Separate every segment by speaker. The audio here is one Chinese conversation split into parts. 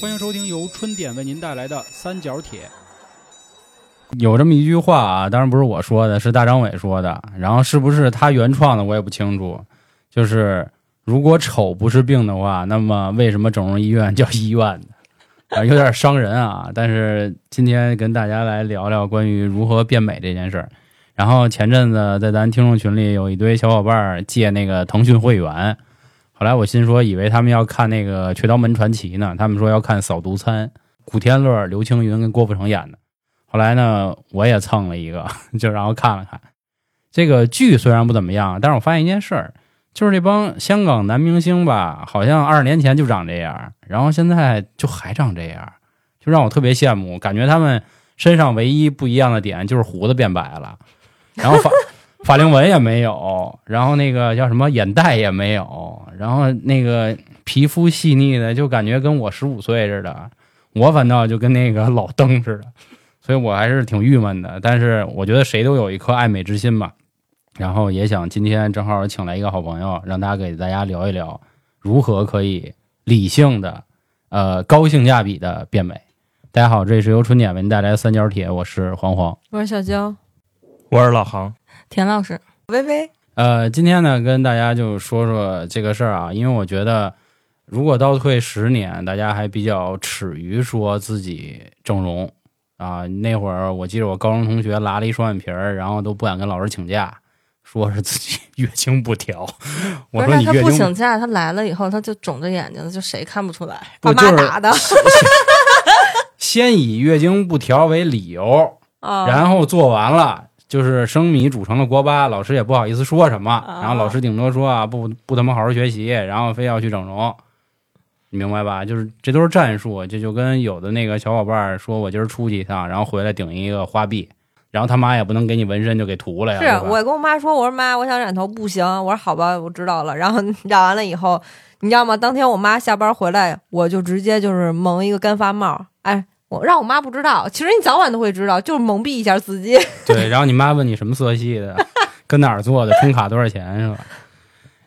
Speaker 1: 欢迎收听由春点为您带来的《三角铁
Speaker 2: 有这么一句话啊，当然不是我说的，是大张伟说的。然后是不是他原创的，我也不清楚。就是如果丑不是病的话，那么为什么整容医院叫医院呢？啊， 有点伤人啊。但是今天跟大家来聊聊关于如何变美这件事儿。然后前阵子在咱听众群里有一堆小伙伴儿借那个腾讯会员，后来我心说以为他们要看那个《雀刀门传奇》呢，他们说要看《扫毒餐》，古天乐、刘青云跟郭富城演的。后来呢，我也蹭了一个， 就然后看了看这个剧，虽然不怎么样，但是我发现一件事儿，就是这帮香港男明星吧，好像二十年前就长这样，然后现在就还长这样，就让我特别羡慕，感觉他们身上唯一不一样的点就是胡子变白了，然后法法令纹也没有，然后那个叫什么眼袋也没有，然后那个皮肤细腻的，就感觉跟我十五岁似的，我反倒就跟那个老登似的。所以我还是挺郁闷的。但是我觉得谁都有一颗爱美之心吧。然后也想今天正好请来一个好朋友，让他给大家聊一聊如何可以理性的、呃高性价比的变美。大家好，这里是由春点为您带来的三角铁，我是黄黄。
Speaker 3: 我是小娇，
Speaker 4: 我是老航，
Speaker 3: 田老师，
Speaker 5: 微微，
Speaker 2: 呃，今天呢，跟大家就说说这个事儿啊，因为我觉得，如果倒退十年，大家还比较耻于说自己整容啊。那会儿我记得我高中同学拉了一双眼皮儿，然后都不敢跟老师请假，说是自己月经不调。
Speaker 3: 不
Speaker 2: 我
Speaker 3: 是
Speaker 2: 说
Speaker 3: 那
Speaker 2: 你
Speaker 3: 他
Speaker 2: 月
Speaker 3: 不
Speaker 2: 经
Speaker 3: 请假，他来了以后他就肿着眼睛，就谁看不出来？
Speaker 2: 不
Speaker 5: 爸
Speaker 2: 就
Speaker 5: 妈
Speaker 2: 是
Speaker 5: 打的，
Speaker 2: 先以月经不调为理由，
Speaker 3: 啊
Speaker 5: 哦
Speaker 2: 然后做完了。就是生米煮成了锅巴，老师也不好意思说什么，
Speaker 3: 啊
Speaker 2: 然后老师顶多说啊，不不他妈好好学习，然后非要去整容，你明白吧？就是这都是战术，这就跟有的那个小伙伴儿说我今儿出去一趟，然后回来顶一个花臂，然后他妈也不能给你纹身就给涂了呀。
Speaker 5: 是
Speaker 2: 对吧
Speaker 5: 我跟我妈说，我说妈，我想染头，不行。我说好吧，我知道了。然后染完了以后，你知道吗？当天我妈下班回来，我就直接就是蒙一个干发帽，哎，我让我妈不知道。其实你早晚都会知道，就是蒙蔽一下自己。
Speaker 2: 对，然后你妈问你什么色系的，跟哪儿做的，充卡多少钱是吧？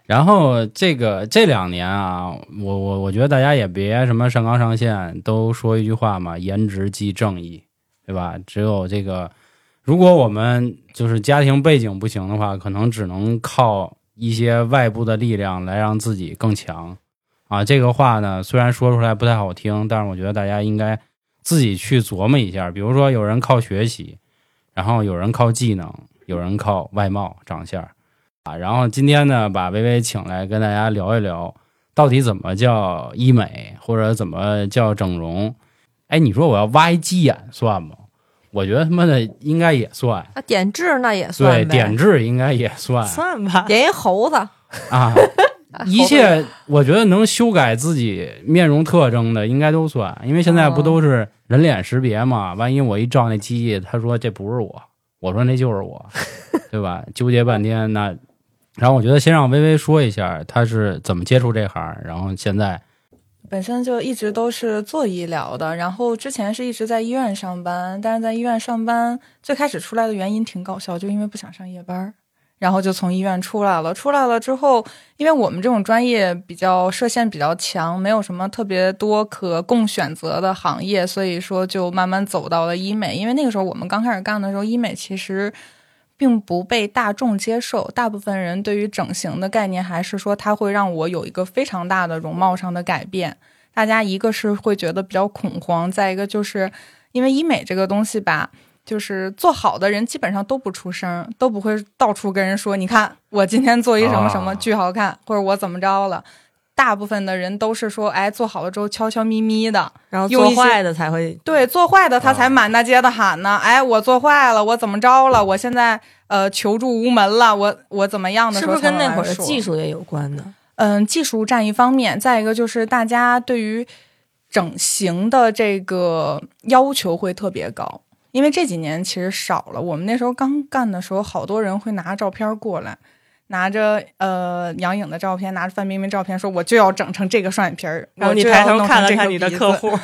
Speaker 2: 然后这个这两年啊，我我我觉得大家也别什么上纲上线，都说一句话嘛，颜值即正义，对吧？只有这个，如果我们就是家庭背景不行的话，可能只能靠一些外部的力量来让自己更强啊。这个话呢，虽然说出来不太好听，但是我觉得大家应该自己去琢磨一下。比如说，有人靠学习，然后有人靠技能，有人靠外貌、长相啊。然后今天呢，把薇薇请来跟大家聊一聊，到底怎么叫医美，或者怎么叫整容？哎，你说我要挖一鸡眼算吗？我觉得他妈的应该也算，
Speaker 5: 啊，点痣那也
Speaker 2: 对，
Speaker 5: 算呗，
Speaker 2: 点痣应该也算
Speaker 3: 算吧，
Speaker 5: 点一猴子，
Speaker 2: 啊。一切我觉得能修改自己面容特征的，应该都算，因为现在不都是人脸识别 嘛？万一我一照那机器，他说这不是我，我说那就是我， 对吧？纠结半天，那然后我觉得先让微微说一下他是怎么接触这行，然后现在
Speaker 6: 本身就一直都是做医疗的，然后之前是一直在医院上班，但是在医院上班最开始出来的原因挺搞笑，就因为不想上夜班儿，然后就从医院出来了。出来了之后，因为我们这种专业比较射线比较强，没有什么特别多可供选择的行业，所以说就慢慢走到了医美。因为那个时候我们刚开始干的时候，医美其实。并不被大众接受，大部分人对于整形的概念还是说它会让我有一个非常大的容貌上的改变，大家一个是会觉得比较恐慌，再一个就是因为医美这个东西吧，就是做好的人基本上都不出声，都不会到处跟人说，你看我今天做一什么什么
Speaker 2: 啊
Speaker 6: 巨好看，或者我怎么着了。大部分的人都是说，哎，做好了之后悄悄咪咪的，
Speaker 3: 然后
Speaker 6: 用
Speaker 3: 做
Speaker 6: 一些
Speaker 3: 坏的才会
Speaker 6: 对，做坏的他才满大街的喊呢，哎，我做坏了，我怎么着了？我现在呃求助无门了，我我怎么样的
Speaker 3: 是
Speaker 6: 时
Speaker 3: 不
Speaker 6: 候
Speaker 3: 是跟
Speaker 6: 才慢
Speaker 3: 那会
Speaker 6: 慢
Speaker 3: 儿的
Speaker 6: 说
Speaker 3: 技术也有关呢？
Speaker 6: 嗯，技术占一方面，再一个就是大家对于整形的这个要求会特别高，因为这几年其实少了。我们那时候刚干的时候，好多人会拿照片过来，拿着呃杨颖的照片，拿着范冰冰照片，说我就要整成这个双眼皮儿，
Speaker 3: 然后
Speaker 6: 我
Speaker 3: 你
Speaker 6: 就
Speaker 3: 抬
Speaker 6: 要
Speaker 3: 头
Speaker 6: 弄
Speaker 3: 看
Speaker 6: 成
Speaker 3: 了
Speaker 6: 这
Speaker 3: 看
Speaker 6: 个
Speaker 3: 你的
Speaker 6: 鼻
Speaker 3: 客
Speaker 6: 子
Speaker 3: 户，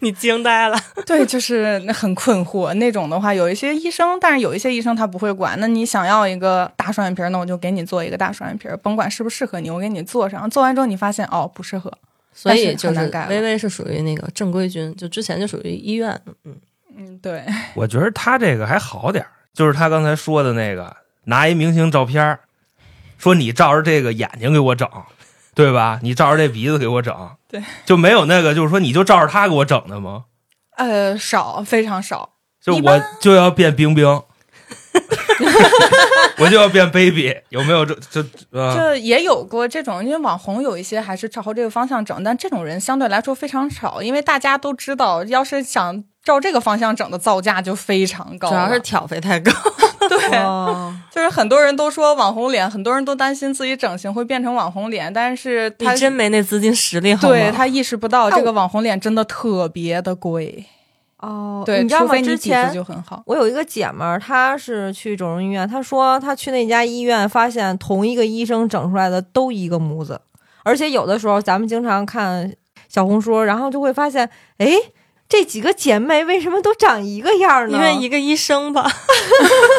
Speaker 3: 你惊呆了，
Speaker 6: 对，就是那很困惑那种的话，有一些医生，但是有一些医生他不会管。那你想要一个大双眼皮儿，那我就给你做一个大双眼皮儿，甭管适不适合你，我给你做上。做完之后你发现哦不适合，
Speaker 3: 所以
Speaker 6: 但是
Speaker 3: 就
Speaker 6: 很
Speaker 3: 是
Speaker 6: 难改了
Speaker 3: 微微是属于那个正规军，就之前就属于医院，嗯，
Speaker 6: 嗯，对，
Speaker 4: 我觉得他这个还好点儿，就是他刚才说的那个，拿一明星照片儿，说你照着这个眼睛给我整，对吧？你照着这鼻子给我整，
Speaker 6: 对，
Speaker 4: 就没有那个就是说你就照着他给我整的吗？
Speaker 6: 呃，少，非常少。
Speaker 4: 就
Speaker 6: 一
Speaker 4: 我
Speaker 6: 般
Speaker 4: 就要变冰冰， 我就要变 baby，有没有这这呃？
Speaker 6: 这也有过这种，因为网红有一些还是朝这个方向整，但这种人相对来说非常少，因为大家都知道，要是想照这个方向整的造价就非常高
Speaker 3: 主
Speaker 6: 了，
Speaker 3: 要是挑费太高，
Speaker 6: 对，
Speaker 5: 哦，
Speaker 6: 就是很多人都说网红脸，很多人都担心自己整形会变成网红脸，但是
Speaker 3: 你
Speaker 6: 他
Speaker 3: 真没那资金实力好吗？
Speaker 6: 对他意识不到
Speaker 5: 那我
Speaker 6: 这个网红脸真的特别的贵，
Speaker 5: 哦，
Speaker 6: 对，
Speaker 5: 你知道
Speaker 6: 除
Speaker 5: 吗？
Speaker 6: 非你
Speaker 5: 之
Speaker 6: 底子
Speaker 5: 前
Speaker 6: 就很好，
Speaker 5: 我有一个姐们儿，她是去整容医院，她说她去那家医院，发现同一个医生整出来的都一个模子，而且有的时候咱们经常看小红书，然后就会发现，哎，这几个姐妹为什么都长一个样儿呢？
Speaker 3: 因为一个医生吧，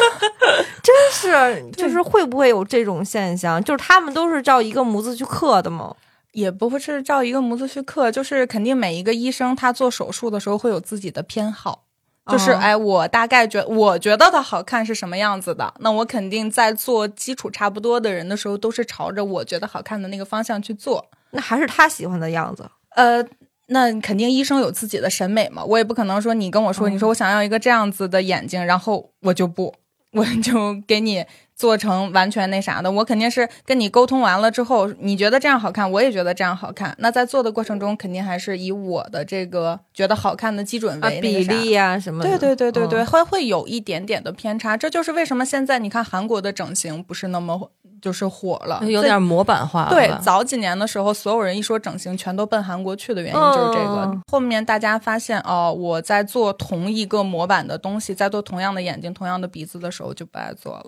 Speaker 5: 真是就是会不会有这种现象？就是他们都是照一个模子去刻的吗？
Speaker 6: 也不会是照一个模子去刻，就是肯定每一个医生他做手术的时候会有自己的偏好。就是
Speaker 5: 哦
Speaker 6: 哎，我大概觉我觉得它好看是什么样子的，那我肯定在做基础差不多的人的时候，都是朝着我觉得好看的那个方向去做。
Speaker 5: 那还是她喜欢的样子。
Speaker 6: 呃，那肯定医生有自己的审美嘛，我也不可能说你跟我说，
Speaker 5: 嗯
Speaker 6: 你说我想要一个这样子的眼睛，然后我就不，我就给你做成完全那啥的。我肯定是跟你沟通完了之后，你觉得这样好看，我也觉得这样好看。那在做的过程中，肯定还是以我的这个觉得好看的基准
Speaker 5: 啊
Speaker 6: 为，那个
Speaker 5: 比
Speaker 6: 啥
Speaker 5: 例呀、什么的？
Speaker 6: 对对对对对，
Speaker 5: 嗯
Speaker 6: 会会有一点点的偏差，这就是为什么现在你看韩国的整形不是那么就是火了，
Speaker 5: 嗯
Speaker 3: 有点模板化了
Speaker 6: 最。
Speaker 3: 吧。
Speaker 6: 对，早几年的时候，所有人一说整形，全都奔韩国去的原因就是这个。
Speaker 5: 嗯
Speaker 6: 后面大家发现哦，我在做同一个模板的东西，在做同样的眼睛、同样的鼻子的时候，就不爱做了。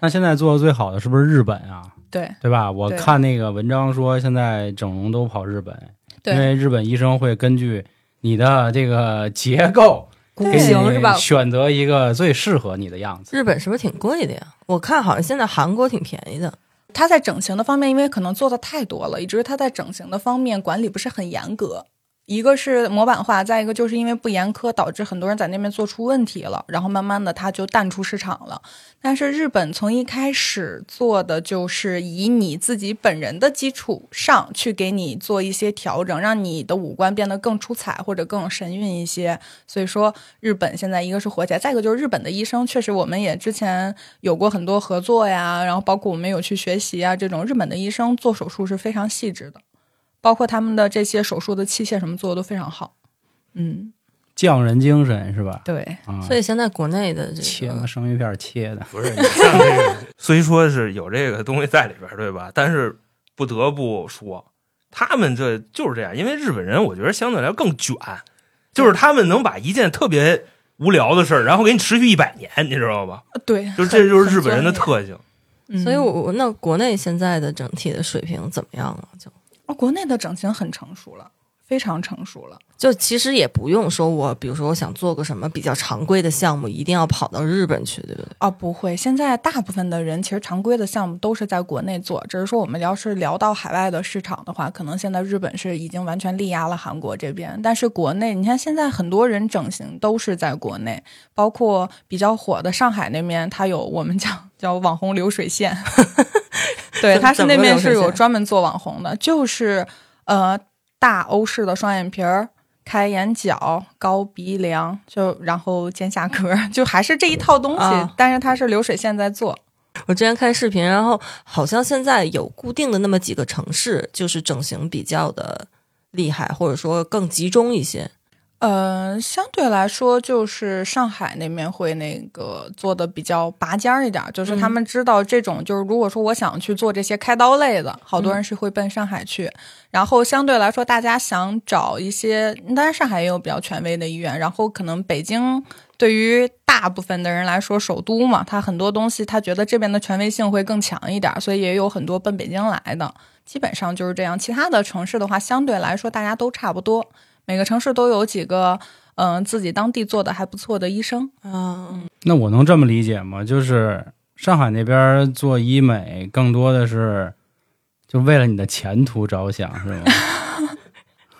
Speaker 2: 那现在做的最好的是不是日本啊？
Speaker 6: 对
Speaker 2: 对吧？我
Speaker 6: 对
Speaker 2: 看那个文章说，现在整容都跑日本，因
Speaker 6: 对
Speaker 2: 为日本医生会根据你的这个结构
Speaker 5: 骨
Speaker 2: 给
Speaker 5: 型是吧
Speaker 2: 你？选择一个最适合你的样子。
Speaker 3: 日本是不是挺贵的呀？我看好像现在韩国挺便宜的，
Speaker 6: 他在整形的方面，因为可能做的太多了，以至于他在整形的方面管理不是很严格。一个是模板化，再一个就是因为不严苛，导致很多人在那边做出问题了，然后慢慢的他就淡出市场了。但是日本从一开始做的就是以你自己本人的基础上去给你做一些调整，让你的五官变得更出彩或者更神韵一些。所以说，日本现在一个是火起来，再一个就是日本的医生，确实我们也之前有过很多合作呀，然后包括我们有去学习啊，这种日本的医生做手术是非常细致的，包括他们的这些手术的器械什么做的都非常好。嗯，
Speaker 2: 匠人精神是吧？
Speaker 6: 对，
Speaker 2: 啊、
Speaker 3: 所以现在国内的这
Speaker 2: 切
Speaker 3: 个
Speaker 2: 个生鱼片切的，
Speaker 4: 不是，你看这 个，虽说是有这个东西在里边儿，对吧？但是不得不说，他们这就是这样，因为日本人我觉得相对来说更卷，就是他们能把一件特别无聊的事儿，然后给你持续一百年，你知道吧？
Speaker 6: 对，
Speaker 4: 就
Speaker 6: 很
Speaker 4: 这就是日本人的，特
Speaker 6: 很
Speaker 4: 性。
Speaker 6: 专业
Speaker 3: 所以我，我那国内现在的整体的水平怎么样啊了？就
Speaker 4: 嗯
Speaker 6: 哦国内的整形很成熟了，非常成熟了。
Speaker 3: 就其实也不用说我，比如说我想做个什么比较常规的项目，一定要跑到日本去，对不对？
Speaker 6: 啊，不会，现在大部分的人其实常规的项目都是在国内做，只是说我们要是聊到海外的市场的话，可能现在日本是已经完全力压了韩国这边，但是国内，你看现在很多人整形都是在国内，包括比较火的上海那边，它有我们讲叫网红流 水线，对，它是
Speaker 3: 怎么
Speaker 6: 那
Speaker 3: 个
Speaker 6: 边
Speaker 3: 流水
Speaker 6: 是有
Speaker 3: 线
Speaker 6: 专门做网红的，就是呃大欧式的双眼皮儿。开眼角、高鼻梁，就然后尖下颏， 就还是这一套东西，
Speaker 3: 啊
Speaker 6: 但是它是流水线在做。
Speaker 3: 我之前看视频，然后好像现在有固定的那么几个城市，就是整形比较的厉害，或者说更集中一些。
Speaker 6: 呃，相对来说，就是上海那边会那个做的比较拔尖儿一点儿，就是他
Speaker 3: 嗯
Speaker 6: 们知道这种，就是如果说我想去做这些开刀类的，好多
Speaker 3: 嗯
Speaker 6: 人是会奔上海去。然后相对来说，大家想找一些，当然上海也有比较权威的医院，然后可能北京对于大部分的人来说，首都嘛，他很多东西他觉得这边的权威性会更强一点儿，所以也有很多奔北京来的。基本上就是这样。其他的城市的话，相对来说大家都差不多，每个城市都有几个嗯、呃自己当地做的还不错的医生。
Speaker 3: 嗯，
Speaker 2: 那我能这么理解吗？就是上海那边做医美，更多的是就为了你的前途着想，是吗？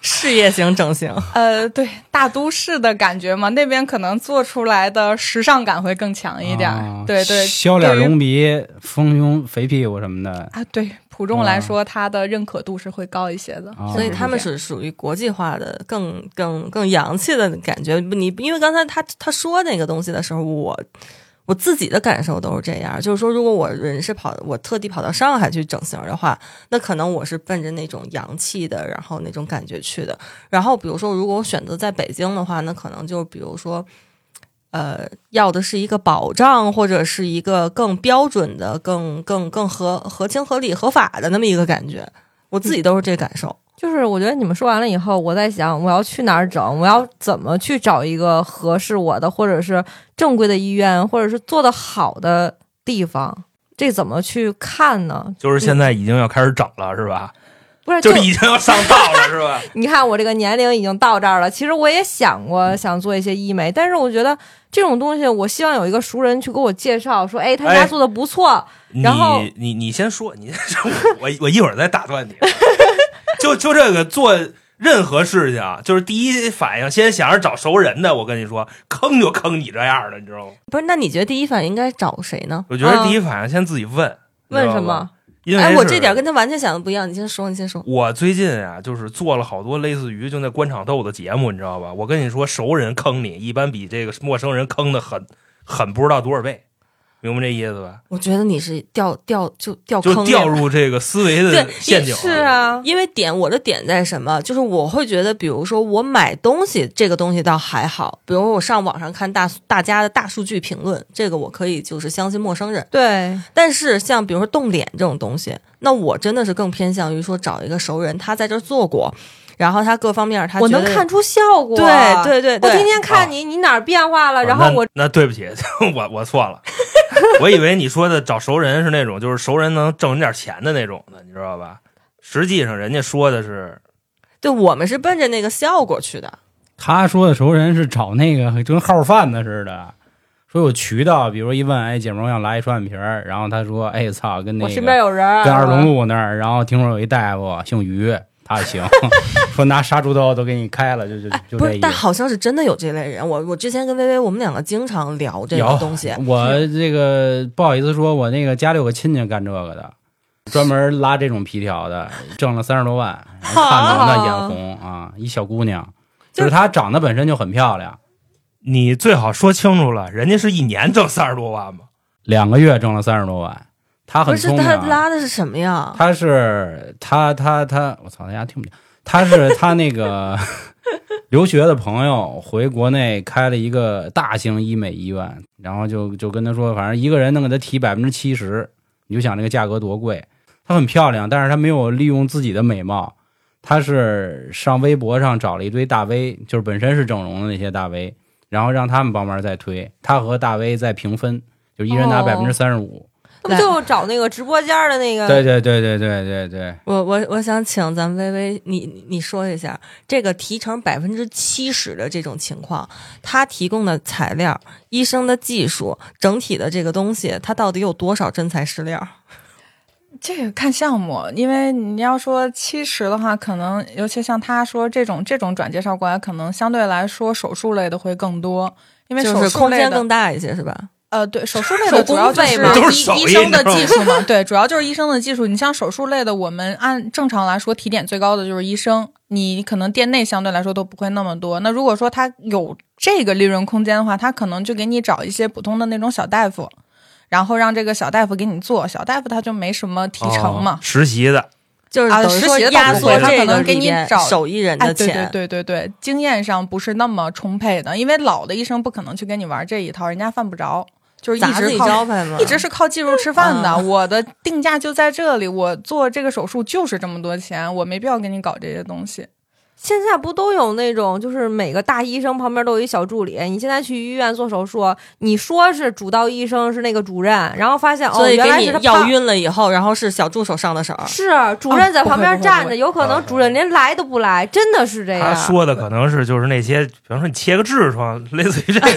Speaker 3: 事业型整形，
Speaker 6: 呃，对，大都市的感觉嘛，那边可能做出来的时尚感会更强一点儿。
Speaker 2: 啊
Speaker 6: 对对，
Speaker 2: 削脸
Speaker 6: 对于
Speaker 2: 隆鼻、丰胸、肥屁股什么的。
Speaker 6: 啊，对普众来说，它的认可度是会高一些的。
Speaker 2: 啊
Speaker 3: 所以他们哦是属于国际化的，更更更洋气的感觉。不你因为刚才他他说那个东西的时候，我我自己的感受都是这样，就是说，如果我人是跑我特地跑到上海去整形的话，那可能我是奔着那种洋气的，然后那种感觉去的。然后比如说，如果我选择在北京的话，那可能就比如说。呃，要的是一个保障，或者是一个更标准的、更更更合合情合理、合法的那么一个感觉，我自己都是这感受。
Speaker 5: 就是我觉得你们说完了以后，我在想我要去哪儿整，我要怎么去找一个合适我的，或者是正规的医院，或者是做的好的地方，这怎么去看呢？
Speaker 4: 就是现在已经要开始整了，是吧？
Speaker 5: 不是，
Speaker 4: 就是已经要上道了，是吧？
Speaker 5: 你看我这个年龄已经到这儿了，其实我也想过想做一些医美，但是我觉得这种东西，我希望有一个熟人去给我介绍，说，哎，他
Speaker 4: 哎
Speaker 5: 家做的不错，然后
Speaker 4: 你你你先说，你我我一会儿再打断你。就就这个做任何事情啊，就是第一反应先想着找熟人的，我跟你说，坑就坑你这样的，你知道吗？
Speaker 3: 不是，那你觉得第一反应应该找谁呢？啊
Speaker 4: 我觉得第
Speaker 3: 一、
Speaker 4: 一反应先自己问，你知
Speaker 5: 问
Speaker 4: 道吧
Speaker 5: 什么？？
Speaker 4: 因为
Speaker 3: 哎，我
Speaker 4: 是
Speaker 3: 这点跟他完全想的不一样。你先说，你先说。
Speaker 4: 我最近啊，就是做了好多类似于就那官场斗的节目，你知道吧？我跟你说，熟人坑你，一般比这个陌生人坑的很很不知道多少倍，明白这意思吧？
Speaker 3: 我觉得你是掉掉就掉
Speaker 4: 就
Speaker 3: 哦坑
Speaker 4: 掉
Speaker 3: 里了
Speaker 4: 入这个思维的
Speaker 3: 对
Speaker 4: 陷阱。
Speaker 5: 是，啊，
Speaker 3: 因为点我的点在什么？就是我会觉得，比如说我买东西这个东西倒还好，比如我上网上看大大家的大数据评论，这个我可以就是相信陌生人。
Speaker 5: 对，
Speaker 3: 但是像比如说动脸这种东西，那我真的是更偏向于说找一个熟人，他在这儿做过，然后他各方面他
Speaker 5: 我
Speaker 3: 觉
Speaker 5: 能
Speaker 3: 得
Speaker 5: 看出效果，
Speaker 3: 对对对对，
Speaker 5: 我天天看你，你哪儿变化
Speaker 6: 啊
Speaker 5: 了？然后我
Speaker 4: 啊那那对不起， 我我错了，我以为你说的找熟人是那种就是熟人能挣你点钱的那种的，你知道吧？实际上人家说的是
Speaker 3: 对我们是奔着那个效果去的。
Speaker 2: 他说的熟人是找那个就跟号贩子似的，说有渠道，比如一问，哎，姐们儿，我想来一双眼皮儿，然后他说，哎操，跟那
Speaker 5: 我
Speaker 2: 个
Speaker 5: 身边有人儿，
Speaker 3: 啊
Speaker 2: 跟二龙路那儿，然后听说有一大夫姓于，他 行，说拿杀猪刀都给你开了，就就就
Speaker 3: 哎不
Speaker 2: 这
Speaker 3: 是，
Speaker 2: 意
Speaker 3: 但
Speaker 2: 思。
Speaker 3: 好像是真的有这类人。我我之前跟薇薇，我们两个经常聊这个
Speaker 2: 有
Speaker 3: 东西。
Speaker 2: 我这个不好意思说，我那个家里有个亲戚干这个的，专门拉这种皮条 的，挣了三十多万，然后看着那眼红啊，一小姑娘，就是她长得本身就很漂亮，
Speaker 4: 你最好说清楚了，人家是一年挣三十多万嘛，
Speaker 2: 两个月挣了三十多万，她
Speaker 3: 不
Speaker 2: 很
Speaker 3: 是
Speaker 2: 聪明
Speaker 3: 他
Speaker 2: 啊。
Speaker 3: 拉的是什么呀？
Speaker 2: 他是他他他，我操，大家听不见。他是他那个留学的朋友回国内开了一个大型医美医院，然后就就跟他说，反正一个人能给他提百分之七十，你就想这个价格多贵。她很漂亮，但是她没有利用自己的美貌，她是上微博上找了一堆大 V，就是本身是整容的那些大 V，然后让他们帮忙再推，她和大 V 在平分，就一人拿
Speaker 5: 哦
Speaker 2: 百分之三十五。
Speaker 5: 那不就找那个直播间儿的那个？
Speaker 2: 对对对对对对对。
Speaker 3: 我我我想请咱薇薇，你你你说一下这个提成百分之七十的这种情况，他提供的材料、医生的技术、整体的这个东西，它到底有多少真材实料？
Speaker 6: 这个看项目，因为你要说七十的话，可能尤其像他说这种这种转介绍过来，可能相对来说手术类的会更多，因为
Speaker 3: 就
Speaker 6: 手
Speaker 3: 是
Speaker 6: 术
Speaker 3: 空
Speaker 6: 类
Speaker 3: 间
Speaker 6: 的
Speaker 3: 更大一些，是吧？
Speaker 6: 呃，对手术类
Speaker 5: 手
Speaker 6: 的主要
Speaker 5: 工
Speaker 6: 就
Speaker 5: 费嘛
Speaker 4: 都
Speaker 6: 是
Speaker 4: 是
Speaker 6: 医
Speaker 4: 手艺
Speaker 6: 医生的
Speaker 4: 你知道吗
Speaker 6: 技术嘛，对，主要就是医生的技术。你像手术类的，我们按正常来说提点最高的就是医生，你可能店内相对来说都不会那么多。那如果说他有这个利润空间的话，他可能就给你找一些普通的那种小大夫。然后让这个小大夫给你做，小大夫他就没什么提成嘛
Speaker 4: 哦，实习的
Speaker 3: 就是
Speaker 6: 啊
Speaker 3: 等于说
Speaker 6: 实习的
Speaker 3: 压
Speaker 6: 不
Speaker 3: 缩
Speaker 4: 会
Speaker 6: 他
Speaker 3: 这
Speaker 6: 可
Speaker 3: 个
Speaker 6: 能给
Speaker 3: 里
Speaker 6: 你
Speaker 3: 面
Speaker 6: 找
Speaker 3: 手艺人的
Speaker 6: 哎，对
Speaker 3: 钱。
Speaker 6: 对对对对，经验上不是那么充沛的，因为老的医生不可能去跟你玩这一套，人家犯不着，就是一
Speaker 3: 砸自
Speaker 6: 直
Speaker 3: 己
Speaker 6: 靠
Speaker 3: 招牌嘛，
Speaker 6: 一直是靠技术吃饭的。
Speaker 3: 啊
Speaker 6: 我的定价就在这里，我做这个手术就是这么多钱，我没必要跟你搞这些东 西。
Speaker 5: 现在不都有那种，就是每个大医生旁边都有一小助理。你现在去医院做手术，你说是主刀医生是那个主任，然后发现哦
Speaker 3: 所，以
Speaker 5: 原来
Speaker 3: 给
Speaker 5: 是他
Speaker 3: 你药
Speaker 5: 旁。
Speaker 3: 晕了以后，然后是小助手上的手。
Speaker 5: 是主
Speaker 4: 啊
Speaker 5: 任在旁边站着，有可能主任连来都不来，真的是
Speaker 6: 哎
Speaker 5: 这
Speaker 4: 他
Speaker 5: 样。
Speaker 4: 说的可能是就是那些，比方说你切个痔疮，类似于 这种。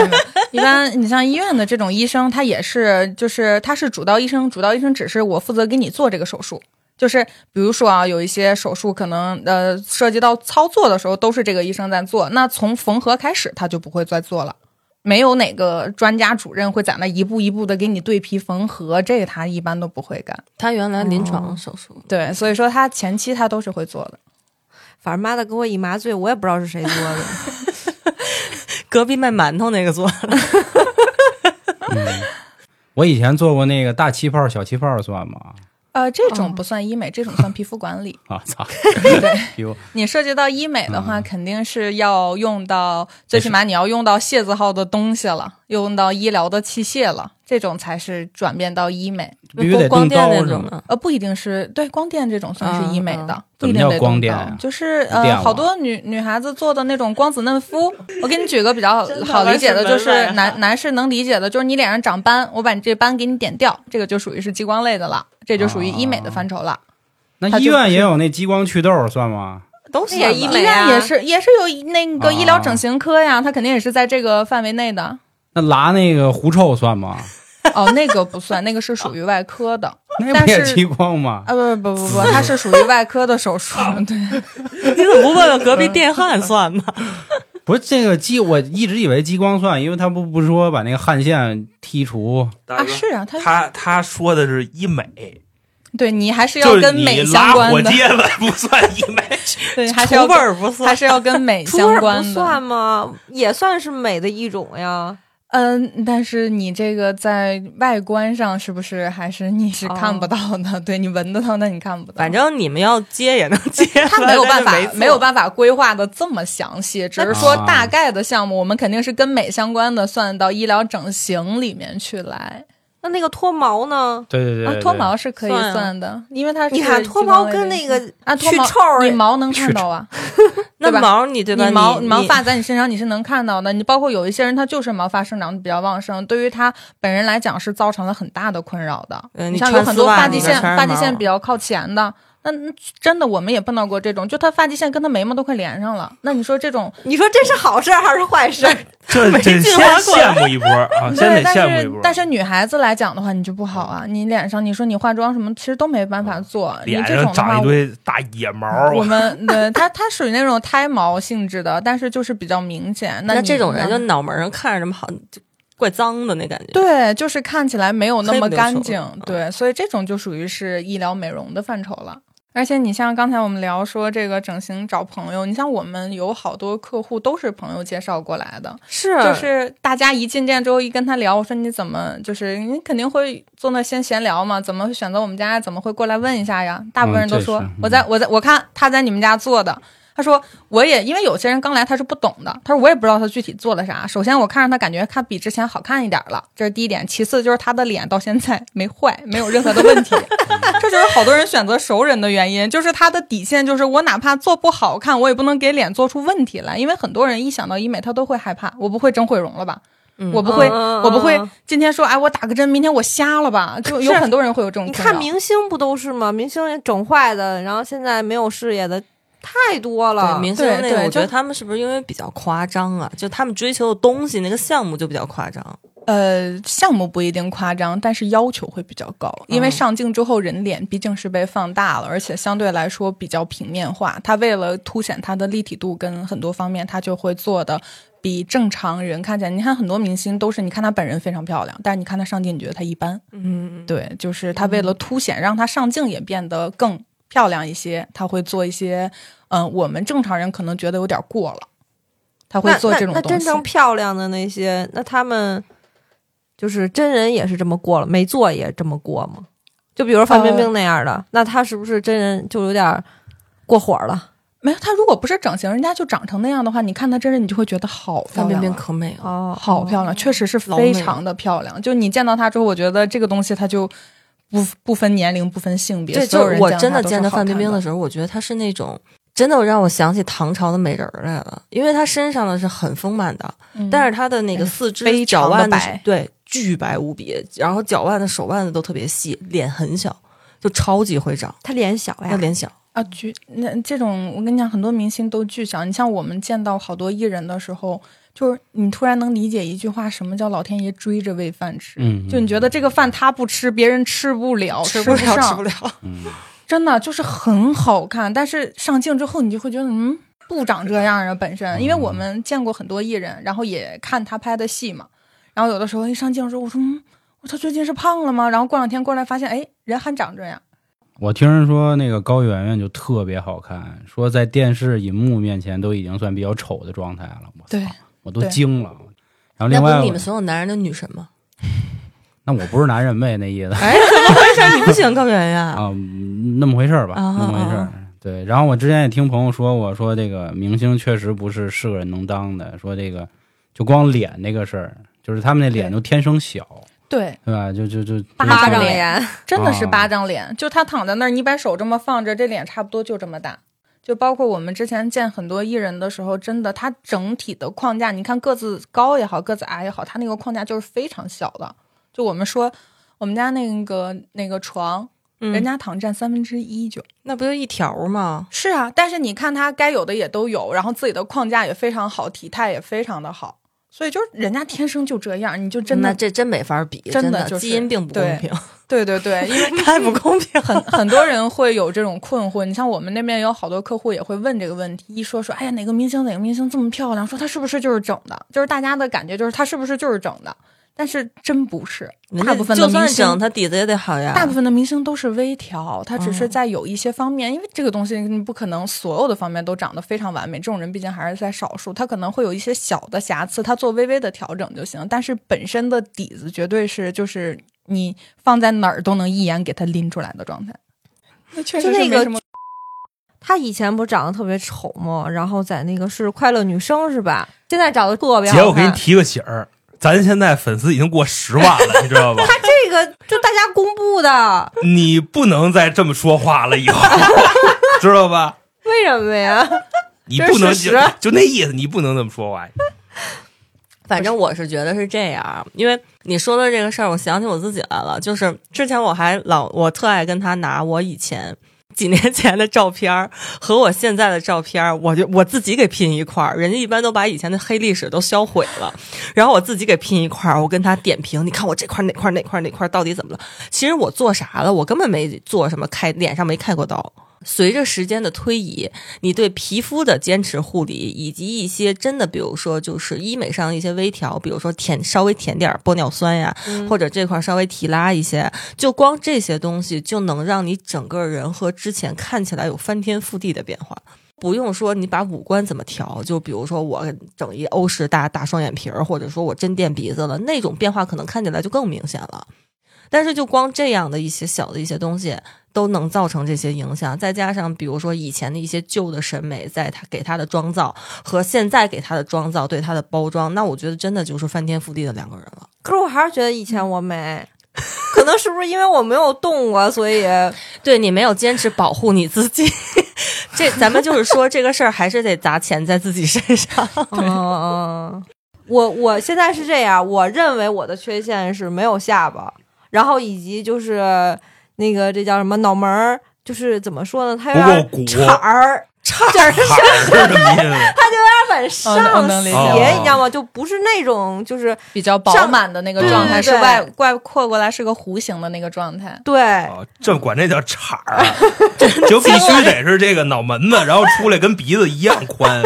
Speaker 6: 嗯一般你像医院的这种医生，他也是，就是他是主刀医生，主刀医生只是我负责给你做这个手术。就是比如说啊，有一些手术可能呃涉及到操作的时候，都是这个医生在做。那从缝合开始，他就不会再做了。没有哪个专家主任会在那一步一步的给你对皮缝合，这个他一般都不会干。
Speaker 3: 他原来临
Speaker 6: 哦
Speaker 3: 床手术，
Speaker 6: 对，所以说他前期他都是会做的。
Speaker 5: 反正妈的给我一麻醉，我也不知道是谁做的。
Speaker 3: 隔壁卖馒头那个做，
Speaker 2: 我以前做过那个大气泡、小气泡算吗？
Speaker 6: 呃，这种不算医美，这种算皮肤管理。
Speaker 2: 啊操！对，
Speaker 6: 你涉及到医美的话，肯定是要用到，最起码你要用到械字号的东西了，用到医疗的器械了，这种才是转变到医美。
Speaker 2: 必须得
Speaker 3: 光
Speaker 2: 动
Speaker 3: 电
Speaker 2: 刀
Speaker 3: 那
Speaker 2: 是
Speaker 3: 种啊
Speaker 2: 吗？
Speaker 3: 的，
Speaker 6: 呃，不一定是对光电这种算是医美的，
Speaker 3: 嗯
Speaker 6: 不一定
Speaker 2: 怎么
Speaker 6: 得
Speaker 2: 叫光
Speaker 6: 动
Speaker 2: 电
Speaker 6: 刀
Speaker 2: 呀，
Speaker 6: 就是
Speaker 2: 电
Speaker 6: 呃，
Speaker 2: 吗
Speaker 6: 好多女女孩子做的那种光子嫩肤。我给你举个比较
Speaker 3: 真的
Speaker 6: 好理解的，就
Speaker 3: 完全门外
Speaker 6: 是
Speaker 3: 汉
Speaker 6: 男男士能理解的，就是你脸上长斑，我把你这斑给你点掉，这个就属于是激光类的了，这就属于医美
Speaker 2: 哦
Speaker 6: 的范畴了。
Speaker 2: 那
Speaker 6: 它
Speaker 2: 医
Speaker 6: 就
Speaker 2: 院
Speaker 6: 是
Speaker 2: 也有那激光祛痘算吗？
Speaker 3: 都
Speaker 5: 那
Speaker 3: 是
Speaker 5: 也医美
Speaker 6: 医
Speaker 5: 啊
Speaker 6: 院也是也是有那个
Speaker 2: 哦
Speaker 6: 医疗整形科呀，它肯定也是在这个范围内的。
Speaker 2: 那拉那个狐臭算 吗？
Speaker 6: 哦，那个不算，那个是属于外科的。
Speaker 2: 那
Speaker 6: 但
Speaker 2: 不也
Speaker 6: 是
Speaker 2: 激光吗？
Speaker 6: 啊，不不不不不，它是属于外科的手术。
Speaker 2: 哦
Speaker 6: 对，
Speaker 3: 你怎么不问问隔壁电 焊算呢？
Speaker 2: 不是这个激，我一直以为激光算，因为他不不是说把那个汗腺剔除，
Speaker 4: 大
Speaker 6: 啊
Speaker 4: 哥，
Speaker 6: 是啊，它
Speaker 4: 他他说的是医美，
Speaker 6: 对你还是要
Speaker 4: 就是
Speaker 6: 跟
Speaker 4: 你
Speaker 6: 美相
Speaker 4: 拉
Speaker 6: 关
Speaker 4: 火
Speaker 6: 的，
Speaker 4: 疖子不算医 美，
Speaker 6: 对，还是
Speaker 3: 除
Speaker 6: 要
Speaker 3: 味
Speaker 6: 跟
Speaker 3: 儿不
Speaker 6: 还
Speaker 3: 算，
Speaker 6: 是要跟美
Speaker 5: 除味
Speaker 6: 相
Speaker 5: 儿
Speaker 6: 关
Speaker 5: 不
Speaker 6: 的。
Speaker 5: 算吗？也算是美的一种呀。
Speaker 6: 嗯，但是你这个在外观上是不是还是你是看不到的？ 对你闻得到，但你看不到。
Speaker 3: 反正你们要接也能接，
Speaker 6: 他没有办法
Speaker 3: 反正就，
Speaker 6: 没有办法规划的这么详细，只是说
Speaker 2: 啊
Speaker 6: 大概的项目，我们肯定是跟美相关的算到医疗整形里面去来。
Speaker 5: 那那个脱毛呢？
Speaker 2: 对对对
Speaker 6: 啊，脱毛是可以
Speaker 3: 算啊
Speaker 6: 算的，因为它是
Speaker 5: 你看
Speaker 6: 激
Speaker 5: 脱
Speaker 6: 光
Speaker 5: 毛
Speaker 6: 类
Speaker 5: 跟
Speaker 6: 的
Speaker 5: 那个
Speaker 6: 啊脱
Speaker 5: 去
Speaker 6: 毛
Speaker 5: 臭儿
Speaker 6: 你毛能看到啊，
Speaker 3: 那
Speaker 6: 对吧
Speaker 3: 毛你对吧？
Speaker 6: 你毛
Speaker 3: 你
Speaker 6: 毛发在你身上你是能看到的。你包括有一些人他就是毛发生长比较旺盛，对于他本人来讲是造成了很大的困扰的。
Speaker 3: 嗯
Speaker 6: 你
Speaker 3: 你
Speaker 6: 像有
Speaker 3: 穿
Speaker 6: 很
Speaker 3: 丝
Speaker 6: 多
Speaker 3: 袜
Speaker 6: 发
Speaker 3: 里
Speaker 6: 际
Speaker 3: 边
Speaker 6: 线
Speaker 3: 全是
Speaker 6: 发际线
Speaker 3: 毛
Speaker 6: 比较靠前的。那那真的，我们也碰到过这种，就他发际线跟他眉毛都快连上了。那你说这种
Speaker 5: 你说这是好事儿还是坏事儿？
Speaker 4: 这这
Speaker 3: 进
Speaker 4: 先
Speaker 3: 化过来
Speaker 4: 羡慕一波啊， 先
Speaker 6: 对，
Speaker 4: 得
Speaker 6: 但
Speaker 4: 羡慕一
Speaker 6: 是
Speaker 4: 波。
Speaker 6: 但是女孩子来讲的话，你就不好啊。你脸上，你说你化妆什么，其实都没办法做。你
Speaker 4: 脸
Speaker 6: 这种
Speaker 4: 上
Speaker 6: 的话
Speaker 4: 长一，堆啊大野毛，
Speaker 6: 我我们对它它属于那种胎毛性质的，但是就是比较明显。
Speaker 3: 那
Speaker 6: 你嗯
Speaker 3: 这种人就脑门上看着这么好，就怪脏的那感觉。
Speaker 6: 对，就是看起来没有那
Speaker 3: 黑
Speaker 6: 么
Speaker 3: 不溜
Speaker 6: 干
Speaker 3: 秋嗯
Speaker 6: 净
Speaker 3: 的，
Speaker 6: 对，所以这种就属于是医疗美容的范畴了。而且你像刚才我们聊说这个整形找朋友，你像我们有好多客户都是朋友介绍过来的，
Speaker 3: 是
Speaker 6: 就是大家一进店之后一跟他聊，我说你怎么就是你肯定会坐那先闲聊嘛，怎么会选择我们家，怎么会过来问一下呀？大部分人都说、
Speaker 2: 嗯这是嗯
Speaker 6: 我在我在我看他在你们家做的。他说：“我也因为有些人刚来他是不懂的，他说我也不知道他具体做了啥。首先我看着他感觉他比之前好看一点了，这是第一点。其次就是他的脸到现在 没坏，没有任何的问 题。这就是好多人选择熟人的原因，就是他的底线就是我哪怕做不好看，我也不能给脸做出问题来，因为很多人一想到医美，他都会害怕，我不会整毁容了吧？
Speaker 3: 嗯
Speaker 6: 我不会，
Speaker 5: 嗯嗯
Speaker 6: 我不会
Speaker 5: 嗯
Speaker 6: 今天说哎我打个针，明天我瞎了吧？就有
Speaker 5: 是
Speaker 6: 很多人会有这种
Speaker 5: 你
Speaker 6: 困扰
Speaker 5: 看明星不都是吗？明星也整坏的，然后现在没有事业的太多了
Speaker 3: 对。明星那
Speaker 6: 对
Speaker 3: 个，
Speaker 6: 对
Speaker 3: 我觉得
Speaker 6: 就
Speaker 3: 他们是不是因为比较夸张啊？就他们追求的东西那个项目就比较夸张，
Speaker 6: 呃，项目不一定夸张，但是要求会比较高，因为
Speaker 3: 嗯
Speaker 6: 上镜之后人脸毕竟是被放大了，而且相对来说比较平面化。它为了凸显它的立体度跟很多方面，它就会做的比正常人看起来。你看很多明星都是，你看她本人非常漂亮，但是你看她上镜，你觉得她一般。
Speaker 3: 嗯，
Speaker 6: 对，就是她为了
Speaker 5: 嗯
Speaker 6: 凸显，让她上镜也变得更漂亮一些，她会做一些，嗯、我们正常人可能觉得有点过了，她会
Speaker 5: 那
Speaker 6: 做
Speaker 5: 那
Speaker 6: 这种
Speaker 5: 那
Speaker 6: 东西。
Speaker 5: 真正漂亮的那些，那他们就是真人也是这么过了，没做也这么过吗？就比如范冰冰那样的，那她是不是真人就有点儿过火了？
Speaker 6: 没有，她如果不是整形，人家就长成那样的话，你看她真人，你就会觉得好漂
Speaker 3: 范冰
Speaker 6: 亮
Speaker 3: 冰
Speaker 6: 啊，
Speaker 3: 可美了。
Speaker 5: 哦，
Speaker 6: 好漂亮，确实是非常的漂亮。就你见到她之后，我觉得这个东西它就不不分年龄、不分性别，
Speaker 3: 对，
Speaker 6: 所有
Speaker 3: 就
Speaker 6: 人
Speaker 3: 我
Speaker 6: 见
Speaker 3: 真的
Speaker 6: 到她都
Speaker 3: 见
Speaker 6: 是
Speaker 3: 到
Speaker 6: 好
Speaker 3: 范冰
Speaker 6: 看
Speaker 3: 冰
Speaker 6: 的
Speaker 3: 的时候，我觉得她是那种真的让我想起唐朝的美人儿来了，因为她身上的是很丰满的，
Speaker 6: 嗯
Speaker 3: 但是她的那个四肢、
Speaker 6: 非常
Speaker 3: 脚腕
Speaker 6: 地
Speaker 3: 的
Speaker 6: 白
Speaker 3: 对巨白无比，然后脚腕的、手腕的都特别细，脸很小，就超级会长，
Speaker 5: 她脸小呀
Speaker 3: 那，脸小。
Speaker 6: 啊，巨那这种，我跟你讲，很多明星都巨小。你像我们见到好多艺人的时候，就是你突然能理解一句话，什么叫老天爷追着喂饭吃。
Speaker 2: 嗯，
Speaker 6: 就你觉得这个饭他不吃，别人吃不了，
Speaker 3: 吃
Speaker 6: 不
Speaker 3: 不了，
Speaker 6: 上
Speaker 3: 吃不了，
Speaker 2: 嗯，
Speaker 6: 这真的就是很好看，但是上镜之后你就会觉得，嗯，不长这样啊，本
Speaker 2: 嗯
Speaker 6: 身，因为我们见过很多艺人，然后也看他拍的戏嘛，然后有的时候一上镜的时候，我说，嗯，我他最近是胖了吗？然后过两天过来发现，哎，人还长这样。
Speaker 2: 我听人说那个高圆圆就特别好看，说在电视荧幕面前都已经算比较丑的状态了。我操
Speaker 6: 对，
Speaker 2: 我都
Speaker 6: 对
Speaker 2: 惊了。然后 另
Speaker 3: 那不
Speaker 2: 外
Speaker 3: 是，你们所有男人的女神 吗？
Speaker 2: 那我不是男人呗，那意思
Speaker 3: 哎，怎么回事？你不喜欢高圆圆啊？
Speaker 2: 啊，嗯那么回事儿吧，
Speaker 3: 啊
Speaker 2: 那么回事
Speaker 3: 啊
Speaker 2: 儿。对，然后我之前也听朋友说过，说这个明星确实不是是个人能当的，说这个就光脸这个事儿，就是他们那脸就天生小，
Speaker 6: 对，
Speaker 2: 对吧？就就就
Speaker 6: 嗯巴
Speaker 5: 巴
Speaker 6: 掌
Speaker 5: 掌
Speaker 6: 脸
Speaker 5: 脸，
Speaker 6: 真的是
Speaker 2: 啊
Speaker 6: 巴掌脸，就他躺在那儿，你把手这么放着，这脸差不多就这么大。就包括我们之前见很多艺人的时候，真的他整体的框架，你看个子高也好，个子矮也好，他那个框架就是非常小的。就我们说，我们家那个那个床，
Speaker 3: 嗯
Speaker 6: 人家躺占三分之一就。
Speaker 3: 那不就一条吗？
Speaker 6: 是啊，但是你看他该有的也都有，然后自己的框架也非常好，体态也非常的好，所以就是人家天生就这样，你就真
Speaker 3: 那
Speaker 6: 的
Speaker 3: 这真没法比，
Speaker 6: 真的
Speaker 3: 的
Speaker 6: 就是
Speaker 3: 基因并不公平，
Speaker 6: 对对对，因为
Speaker 3: 太不公平
Speaker 6: 很很多人会有这种困惑，你像我们那边有好多客户也会问这个问题，一说说，哎呀，哪个明星哪个明星这么漂亮，说她是不是就是整的？就是大家的感觉就是她是不是就是整的？但是真不是，
Speaker 3: 人
Speaker 6: 大
Speaker 3: 家
Speaker 6: 部分的
Speaker 3: 就算
Speaker 6: 明
Speaker 3: 是整，
Speaker 6: 星，
Speaker 3: 他底子也得好呀。
Speaker 6: 大部分的明星都是微调，她只
Speaker 3: 啊哦
Speaker 6: 是在有一些方面，因为这个东西你不可能所有的方面都长得非常完美，这种人毕竟还是在少数，她可能会有一些小的瑕疵，她做微微的调整就行，但是本身的底子绝对是就是你放在哪儿都能一眼给她拎出来的状态。那确
Speaker 5: 实是没什么她以前不长得特别丑吗？然后在那个是快乐女生是吧？现在长得特别
Speaker 4: 姐，
Speaker 5: 好
Speaker 4: 我给你
Speaker 5: 看。
Speaker 4: 提个醒儿，咱现在粉丝已经过十万了，你知道吧？
Speaker 5: 这个就大家公布的，
Speaker 4: 你不能再这么说话了，以后 知道吧？
Speaker 5: 为什么呀？
Speaker 4: 你不能
Speaker 5: 这
Speaker 4: 就
Speaker 5: 是事实
Speaker 4: 就那意思，你不能这么说话。
Speaker 3: 反正我是觉得是这样，因为你说的这个事儿，我想起我自己来了。就是之前我还老我特爱跟他拿我以前 几年前的照片儿和我现在的照片儿，我就我自己给拼一块儿。人家一般都把以前的黑历史都销毁了，然后我自己给拼一块儿，我跟他点评，你看我这块儿哪块儿哪块儿哪块儿到底怎么了？其实我做啥了？我根本没做什么开，脸上没开过刀。随着时间的推移，你对皮肤的坚持护理，以及一些真的，比如说就是医美上的一些微调，比如说填稍微填点儿玻尿酸呀，或者这块儿稍微提拉一些，就光这些东西就能让你整个人和之前看起来有翻天覆地的变化。不用说你把五官怎么调，就比如说我整一欧式大大双眼皮儿，或者说我真垫鼻子了，那种变化可能看起来就更明显了。但是就光这样的一些小的一些东西，都能造成这些影响，再加上比如说以前的一些旧的审美，在他给他的妆造和现在给他的妆造对他的包装，那我觉得真的就是翻天覆地的两个人了。
Speaker 5: 可是我还是觉得以
Speaker 6: 嗯
Speaker 5: 前我美，可能是不是因为我没有动过，所以嗯
Speaker 3: 对你没有坚持保护你自己， 这咱们就是说这个事儿还是得砸钱在自己身上。
Speaker 5: 嗯嗯，我我现在是这样，我认为我的缺陷是没有下巴，然后以及就是那个这叫什么脑门儿，就是怎么说呢，它有
Speaker 4: 不够
Speaker 5: 点
Speaker 4: 鼓
Speaker 5: 铲儿，铲儿就是
Speaker 4: 好这么意思，
Speaker 5: 它往上
Speaker 6: 嗯能理解
Speaker 5: 斜，你知道吗？就不是那种就是
Speaker 6: 比较饱满的那个状态，
Speaker 5: 上对对对
Speaker 6: 是外外扩过来是个弧形的那个状态。
Speaker 5: 对。
Speaker 4: 哦这管这叫铲儿啊，就必须得是这个脑门子，然后出来跟鼻子一样宽，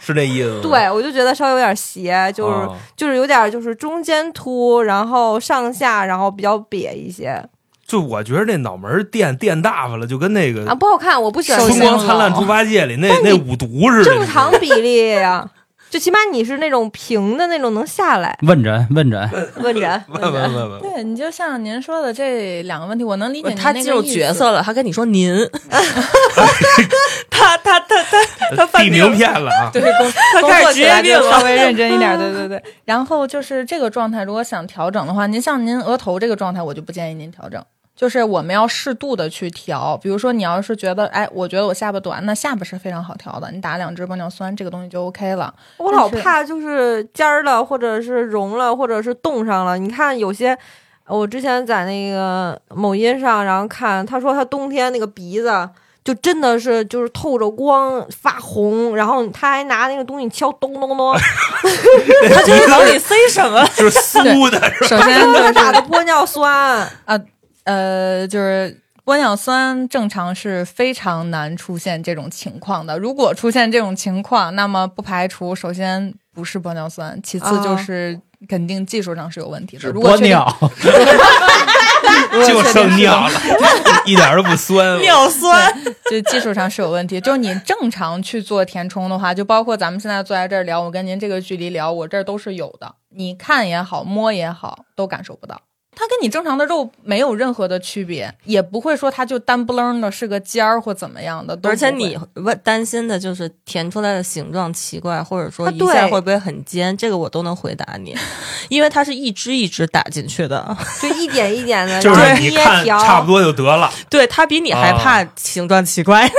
Speaker 4: 是那意思吗？
Speaker 5: 对，我就觉得稍微有点斜，就是、
Speaker 4: 哦
Speaker 5: 就是有点就是中间凸，然后上下，然后比较瘪一些
Speaker 4: 就我觉得那脑门儿垫垫大发了，就跟那个
Speaker 5: 啊，不好看，我不喜欢
Speaker 6: 首
Speaker 5: 这
Speaker 4: 春
Speaker 5: 样。
Speaker 6: 先
Speaker 4: 光灿烂猪八戒里那
Speaker 5: 但你
Speaker 4: 那五毒似的。
Speaker 5: 正常比例呀、 就起码你是那种平的那种能下来。
Speaker 2: 问诊问诊，
Speaker 5: 问 人，
Speaker 4: 问问问问，
Speaker 6: 对，你就像您说的这两个问题，我能理解您
Speaker 3: 他
Speaker 6: 那
Speaker 3: 进
Speaker 6: 个
Speaker 3: 入
Speaker 6: 意思
Speaker 3: 角。色了，他跟你说 您，他他他他他犯
Speaker 4: 递名片了啊！
Speaker 6: 对，工
Speaker 3: 他
Speaker 6: 工
Speaker 3: 开
Speaker 6: 作
Speaker 3: 始职
Speaker 6: 起
Speaker 3: 业
Speaker 6: 来就
Speaker 3: 病
Speaker 6: 稍
Speaker 3: 了。
Speaker 6: 微认真一点， 对对对。然后就是这个状态，如果想调整的话，您像您额头这个状态，我就不建议您调整。就是我们要适度的去调，比如说你要是觉得，哎，我觉得我下巴短，那下巴是非常好调的，你打两支玻尿酸，这个东西就 OK 了。
Speaker 5: 我老怕就是尖儿了，或者是融了，或者是冻上了。你看有些，我之前在那个某音上，然后看他说他冬天那个鼻子就真的是就是透着光发红，然后他还拿那个东西敲咚咚咚。
Speaker 4: 他
Speaker 3: 就是往 里塞什么了？
Speaker 4: 就是酥的，是吧
Speaker 6: 首
Speaker 5: 他
Speaker 6: 先
Speaker 5: 说
Speaker 6: 就
Speaker 5: 他
Speaker 6: 是
Speaker 5: 打的玻尿酸，
Speaker 6: 呃，就是玻尿酸正常是非常难出现这种情况的。如果出现这种情况，那么不排除首先不是玻尿酸，其
Speaker 3: 啊
Speaker 6: 次就
Speaker 5: 哦
Speaker 6: 是肯定技术上是有问题的。如果
Speaker 2: 玻
Speaker 6: 确定嗯
Speaker 2: 尿，
Speaker 4: 就剩尿了，一点都不酸。
Speaker 3: 尿酸，
Speaker 6: 就技术上是有问题。就你正常去做填充的话，就包括咱们现在坐在这儿聊，我跟您这个距离聊，我这儿都是有的。你看也好，摸也好，都感受不到。它跟你正常的肉没有任何的区别，也不会说它就单不楞的是个尖儿或怎么样的。都
Speaker 3: 而且
Speaker 6: 不会
Speaker 3: 你问担心的就是填出来的形状奇怪，或者说
Speaker 5: 啊
Speaker 3: 一下
Speaker 5: 对
Speaker 3: 会不会很尖，这个我都能回答你， 因为它是一支一支打进去的，
Speaker 5: 就一点一点的，
Speaker 4: 就
Speaker 5: 然
Speaker 4: 是
Speaker 5: 后
Speaker 4: 你
Speaker 5: 捏
Speaker 4: 看
Speaker 5: 条，
Speaker 4: 差不多就得了，
Speaker 3: 对，它比你还怕形状奇怪。
Speaker 4: 啊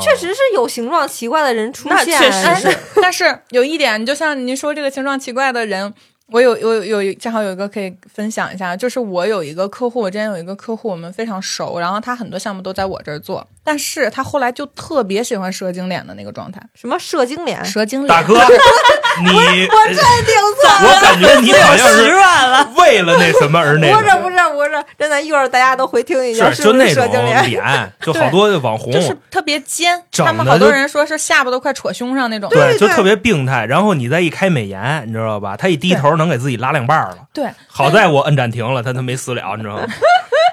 Speaker 5: 确实是有形状奇怪的人出
Speaker 3: 那
Speaker 5: 现，
Speaker 3: 确实
Speaker 5: 哎
Speaker 3: 是
Speaker 6: 但是有一点，你就像您说这个形状奇怪的人，我有有有有正好有一个可以分享一下，就是我有一个客户，我之前有一个客户，我们非常熟，然后他很多项目都在我这儿做，但是他后来就特别喜欢蛇精脸的那个状态，
Speaker 5: 什么射精
Speaker 3: 哎
Speaker 5: 脸，
Speaker 6: 蛇精
Speaker 4: 大
Speaker 6: 脸。
Speaker 4: 哥，你
Speaker 5: 这顶错
Speaker 4: 我感觉你好像
Speaker 3: 十
Speaker 4: 是
Speaker 3: 万了，
Speaker 4: 为了那什么而那
Speaker 5: 不是
Speaker 4: 个，
Speaker 5: 不是不是，真的，一会儿大家都回听一下，
Speaker 4: 是
Speaker 5: 是
Speaker 4: 就
Speaker 5: 不
Speaker 4: 那
Speaker 5: 射精
Speaker 4: 种
Speaker 5: 脸？
Speaker 4: 脸，就
Speaker 6: 对
Speaker 4: 好多网红
Speaker 6: 就是特别尖，
Speaker 4: 整
Speaker 6: 他们
Speaker 4: 的
Speaker 6: 好多
Speaker 4: 就
Speaker 6: 人说是下巴都快戳胸上那种。
Speaker 5: 对
Speaker 4: 就
Speaker 5: 对
Speaker 4: 特别病态。然后你再一开美颜，你知道吧？他一低头能给自己拉两半儿了。
Speaker 6: 对
Speaker 4: 好在我摁暂停了，他他没死了，你知道吗？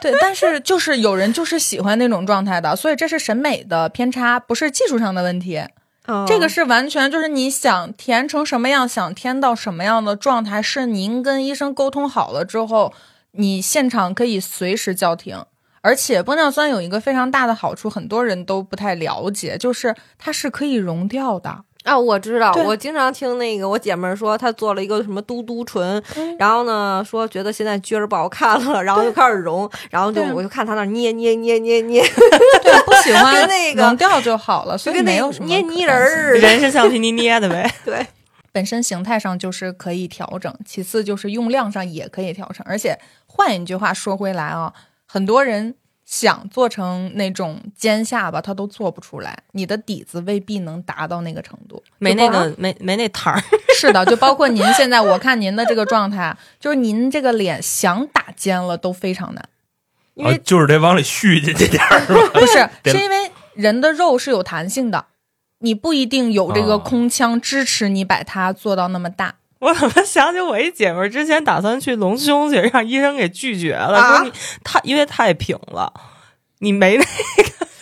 Speaker 6: 对，但是就是有人就是喜欢那种状态的，所以这是审美的偏差，不是技术上的问题。
Speaker 5: 嗯
Speaker 6: 这个是完全就是你想填成什么样，想填到什么样的状态，是您跟医生沟通好了之后，你现场可以随时叫停。而且玻尿酸有一个非常大的好处，很多人都不太了解，就是它是可以溶掉 的。
Speaker 5: 啊，我知道，
Speaker 6: 对
Speaker 5: 我经常听那个我姐们儿说，她做了一个什么嘟嘟唇，然后呢说觉得现在撅着不好看了，然后就开始融，然后就
Speaker 6: 对
Speaker 5: 我就看她那儿捏捏捏捏捏，
Speaker 6: 对，不喜欢
Speaker 5: 跟那个
Speaker 6: 溶掉就好了，
Speaker 5: 就
Speaker 6: 所以
Speaker 5: 跟
Speaker 6: 没
Speaker 5: 那
Speaker 6: 有什么
Speaker 5: 捏
Speaker 6: 可
Speaker 5: 泥人
Speaker 6: 担心
Speaker 5: 儿，
Speaker 3: 人是橡皮泥捏的呗。
Speaker 5: 对，
Speaker 6: 本身形态上就是可以调整，其次就是用量上也可以调整。而且换一句话说回来啊，很多人想做成那种尖下巴，他都做不出来，你的底子未必能达到那个程度。
Speaker 3: 没
Speaker 6: 就
Speaker 3: 那
Speaker 6: 包
Speaker 3: 个，没没那摊儿，
Speaker 6: 是的，就包括您现在，我看您的这个状态，啊就是您这个脸想打尖了都非常难，
Speaker 5: 因为
Speaker 4: 啊就是得往里续进去点儿，是吧？
Speaker 6: 不是，
Speaker 4: 得
Speaker 6: 是因为人的肉是有弹性的，你不一定有这个
Speaker 4: 哦
Speaker 6: 空腔支持你把它做到那么大。
Speaker 3: 我怎么想起我一姐们儿之前打算去隆胸去，让医生给拒绝了，
Speaker 5: 啊
Speaker 3: 说你太因为太平了，你没那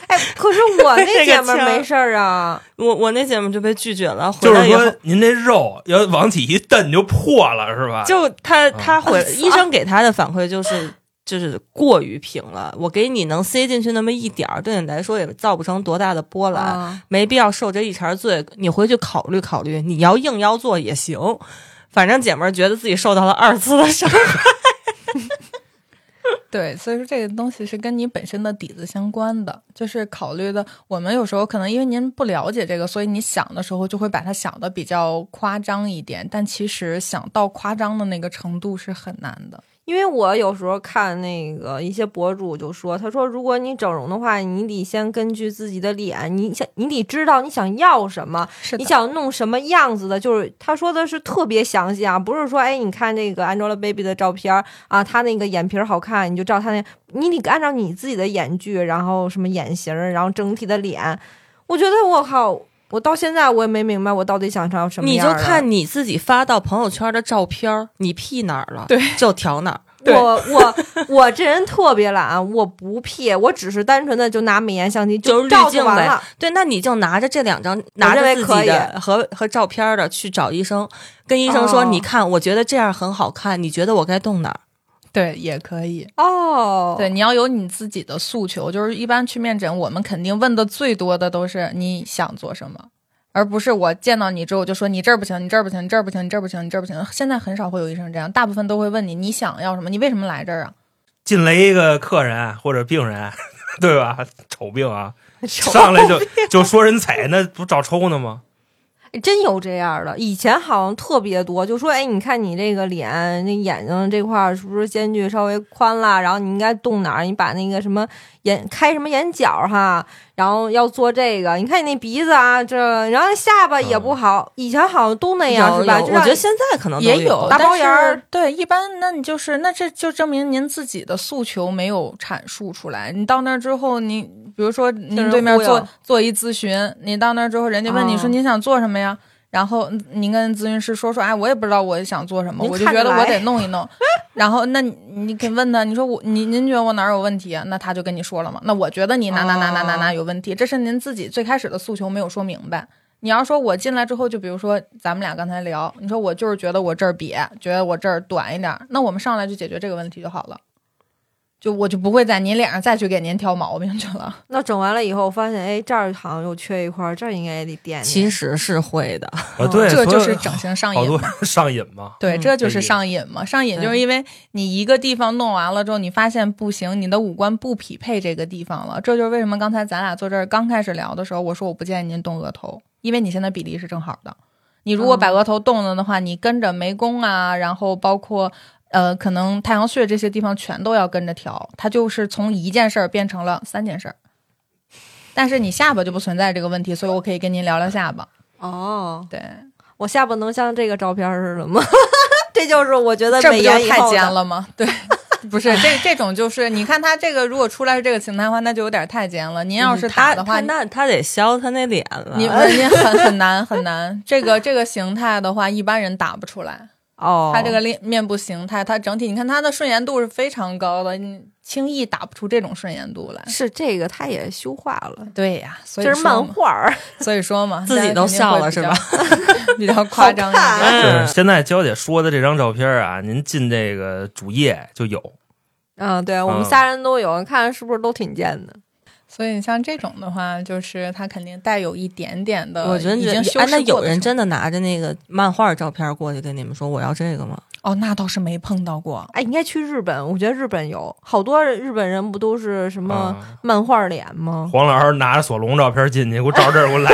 Speaker 5: 哎， 可是我
Speaker 3: 那个
Speaker 5: 那姐们
Speaker 3: 腔
Speaker 5: 儿没事儿 啊，
Speaker 3: 我我那姐们儿就被拒绝了，回
Speaker 4: 就
Speaker 3: 来
Speaker 4: 是
Speaker 3: 以后。
Speaker 4: 说您这肉要往起一蹬就破了，是吧？
Speaker 3: 就他他回
Speaker 5: 啊
Speaker 3: 医生给他的反馈就是就是过于平了，我给你能塞进去那么一点儿，对你来说也造不成多大的波澜，
Speaker 5: 啊
Speaker 3: 没必要受这一茬罪。你回去考虑考虑，你要硬要做也行。反正姐们儿觉得自己受到了二次的伤，
Speaker 6: 对，所以说这个东西是跟你本身的底子相关的，就是考虑的。我们有时候可能因为您不了解这个，所以你想的时候就会把它想的比较夸张一点，但其实想到夸张的那个程度是很难的。
Speaker 5: 因为我有时候看那个一些博主就说，他说如果你整容的话，你得先根据自己的脸，你想你得知道你想要什么，
Speaker 6: 是
Speaker 5: 你
Speaker 6: 的，
Speaker 5: 想弄什么样子的，就是他说的是特别详细啊，不是说哎，你看这个 Angelababy 的照片儿啊，她那个眼皮儿好看，你就照她那，你得按照你自己的眼距，然后什么眼型儿，然后整体的脸，我觉得我靠，我到现在我也没明白我到底想要什 么
Speaker 3: 你
Speaker 5: 样
Speaker 3: 就
Speaker 5: 儿的。
Speaker 3: 看你自己发到朋友圈的照片儿，你 P 哪儿了，
Speaker 6: 对，
Speaker 3: 就调哪儿。
Speaker 6: 对
Speaker 5: 我我我这人特别懒，我不 P，我只是单纯的就拿美颜相机
Speaker 3: 就是滤
Speaker 5: 照
Speaker 3: 镜
Speaker 5: 就完
Speaker 3: 呗
Speaker 5: 了。
Speaker 3: 对，那你就拿着这两张，拿着
Speaker 5: 认为
Speaker 3: 自
Speaker 5: 可
Speaker 3: 己
Speaker 5: 以
Speaker 3: 的和和照片儿的去找医生，跟医生说：“
Speaker 5: 哦
Speaker 3: 你看，我觉得这样很好看，你觉得我该动哪儿
Speaker 6: 对，也可以。
Speaker 5: 哦，
Speaker 6: 对，，你要有你自己的诉求，就是一般去面诊，我们肯定问的最多的都是你想做什么，而不是我见到你之后就说你这儿不行，你这儿不行，你这儿不行，你这儿不行，你这儿不行。现在很少会有医生这样，大部分都会问你你想要什么，你为什么来这儿啊？
Speaker 4: 进来一个客人或者病人，对吧？丑病啊，上来就就说人彩，那不找抽呢吗？
Speaker 5: 真有这样的，以前好像特别多，就说哎，你看你这个脸、那眼睛这块儿是不是间距稍微宽了？然后你应该动哪儿？你把那个什么眼开什么眼角哈，然后要做这个。你看你那鼻子啊，这然后下巴也不好，以前好像都那样
Speaker 3: 嗯有
Speaker 5: 是吧？
Speaker 3: 有
Speaker 5: 就
Speaker 3: 我
Speaker 5: 让
Speaker 3: 觉得现在可能都
Speaker 6: 也有
Speaker 5: 大包
Speaker 6: 但
Speaker 5: 圆儿
Speaker 6: 是对，一般那你就是那这就证明您自己的诉求没有阐述出来。你到那儿之后，你比如说您
Speaker 5: 人
Speaker 6: 对面
Speaker 5: 忽悠
Speaker 6: 做做一咨询，你到那儿之后，人家问你
Speaker 5: 哦
Speaker 6: 说您想做什么呀？然后嗯您跟咨询师说说，哎，我也不知道我想做什么，
Speaker 5: 您
Speaker 6: 我就
Speaker 5: 看
Speaker 6: 觉
Speaker 5: 着
Speaker 6: 得我
Speaker 5: 来
Speaker 6: 得弄一弄。然后那你你可以问他，你说我你您觉得我哪儿有问题啊？那他就跟你说了嘛。那我觉得你哪哪哪哪哪哪有问题，这是您自己最开始的诉求没有说明白。你要说我进来之后，就比如说咱们俩刚才聊，你说我就是觉得我这儿瘪，觉得我这儿短一点儿，那我们上来就解决这个问题就好了，就我就不会在您脸上再去给您挑毛病去了。
Speaker 5: 那整完了以后，发现哎这儿好像又缺一块儿，这儿应该也得垫垫。
Speaker 3: 其实是会的，
Speaker 4: 啊，对，
Speaker 6: 嗯这就
Speaker 4: 所
Speaker 6: 是
Speaker 4: 以
Speaker 6: 整形上
Speaker 4: 好
Speaker 6: 瘾
Speaker 4: 多。人 上瘾 嘛。
Speaker 6: 对，
Speaker 3: 嗯
Speaker 6: 这就是
Speaker 4: 对
Speaker 6: 上瘾嘛。上瘾就是
Speaker 3: 对
Speaker 6: 因为你一个地方弄完了之后，你发现不行，你的五官不匹配这个地方了。这就是为什么刚才咱俩坐这儿刚开始聊的时候，我说我不建议您动额头，因为你现在比例是正好的。你如
Speaker 3: 嗯
Speaker 6: 果把额头动了的话，你跟着眉弓啊，然后包括呃，可能太阳穴这些地方全都要跟着调，它就是从一件事儿变成了三件事儿。但是你下巴就不存在这个问题，所以我可以跟您聊聊下巴。
Speaker 5: 哦，
Speaker 6: 对，
Speaker 5: 我下巴能像这个照片似的吗？ 这就是我觉得
Speaker 6: 这
Speaker 5: 美
Speaker 6: 不就
Speaker 5: 颜
Speaker 6: 是
Speaker 5: 以
Speaker 6: 太
Speaker 5: 后的
Speaker 6: 尖了 吗？对，不是这这种就是你看他这个如果出来是这个形态的话，那就有点太尖了。您要是打
Speaker 3: 他
Speaker 6: 的
Speaker 3: 他
Speaker 6: 话，
Speaker 3: 那他得削他那脸了。
Speaker 6: 您您很 很难很难。这个这个形态的话，一般人打不出来。
Speaker 5: 哦，
Speaker 6: 他这个面面部形态，他整体你看他的顺延度是非常高的，你轻易打不出这种顺延度来。
Speaker 5: 是这个，他也修化了，
Speaker 6: 对呀，所以
Speaker 5: 这是漫
Speaker 6: 说嘛，
Speaker 5: 画儿。
Speaker 6: 所以说嘛，
Speaker 3: 自己都笑了是吧
Speaker 6: 大家肯定会 比较？比较夸张一
Speaker 5: 好看
Speaker 6: 点。
Speaker 4: 就是现在娇姐说的这张照片啊，您进这个主页就有，
Speaker 5: 嗯，对，我们仨人都有，看是不是都挺贱的？
Speaker 6: 所以你像这种的话，就是他肯定带有一点点的，
Speaker 3: 我觉得你
Speaker 6: 已经修
Speaker 3: 哎，那
Speaker 6: 饰过
Speaker 3: 有
Speaker 6: 的
Speaker 3: 人
Speaker 6: 成
Speaker 3: 真的拿着那个漫画照片过去跟你们说我要这个吗？
Speaker 6: 哦，那倒是没碰到过。
Speaker 5: 哎，应该去日本，我觉得日本有好多日本人不都是什么
Speaker 4: 啊
Speaker 5: 漫画脸吗？
Speaker 4: 黄老师拿着索隆照片进去，给我照这儿，给我来。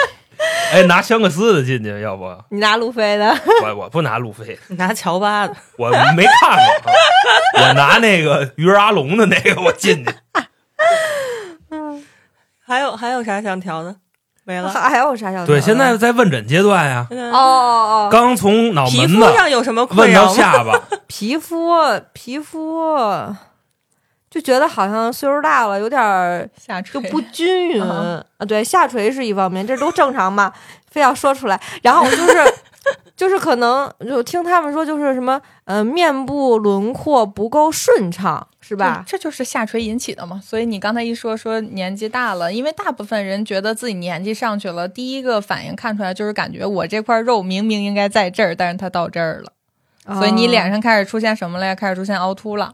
Speaker 4: 哎，拿香克斯的进去，要不
Speaker 5: 你拿路飞的，
Speaker 4: 我我不拿路飞，
Speaker 3: 拿乔巴的，
Speaker 4: 我没看过，我拿那个鱼儿阿龙的那个我进去。
Speaker 3: 还有还有啥想调的？没了。
Speaker 5: 还还有啥想
Speaker 4: 对，
Speaker 5: 聊的
Speaker 4: 现在在问诊阶段呀，
Speaker 5: 哦哦哦，
Speaker 4: 刚从脑
Speaker 3: 皮
Speaker 4: 门
Speaker 3: 肤
Speaker 4: 子
Speaker 3: 上有什么困
Speaker 4: 问到
Speaker 3: 扰吗？
Speaker 4: 下巴，
Speaker 5: 皮肤皮肤就觉得好像岁数大了，有点儿
Speaker 6: 下
Speaker 5: 就
Speaker 6: 垂
Speaker 5: 不均匀
Speaker 6: 啊
Speaker 5: 啊。对，下垂是一方面，这都正常嘛， 非要说出来。然后我就是 就是可能就听他们说，就是什么呃，面部轮廓不够顺畅，是吧？
Speaker 6: 这就是下垂引起的嘛。所以你刚才一说说年纪大了，因为大部分人觉得自己年纪上去了，第一个反应看出来就是感觉我这块肉明明应该在这儿，但是它到这儿了，嗯所以你
Speaker 5: 哦
Speaker 6: 脸上开始出现什么了呀？开始出现凹凸了。
Speaker 5: 啊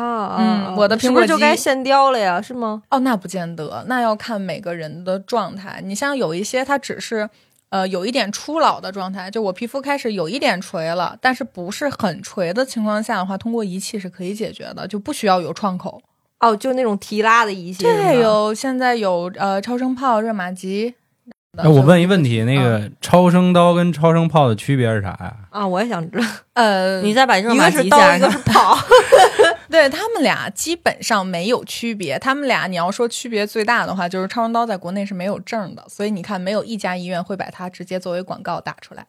Speaker 5: 啊，
Speaker 6: 嗯
Speaker 5: 啊
Speaker 6: 我的
Speaker 5: 是
Speaker 6: 苹
Speaker 5: 不
Speaker 6: 果
Speaker 5: 是就
Speaker 6: 肌
Speaker 5: 该线雕了呀？是吗？
Speaker 6: 哦，那不见得，那要看每个人的状态。你像有一些，他只是。呃，有一点初老的状态，就我皮肤开始有一点垂了，但是不是很垂的情况下的话，通过仪器是可以解决的，就不需要有创口。
Speaker 5: 哦，就那种提拉的仪器是吗，
Speaker 6: 对，有现在有呃超声炮、热玛吉。
Speaker 2: 哎，我问一问题，那
Speaker 6: 嗯
Speaker 2: 个超声刀跟超声炮的区别是啥呀？
Speaker 5: 啊，我也想知道，
Speaker 6: 呃，
Speaker 3: 你再把热
Speaker 5: 一
Speaker 3: 玛
Speaker 5: 个是
Speaker 3: 吉
Speaker 5: 刀，
Speaker 3: 加
Speaker 5: 一个
Speaker 3: 上
Speaker 5: 是。炮，
Speaker 6: 对他们俩基本上没有区别，他们俩你要说区别最大的话，就是超声刀在国内是没有证的，所以你看没有一家医院会把它直接作为广告打出来。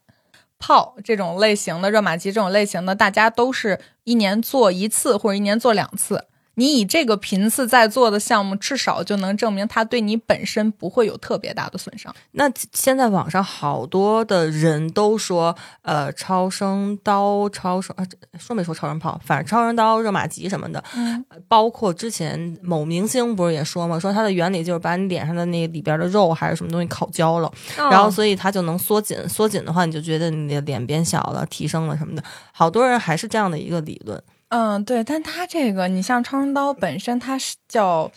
Speaker 6: 炮这种类型的热玛吉这种类型的，大家都是一年做一次或者一年做两次。你以这个频次在做的项目，至少就能证明它对你本身不会有特别大的损伤。
Speaker 3: 那现在网上好多的人都说，呃，超声刀、超声、啊、这说没说超声炮，反正超声刀、热玛吉什么的，呃包括之前某明星不是也说嘛，说它的原理就是把你脸上的那里边的肉还是什么东西烤焦了，
Speaker 6: 嗯
Speaker 3: 然后
Speaker 5: 哦
Speaker 3: 所以它就能缩紧，缩紧的话你就觉得你的脸变小了、提升了什么的。好多人还是这样的一个理论，
Speaker 6: 嗯，对，但它这个，你像超声刀本身，它是叫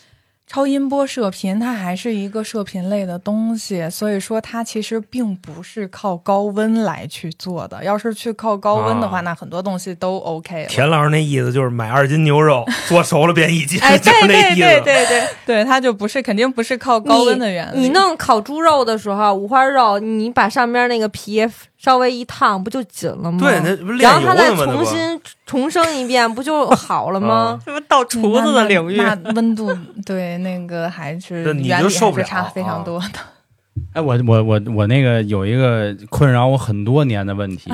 Speaker 6: 超音波射频，它还是一个射频类的东西，所以说它其实并不是靠高温来去做的。要是去靠高温的话，
Speaker 4: 啊
Speaker 6: 那很多东西都 OK 了。
Speaker 4: 田老师那意思就是买二斤牛肉，做熟了变一斤，
Speaker 6: 哎，
Speaker 4: 就
Speaker 6: 对
Speaker 4: 是那
Speaker 6: 对
Speaker 4: 意
Speaker 6: 对
Speaker 4: 思。
Speaker 6: 对对对，它就不是，肯定不是靠高温的原理。嗯
Speaker 5: 你弄烤猪肉的时候，五花肉，你把上面那个皮稍微一烫不就紧了吗？
Speaker 4: 对，那不是
Speaker 5: 嗯然
Speaker 4: 炼
Speaker 5: 后
Speaker 4: 油
Speaker 5: 它再
Speaker 4: 的吗？那
Speaker 5: 重
Speaker 4: 不啊
Speaker 5: 新重生一遍，不就好了吗？
Speaker 3: 什么到厨子的领域，
Speaker 6: 那那温度对那个还是
Speaker 4: 那你就
Speaker 6: 原理还
Speaker 4: 受不
Speaker 6: 是
Speaker 4: 了
Speaker 6: 差非常
Speaker 4: 啊
Speaker 6: 多的。
Speaker 2: 哎，我我我我那个有一个困扰我很多年的问
Speaker 6: 嗯
Speaker 2: 题，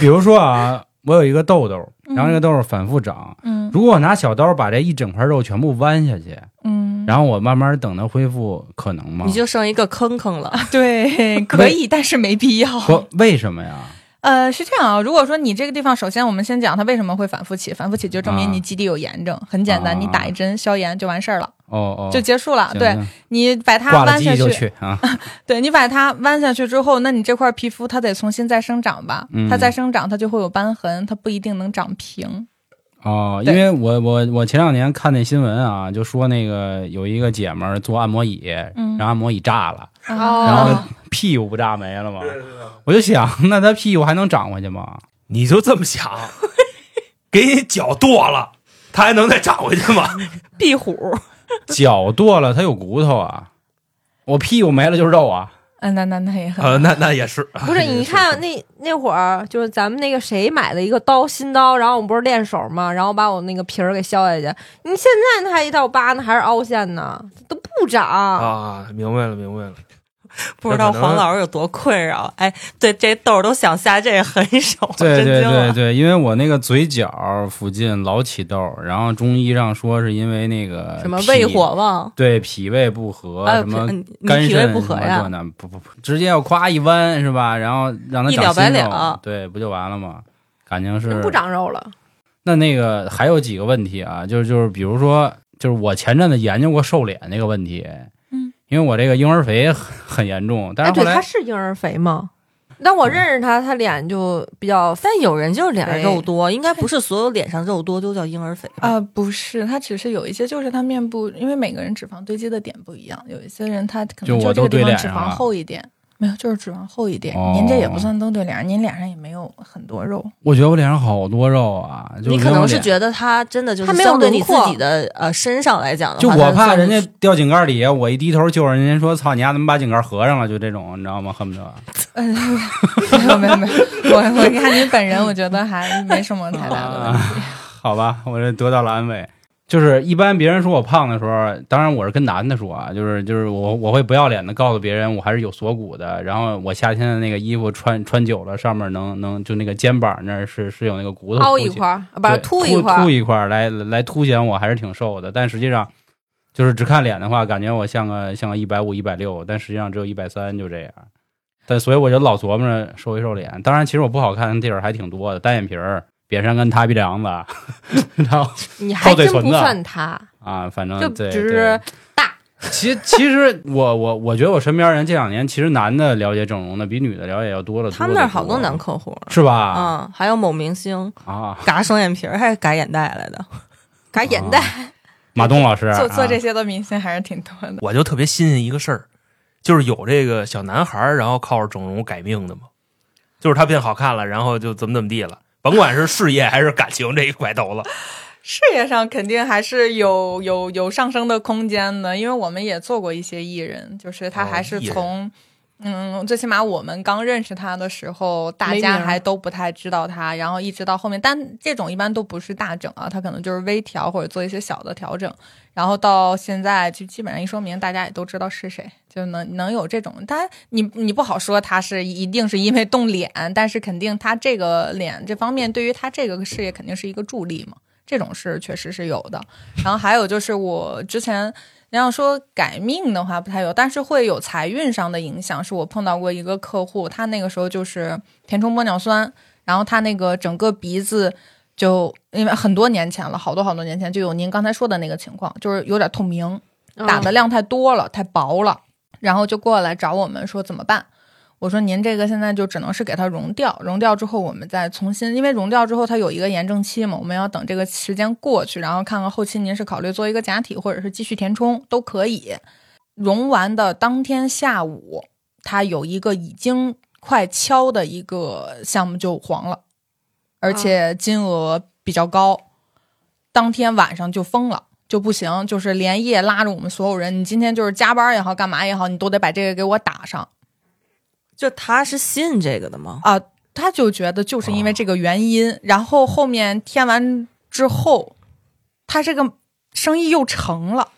Speaker 2: 比如说啊，我有一个痘痘，然后这个痘痘反复长，
Speaker 6: 嗯
Speaker 2: 如果我拿小刀把这一整块肉全部剜下去，
Speaker 6: 嗯，
Speaker 2: 然后我慢慢等它恢复，可能吗
Speaker 3: 你？就剩一个坑坑了。
Speaker 6: 对，可以，但是没必要。
Speaker 2: 不，为什么呀？
Speaker 6: 呃，是这样啊，如果说你这个地方，首先我们先讲它为什么会反复起，反复起就证
Speaker 2: 啊
Speaker 6: 明你基底有炎症，很简单，
Speaker 2: 啊
Speaker 6: 你打一针消炎就完事儿了，
Speaker 2: 哦哦，
Speaker 6: 就结束了。
Speaker 2: 行
Speaker 6: 对
Speaker 2: 行
Speaker 6: 你把它
Speaker 2: 挂了
Speaker 6: 弯下
Speaker 2: 机就
Speaker 6: 去，
Speaker 2: 去啊，
Speaker 6: 对你把它弯下去之后，那你这块皮肤它得重新再生长吧，
Speaker 2: 嗯
Speaker 6: 它再生长它就会有斑痕，它不一定能长平。
Speaker 2: 哦，因为
Speaker 6: 对
Speaker 2: 我我我前两年看那新闻啊，就说那个有一个姐们儿做按摩椅，
Speaker 6: 嗯啊
Speaker 2: 然后按摩椅炸了，
Speaker 5: 哦
Speaker 2: 然后屁股不炸没了吗？我就想，那她屁股还能长回去吗？
Speaker 4: 你就这么想，给你脚剁了，它还能再长回去吗？
Speaker 3: 壁虎，
Speaker 2: 脚剁了，它有骨头啊，我屁股没了就是肉啊。
Speaker 6: 嗯，那那那也很
Speaker 4: 呃，那那 也是，
Speaker 5: 不是，你看那那会儿，就是咱们那个谁买了一个刀，新刀，然后我们不是练手嘛，然后把我那个皮儿给削下去。你现在那还一道疤呢，还是凹陷呢，都不长。
Speaker 4: 啊，明白了，明白了。
Speaker 3: 不知道黄老师有多困扰。哎，对，这豆儿都想下这狠 手，
Speaker 2: 对对
Speaker 3: 震惊啊
Speaker 2: 对
Speaker 3: 了。
Speaker 2: 对，因为我那个嘴角附近老起痘，然后中医上说是因为那个
Speaker 3: 什么
Speaker 2: 脾
Speaker 3: 胃火旺？
Speaker 2: 对脾胃不和，
Speaker 3: 哎，
Speaker 2: 呃什么
Speaker 3: 你你
Speaker 2: 肝
Speaker 3: 脾胃
Speaker 2: 肾
Speaker 3: 不和
Speaker 2: 什么
Speaker 3: 呀
Speaker 2: 这？那不不不，直接要夸一弯是吧？然后让它
Speaker 3: 一
Speaker 2: 长
Speaker 3: 了
Speaker 2: 新
Speaker 3: 百
Speaker 2: 肉
Speaker 3: 了
Speaker 2: 对，不就完了吗？感情是
Speaker 5: 不长肉了，
Speaker 2: 那那个还有几个问题啊，就是就是比如说，就是我前阵子研究过瘦脸那个问题，
Speaker 6: 嗯，
Speaker 2: 因为我这个婴儿肥很很严重，但
Speaker 5: 哎，
Speaker 2: 是后
Speaker 5: 对，
Speaker 2: 来、嗯
Speaker 5: 他是婴儿肥吗？但我认识他，他脸就比较肥
Speaker 3: 但有人就是脸上
Speaker 5: 对
Speaker 3: 肉多，应该不是所有脸上肉多都叫婴儿肥吧
Speaker 6: 啊、不是，它只是有一些，就是它面部，因为每个人脂肪堆积的点不一样，有一些人他可
Speaker 2: 就
Speaker 6: 能
Speaker 2: 我都
Speaker 6: 这个地
Speaker 2: 堆
Speaker 6: 方
Speaker 2: 脸
Speaker 6: 脂
Speaker 2: 上
Speaker 6: 肪
Speaker 2: 了
Speaker 6: 厚一点，没有，就是脂肪厚一点。您这也不
Speaker 2: 哦
Speaker 6: 算都对脸，您脸上也没有很多肉。
Speaker 2: 我觉得我脸上好多肉啊，就
Speaker 3: 你
Speaker 2: 因
Speaker 3: 可
Speaker 2: 为我
Speaker 3: 能是
Speaker 2: 脸
Speaker 3: 觉得他真的就是
Speaker 5: 他没有
Speaker 3: 相对你自
Speaker 5: 轮廓
Speaker 3: 己的呃身上来讲的话，
Speaker 2: 就我
Speaker 3: 它
Speaker 2: 怕
Speaker 3: 算
Speaker 2: 人
Speaker 3: 不
Speaker 2: 家
Speaker 3: 出
Speaker 2: 掉井盖里，我一低头就是人家说操你丫怎么把井盖合上了，就这种你知道吗？恨不得
Speaker 6: 嗯，没有没有没有，我我看您本人，我觉得还没什么太大的问题。
Speaker 2: 啊 好吧，我这得到了安慰。就是一般别人说我胖的时候，当然我是跟男的说啊，就是就是我我会不要脸的告诉别人我还是有锁骨的，然后我夏天的那个衣服穿穿久了，上面能能就那个肩膀那儿是是有那个骨头凸
Speaker 5: 凹一
Speaker 2: 起
Speaker 5: 块，儿，啊不
Speaker 2: 哎对
Speaker 5: 是
Speaker 2: 凸
Speaker 5: 一块
Speaker 2: 凸
Speaker 5: 儿。
Speaker 2: 一块儿来来凸显我还是挺瘦的，但实际上就是只看脸的话，感觉我像个像个一百五一百六，但实际上只有一百三就这样。但所以我就老琢磨着瘦一瘦脸，当然其实我不好看的地儿还挺多的，单眼皮儿、扁山跟塌鼻梁子， 然后
Speaker 5: 你还真
Speaker 2: 厚嘴唇
Speaker 5: 不
Speaker 2: 子
Speaker 5: 算他，
Speaker 2: 啊，反正
Speaker 5: 就
Speaker 2: 对
Speaker 5: 只
Speaker 2: 对
Speaker 5: 是大。
Speaker 2: 其其实我我我觉得我身边人这两年其实男的了解整容的比女的了解要多了多了
Speaker 3: 他们那儿好多男客户
Speaker 2: 是吧？
Speaker 3: 啊、嗯，还有某明星
Speaker 2: 啊，
Speaker 3: 嘎双眼皮儿还是嘎眼袋来的，
Speaker 5: 嘎眼袋，
Speaker 2: 马东老师
Speaker 6: 做做这
Speaker 2: 啊
Speaker 6: 些的明星还是挺多的。
Speaker 4: 我就特别新鲜一个事儿，就是有这个小男孩儿，然后靠着整容改命的嘛，就是他变好看了，然后就怎么怎么地了，甭管是事业还是感情这一块 头了。
Speaker 6: 事业上肯定还是有有有上升的空间的，因为我们也做过一些艺人，就是他
Speaker 4: 哦
Speaker 6: 还是
Speaker 4: 艺人
Speaker 6: 从。嗯，最起码我们刚认识他的时候，大
Speaker 5: 没
Speaker 6: 家
Speaker 5: 名儿
Speaker 6: 还都不太知道他，然后一直到后面，但这种一般都不是大整啊，他可能就是微调或者做一些小的调整，然后到现在就基本上一说明，大家也都知道是谁，就能能有这种，他你你不好说他是一定是因为动脸，但是肯定他这个脸这方面对于他这个事业肯定是一个助力嘛。这种事确实是有的。然后还有就是我之前你要说改命的话不太有，但是会有财运上的影响。是我碰到过一个客户，他那个时候就是填充玻尿酸，然后他那个整个鼻子。就因为很多年前了，好多好多年前就有您刚才说的那个情况，就是有点透明，
Speaker 5: 嗯
Speaker 6: 打的量太多了，太薄了，然后就过来找我们说怎么办。我说您这个现在就只能是给它溶掉，溶掉之后我们再重新，因为溶掉之后它有一个炎症期嘛，我们要等这个时间过去，然后看看后期您是考虑做一个假体或者是继续填充都可以。溶完的当天下午，它有一个已经快敲的一个项目就黄了，而
Speaker 5: 啊
Speaker 6: 且金额比较高，当天晚上就封了。就不行，就是连夜拉着我们所有人，你今天就是加班也好，干嘛也好，你都得把这个给我打上。
Speaker 3: 就他是信这个的吗？
Speaker 6: 啊，他就觉得就是
Speaker 5: 啊
Speaker 6: 因为这个原因，然后后面填完之后，他这个生意又成了。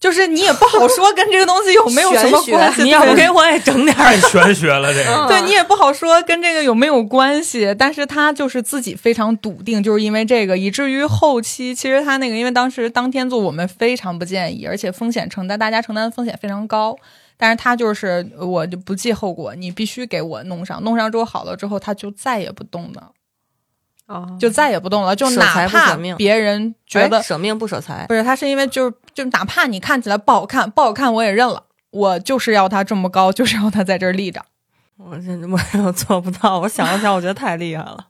Speaker 6: 就是你也不好说跟这个东西有没有什么
Speaker 5: 玄学
Speaker 6: 关系，
Speaker 3: 你要
Speaker 6: 对
Speaker 3: 不给我也整点 儿
Speaker 4: 太玄学了，这个
Speaker 5: 嗯
Speaker 6: 对你也不好说跟这个有没有关系，但是他就是自己非常笃定，就是因为这个，以至于后期其实他那个，因为当时当天做我们非常不建议，而且风险承担大家承担的风险非常高，但是他就是呃我就不计后果，你必须给我弄上，弄上之后好了之后他就再也不动了，
Speaker 5: 哦
Speaker 6: 就再也不动了，就
Speaker 3: 舍
Speaker 6: 哪
Speaker 3: 财不舍
Speaker 6: 怕
Speaker 3: 命
Speaker 6: 别人觉得
Speaker 3: 哎舍命不舍财，
Speaker 6: 不是，他是因为就是就哪怕你看起来不好看，不好看我也认了，我就是要他这么高，就是要他在这儿立着。
Speaker 3: 我这我我做不到。我想了想，我觉得太厉害了。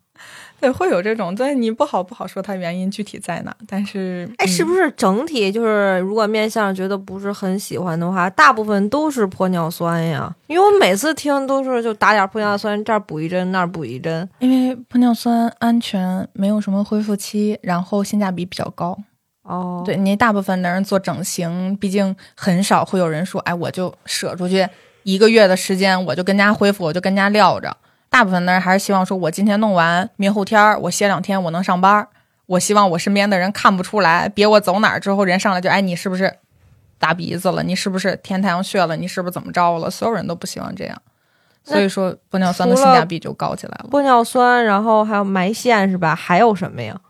Speaker 6: 对，会有这种，对你不好不好说它原因具体在哪，但是嗯
Speaker 5: 哎，是不
Speaker 6: 是？
Speaker 5: 是整体就是，如果面相觉得不是很喜欢的话，大部分都是玻尿酸呀？因为我每次听都是就打点玻尿酸，这儿补一针，那儿补一针。
Speaker 6: 因为玻尿酸安全，没有什么恢复期，然后性价比比较高。
Speaker 5: 哦，
Speaker 6: 对，你大部分的人做整形，毕竟很少会有人说，哎，我就舍出去一个月的时间，我就跟家恢复，我就跟家撂着。大部分的人还是希望说，我今天弄完，明后天儿我歇两天，我能上班儿。我希望我身边的人看不出来，别我走哪儿之后，人上来就，哎，你是不是打鼻子了？你是不是填太阳穴了？你是不是怎么着了？所有人都不希望这样，
Speaker 5: 那
Speaker 6: 所以说玻尿酸的
Speaker 5: 除
Speaker 6: 性
Speaker 5: 了
Speaker 6: 价比就高起来了。
Speaker 5: 玻尿酸，然后还有埋线是吧？还有什么呀？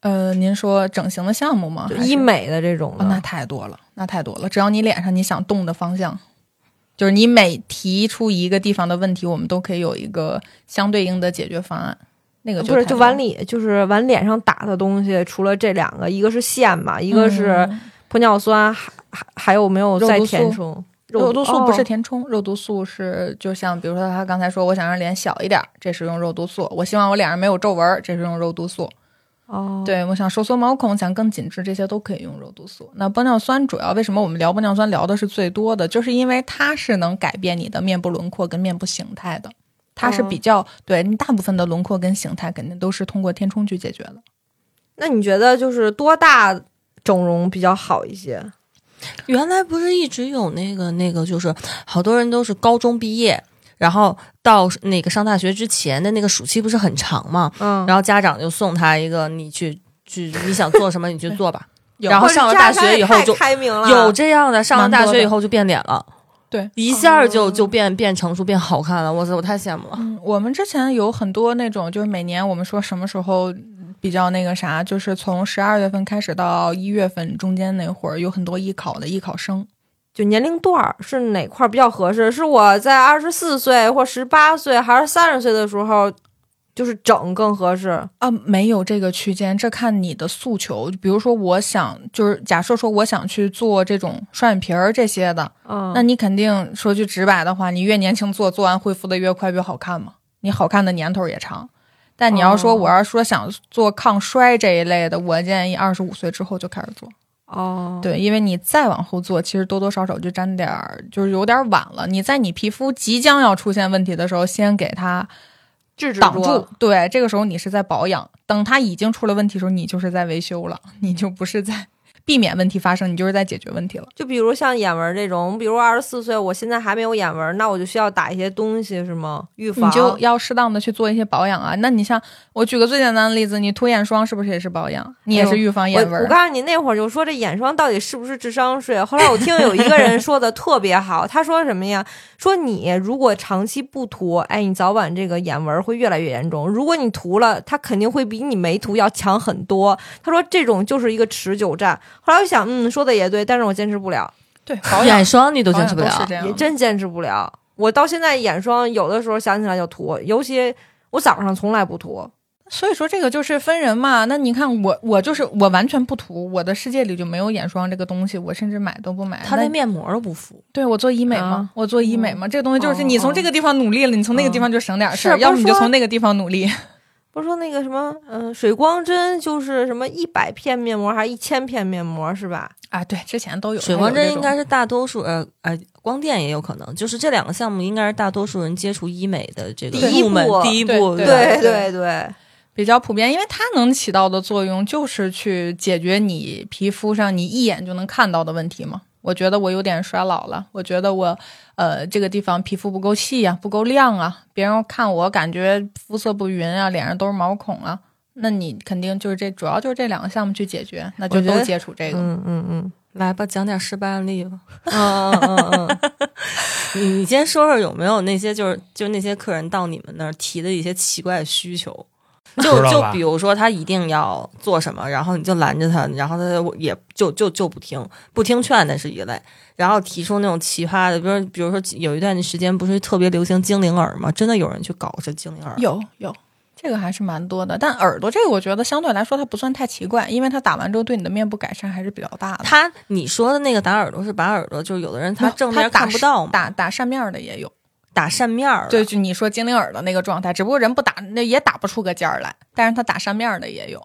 Speaker 6: 呃，您说整形的项目吗
Speaker 5: 就？
Speaker 6: 还是
Speaker 5: 医美的这种
Speaker 6: 哦，那
Speaker 5: 的。
Speaker 6: 太多了，那太多了。只要你脸上你想动的方向，就是你每提出一个地方的问题，我们都可以有一个相对应的解决方案。那个
Speaker 5: 呃不是，
Speaker 6: 太
Speaker 5: 就
Speaker 6: 多
Speaker 5: 往
Speaker 6: 了
Speaker 5: 里就是往脸上打的东西，除了这两个，一个是线嘛，一个是
Speaker 6: 嗯
Speaker 5: 玻尿酸，还还还有没有
Speaker 6: 肉
Speaker 5: 再
Speaker 6: 毒
Speaker 5: 填
Speaker 6: 素
Speaker 5: 充？
Speaker 6: 肉毒素不是
Speaker 5: 哦
Speaker 6: 填充，肉毒素是就像比如说他刚才说，我想让脸小一点儿，这是用肉毒素；我希望我脸上没有皱纹儿，这是用肉毒素。
Speaker 5: 哦，
Speaker 6: 对，我想收缩毛孔，想更紧致，这些都可以用肉毒素。那玻尿酸主要为什么我们聊玻尿酸聊的是最多的，就是因为它是能改变你的面部轮廓跟面部形态的，它
Speaker 5: 哦
Speaker 6: 是比较、对你大部分的轮廓跟形态肯定都是通过填充去解决的。
Speaker 5: 那你觉得就是多大整容比较好一些？
Speaker 3: 原来不是一直有那个那个，就是好多人都是高中毕业，然后到那个上大学之前的那个暑期不是很长吗？
Speaker 5: 嗯，
Speaker 3: 然后家长就送他一个，你去去，你想做什么你去做 吧。然后
Speaker 5: 或者
Speaker 3: 上了
Speaker 5: 家
Speaker 3: 大
Speaker 5: 长
Speaker 3: 学
Speaker 5: 也
Speaker 3: 以后
Speaker 5: 太
Speaker 3: 就
Speaker 5: 开明了，
Speaker 3: 有这样的，上嗯了
Speaker 6: 蛮多
Speaker 3: 大
Speaker 6: 的
Speaker 3: 学以后就变脸了，
Speaker 6: 对，
Speaker 3: 一下就
Speaker 5: 哦
Speaker 3: 就变变成熟变好看了。我操，我太羡慕了。
Speaker 6: 嗯，我们之前有很多那种，就是每年我们说什么时候比较那个啥，就是从十二月份开始到一月份中间那会儿，有很多艺考的艺考生。
Speaker 5: 就年龄段儿是哪块儿比较合适？是我在二十四岁或十八岁，还是三十岁的时候，就是整更合适？
Speaker 6: 啊，没有这个区间，这看你的诉求。比如说，我想就是假设说我想去做这种双眼皮儿这些的，
Speaker 5: 嗯，
Speaker 6: 那你肯定说句直白的话，你越年轻做，做完恢复的越快越好看嘛，你好看的年头也长。但你要说
Speaker 5: 哦
Speaker 6: 我要说想做抗衰这一类的，我建议二十五岁之后就开始做。
Speaker 5: 哦，
Speaker 6: 对，因为你再往后做，其实多多少少就沾点儿，就是有点儿晚了。你在你皮肤即将要出现问题的时候，先给它
Speaker 5: 制止
Speaker 6: 挡住
Speaker 5: 住。。
Speaker 6: 对，这个时候你是在保养，等它已经出了问题的时候，你就是在维修了，你就不是在避免问题发生，你就是在解决问题了。
Speaker 5: 就比如像眼纹这种，比如二十四岁，我现在还没有眼纹，那我就需要打一些东西是吗？预防
Speaker 6: 你就要适当的去做一些保养啊。那你像我举个最简单的例子，你涂眼霜是不是也是保养？你也
Speaker 5: 哎
Speaker 6: 是
Speaker 5: 呦
Speaker 6: 预防
Speaker 5: 我
Speaker 6: 眼纹
Speaker 5: 我
Speaker 6: 儿。
Speaker 5: 告诉你，那会儿就说这眼霜到底是不是智商税？啊后来我听有一个人说的特别好，他说什么呀？说你如果长期不涂，哎，你早晚这个眼纹会越来越严重。如果你涂了，它肯定会比你没涂要强很多。他说这种就是一个持久战。后来我想，嗯，说的也对，但是我坚持不了，
Speaker 6: 对，保养
Speaker 3: 眼霜你都
Speaker 6: 都
Speaker 3: 坚持不
Speaker 6: 是
Speaker 3: 了
Speaker 6: 这，样
Speaker 5: 也
Speaker 6: 的。
Speaker 5: 真坚持不了。我到现在眼霜有的时候想起来就涂，尤其我早上从来不涂。
Speaker 6: 所以说这个就是分人嘛。那你看我，我就是我完全不涂，我的世界里就没有眼霜这个东西，我甚至买都不买。
Speaker 3: 他
Speaker 6: 那
Speaker 3: 连面膜都不敷。
Speaker 6: 对我做医美嘛，
Speaker 5: 啊
Speaker 6: 我做医美嘛，这个东西就是
Speaker 5: 哦
Speaker 6: 你从这个地方努力了，你从那个地方就省点事儿，
Speaker 5: 是
Speaker 6: 要
Speaker 5: 不
Speaker 6: 不
Speaker 5: 是
Speaker 6: 你就
Speaker 5: 说
Speaker 6: 从那个地方努力。
Speaker 5: 不是说那个什么，嗯、水光针就是什么一百片面膜还是一千片面膜是吧？
Speaker 6: 啊，对，之前都有
Speaker 3: 水光针应该
Speaker 6: 是
Speaker 3: 是大多数，呃呃，光电也有可能，就是这两个项目应该是大多数人接触医美的这个
Speaker 5: 第一
Speaker 3: 入门
Speaker 5: 步
Speaker 3: 第一
Speaker 6: 对
Speaker 3: 步，
Speaker 6: 对
Speaker 3: 吧
Speaker 5: 对
Speaker 6: 对
Speaker 5: 对对，
Speaker 6: 比较普遍，因为它能起到的作用就是去解决你皮肤上你一眼就能看到的问题嘛。我觉得我有点衰老了，我觉得我呃这个地方皮肤不够细呀、不够亮啊，别人看我感觉肤色不匀啊，脸上都是毛孔啊。那你肯定就是这，主要就是这两个项目去解决，那就
Speaker 5: 我觉
Speaker 6: 都
Speaker 5: 得
Speaker 6: 接触这个。
Speaker 5: 嗯嗯嗯
Speaker 3: 来吧，讲点失败案例吧。
Speaker 5: 嗯嗯嗯嗯，
Speaker 3: 你你先说说有没有那些就是就那些客人到你们那儿提的一些奇怪需 求，就
Speaker 4: 知道
Speaker 3: 就
Speaker 4: 吧
Speaker 3: 比如说他一定要做什么，然后你就拦着他，然后他就也就就就不听，不听劝那是一类，然后提出那种奇葩的，比如比如说有一段时间不是特别流行精灵耳吗？真的有人去搞这精灵耳，
Speaker 6: 有有，这个还是蛮多的。但耳朵这个，我觉得相对来说它不算太奇怪，因为它打完之后对你的面部改善还是比较大的。
Speaker 3: 他你说的那个打耳朵是把耳朵，就是有的人他
Speaker 6: 没有
Speaker 3: 正面
Speaker 6: 打
Speaker 3: 看不
Speaker 6: 扇
Speaker 3: 到嘛，
Speaker 6: 打打扇面儿的也有，
Speaker 3: 打扇面儿，
Speaker 6: 对，，就你说精灵耳的那个状态，只不过人不打，那也打不出个尖儿来，但是他打扇面儿的也有，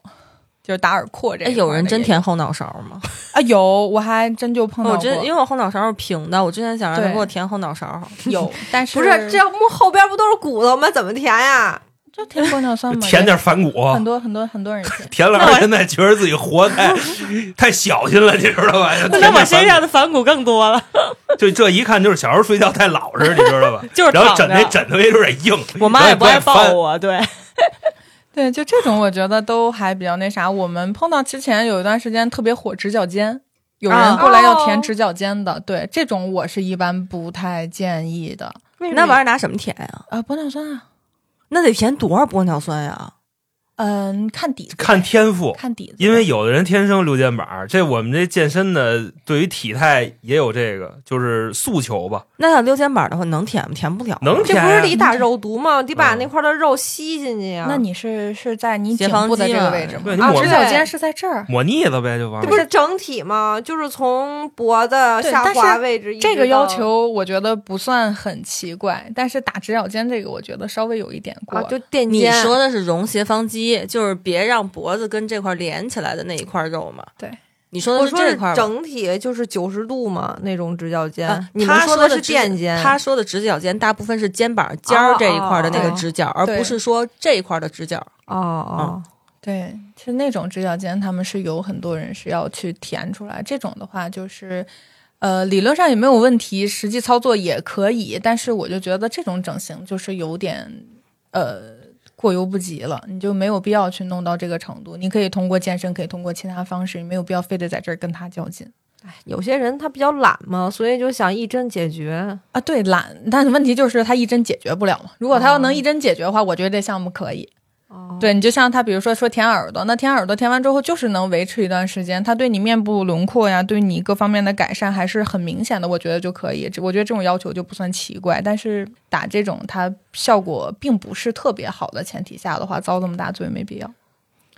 Speaker 6: 就是打耳廓这
Speaker 3: 哎，
Speaker 6: 一块儿
Speaker 3: 有
Speaker 6: 的
Speaker 3: 人真
Speaker 6: 也
Speaker 3: 舔后脑勺吗？
Speaker 6: 啊，有，我还真就碰到
Speaker 3: 我
Speaker 6: 过，
Speaker 3: 真因为我后脑勺是平的，我之前想让他
Speaker 6: 对
Speaker 3: 给我填后脑勺，
Speaker 6: 有，但是
Speaker 5: 不是，这要不后边不都是骨头吗？怎么填呀？
Speaker 6: 这舔玻尿酸
Speaker 3: 嗯
Speaker 6: 吗？
Speaker 4: 舔点反骨，，
Speaker 6: 很多很多很多人舔
Speaker 4: 田老师现在觉得自己活太 太小心了，你知道吧？
Speaker 3: 那我身上的反骨更多了。
Speaker 4: 就这一看就是小时候睡觉太老实，你知道吧？
Speaker 3: 就是
Speaker 4: 然后
Speaker 3: 躺
Speaker 4: 枕
Speaker 3: 着
Speaker 4: 那枕头也有点硬，
Speaker 3: 我妈也不爱抱
Speaker 4: 然后
Speaker 3: 我， 对，
Speaker 6: 对，就这种我觉得都还比较那啥。我们碰到之前有一段时间特别火直角肩，有人
Speaker 3: 啊
Speaker 6: 过来要
Speaker 5: 哦
Speaker 6: 填直角肩的，对，这种我是一般不太建议的
Speaker 3: 那玩意儿拿什么填呀？
Speaker 6: 啊，玻尿酸啊，
Speaker 3: 那得填多少玻尿酸呀？
Speaker 6: 嗯，看底子，
Speaker 4: 看天赋。
Speaker 6: 看底子，
Speaker 4: 因为有的人天生溜肩膀儿，这我们这健身的对于体态也有这个就是诉求吧，
Speaker 3: 那要溜肩膀的话，能填吗？填不了。
Speaker 4: 能
Speaker 5: 这
Speaker 4: 填
Speaker 5: 不
Speaker 4: 啊、
Speaker 5: 是得打肉毒吗？得把那块的肉吸进去呀。
Speaker 6: 那你是是在你
Speaker 3: 斜
Speaker 6: 颈
Speaker 3: 方
Speaker 6: 部的
Speaker 3: 肌
Speaker 6: 这个
Speaker 3: 嘛
Speaker 6: 位置吗
Speaker 4: 对你？
Speaker 6: 啊，
Speaker 4: 抹
Speaker 6: 直
Speaker 5: 对
Speaker 6: 角肩是在这儿。
Speaker 4: 抹腻子呗，就完了。
Speaker 5: 这不是整体吗？就是从脖子下
Speaker 6: 但是
Speaker 5: 滑位置一直到
Speaker 6: 这个要求我觉得不算很奇怪，但是打直角肩这个我觉得稍微有一点过
Speaker 5: 啊，
Speaker 6: 了。
Speaker 5: 就垫肩。
Speaker 3: 你说的是容斜方肌，就是别让脖子跟这块连起来的那一块肉嘛？
Speaker 6: 对，
Speaker 3: 你说
Speaker 5: 我
Speaker 3: 的是
Speaker 5: 说
Speaker 3: 这
Speaker 5: 是
Speaker 3: 块啊吧。
Speaker 5: 整体就是九十度嘛，那种直角肩。
Speaker 3: 啊
Speaker 5: 你们
Speaker 3: 他
Speaker 5: 的
Speaker 3: 的
Speaker 5: 是
Speaker 3: 直
Speaker 5: 垫肩，
Speaker 3: 他说的直角肩大部分是肩膀尖儿这一块的那个
Speaker 5: 哦哦
Speaker 3: 直角，而
Speaker 6: 对
Speaker 3: 不是说这一块的直角。
Speaker 5: 哦哦，
Speaker 6: 对，其实那种直角肩他们是有很多人是要去填出来，这种的话就是。呃，理论上也没有问题，实际操作也可以，但是我就觉得这种整形就是有点，呃，过犹不及了，你就没有必要去弄到这个程度。你可以通过健身，可以通过其他方式，你没有必要非得在这儿跟他较劲。
Speaker 5: 有些人他比较懒嘛，所以就想一针解决。
Speaker 6: 啊，对，懒，但是问题就是他一针解决不了嘛。如果他要能一针解决的话，我觉得这项目可以。
Speaker 5: 哦，
Speaker 6: 对你就像他，比如说说填耳朵，那填耳朵填完之后，就是能维持一段时间，他对你面部轮廓呀，对你各方面的改善还是很明显的，我觉得就可以。这我觉得这种要求就不算奇怪，但是打这种它效果并不是特别好的前提下的话，遭这么大罪没必要。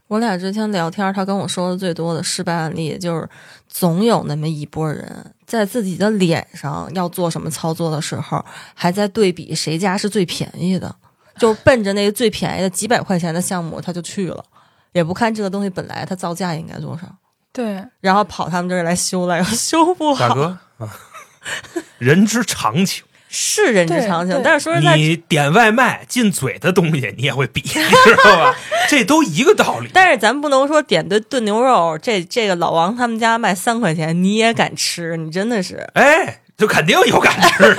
Speaker 3: 我俩之前聊天，他跟我说的最多的失败案例，就是总有那么一波人在自己的脸上要做什么操作的时候，还在对比谁家是最便宜的，就奔着那个最便宜的几百块钱的项目他就去了，也不看这个东西本来它造价应该多少，
Speaker 6: 对，
Speaker 3: 然后跑他们这儿来修来，又修不
Speaker 4: 大
Speaker 3: 好，
Speaker 4: 哥啊，人之常情，
Speaker 3: 是人之
Speaker 6: 对
Speaker 3: 常情
Speaker 6: 对。
Speaker 3: 但是说实在，
Speaker 4: 你点外卖进嘴的东西你也会比， 你知道吧？这都一个道理。
Speaker 3: 但是咱不能说点顿炖牛肉，这这个老王他们家卖三块钱，你也敢吃，你真的是
Speaker 4: 哎，就肯定有感知 的，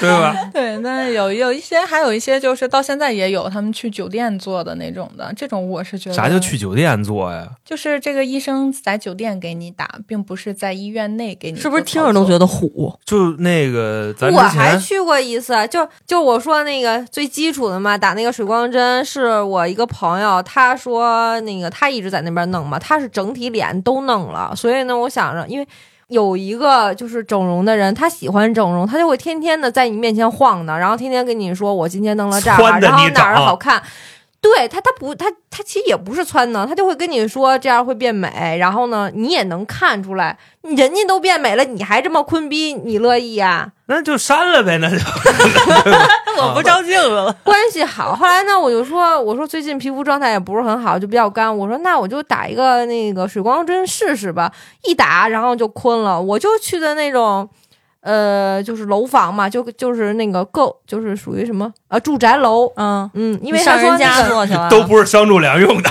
Speaker 4: 对吧？
Speaker 6: 对，那有有一些，还有一些就是到现在也有他们去酒店做的那种的，这种我是觉得
Speaker 4: 啥叫去酒店做呀？
Speaker 6: 就是这个医生在酒店给你打，并不是在医院内给你
Speaker 3: 是
Speaker 6: 做操作。
Speaker 3: 不是听着都觉得虎？
Speaker 4: 就那个咱
Speaker 5: 我
Speaker 4: 之
Speaker 5: 还
Speaker 4: 前
Speaker 5: 去过一次，啊就就我说那个最基础的嘛，打那个水光针，是我一个朋友，他说那个他一直在那边弄嘛，他是整体脸都弄了，所以呢，我想着，因为有一个就是整容的人，他喜欢整容，他就会天天的在你面前晃荡，然后天天跟你说我今天弄了这儿吧，
Speaker 4: 撺掇
Speaker 5: 然后
Speaker 4: 你
Speaker 5: 哪儿
Speaker 4: 整
Speaker 5: 好看。对他，他不，他他其实也不是撺掇，他就会跟你说这样会变美，然后呢，你也能看出来，人家都变美了，你还这么坤逼，你乐意啊呀、
Speaker 4: 那就删了呗，那就
Speaker 3: 我
Speaker 4: 啊
Speaker 3: 不照镜子了。
Speaker 5: 关系好。后来呢，我就说，我说最近皮肤状态也不是很好，就比较干。我说那我就打一个那个水光针试试吧，一打然后就坤了。我就去的那种。呃，就是楼房嘛，就就是那个购，就是属于什么啊，住宅楼。
Speaker 3: 嗯，
Speaker 5: 嗯，因
Speaker 3: 因
Speaker 5: 为
Speaker 3: 为
Speaker 5: 他
Speaker 3: 上
Speaker 5: 说
Speaker 3: 人
Speaker 5: 那
Speaker 3: 家
Speaker 5: 个
Speaker 3: 做去了，
Speaker 4: 都不是商住两用 的，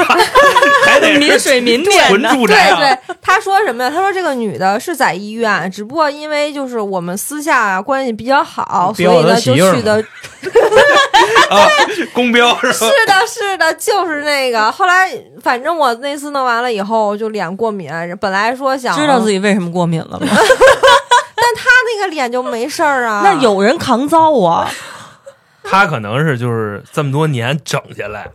Speaker 4: 还 得
Speaker 3: 民
Speaker 4: 是
Speaker 3: 水 民点
Speaker 4: 纯
Speaker 3: 的，
Speaker 4: 住宅啊。
Speaker 5: 对对，他说什么呀？他说这个女的是在医院，只不过因为就是我们私下啊关系比较好，所
Speaker 2: 标
Speaker 5: 以
Speaker 2: 他
Speaker 5: 呢就
Speaker 2: 媳妇儿
Speaker 5: 去的
Speaker 4: 啊，公标是吧？
Speaker 5: 是 的，是的，就是那个。后来，反正我那次弄完了以后，我就脸过敏。本来说想
Speaker 3: 知道自
Speaker 5: 己，
Speaker 3: 己为什么过敏了 吗？
Speaker 5: 他那个脸就没事儿啊。
Speaker 3: 那有人扛糟啊，
Speaker 4: 他可能是就是这么多年整下来，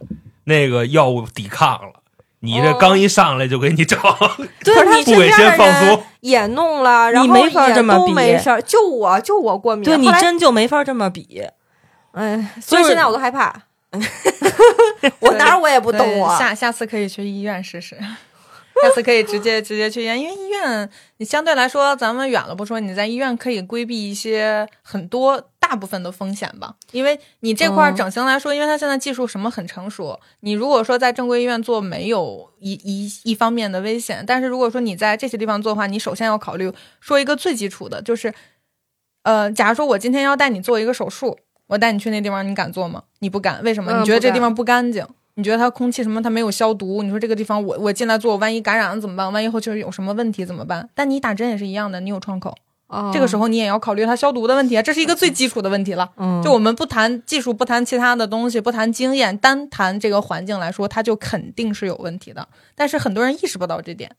Speaker 4: 那个药物抵抗了，你这
Speaker 5: 哦
Speaker 4: 刚一上来就给你整，
Speaker 5: 对
Speaker 3: 可是
Speaker 5: 你
Speaker 4: 不
Speaker 5: 身
Speaker 4: 给
Speaker 5: 边
Speaker 4: 先
Speaker 5: 的
Speaker 4: 放
Speaker 5: 人
Speaker 4: 松。
Speaker 5: 也弄了，然
Speaker 3: 你
Speaker 5: 后
Speaker 3: 没法
Speaker 5: 也
Speaker 3: 这么
Speaker 5: 都
Speaker 3: 比
Speaker 5: 没事儿，就我就我过敏。
Speaker 3: 对你
Speaker 5: 后来
Speaker 3: 真就没法这么比。
Speaker 5: 哎，所以
Speaker 3: 就是
Speaker 5: 现在我都 害怕。我哪儿我也不
Speaker 6: 对
Speaker 5: 懂啊。
Speaker 6: 下下次可以去医院试试，下次可以直接直接去医院，因为医院你相对来说咱们远了不说，你在医院可以规避一些很多大部分的风险吧。因为你这块儿
Speaker 5: 嗯
Speaker 6: 整形来说，因为它现在技术什么很成熟，你如果说在正规医院做没有一一一方面的危险，但是如果说你在这些地方做的话，你首先要考虑说一个最基础的就是。呃，假如说我今天要带你做一个手术，我带你去那地方，你敢做吗？你不敢，为什么？
Speaker 5: 嗯
Speaker 6: 你觉得
Speaker 5: 不敢
Speaker 6: 这地方不干净？你觉得它空气什么它没有消毒？你说这个地方我我进来做，我万一感染了怎么办？万一后期有什么问题怎么办？但你打针也是一样的，你有创口，这个时
Speaker 5: 候，
Speaker 6: 候你也要考虑它消毒的问题啊，这是一个最基础的问题了。
Speaker 5: 嗯
Speaker 6: 就我们不谈技术，不谈其他的东西，不谈经验，单谈这个环境来说，它就肯定是有问题的。但是很多人意识不到这点，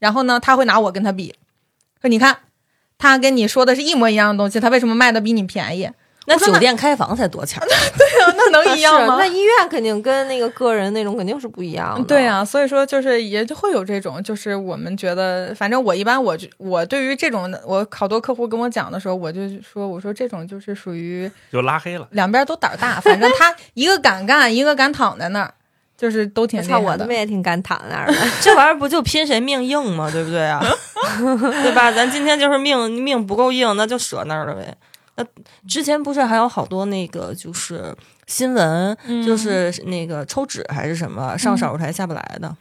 Speaker 6: 然后呢，他会拿我跟他比，说你看，他跟你说的是一模一样的东西，他为什么卖的比你便宜？
Speaker 3: 那
Speaker 6: 我说那
Speaker 3: 酒店开房才多钱 儿，
Speaker 6: 那能一样
Speaker 5: 是
Speaker 6: 啊吗
Speaker 5: 那？医院肯定跟那个个人那种肯定是不一样的。
Speaker 6: 对啊，所以说就是也就会有这种，就是我们觉得，反正我一般我就我对于这种的，我好多客户跟我讲的时候，我就说我说这种就是属于
Speaker 4: 就拉黑了。
Speaker 6: 两边都胆儿大，反正他一个敢干，一个敢躺在那儿，就是都挺
Speaker 5: 我
Speaker 6: 厉
Speaker 5: 操，我
Speaker 6: 害
Speaker 5: 他
Speaker 6: 的
Speaker 5: 妈。也挺敢躺那 儿的。
Speaker 3: 这玩意儿不就拼谁命硬吗？对不 对啊？对吧？咱今天就是命命不够硬，那就折那儿了呗。那之前不是还有好多那个就是新闻，就是那个抽脂还是什么上手术台下不来的。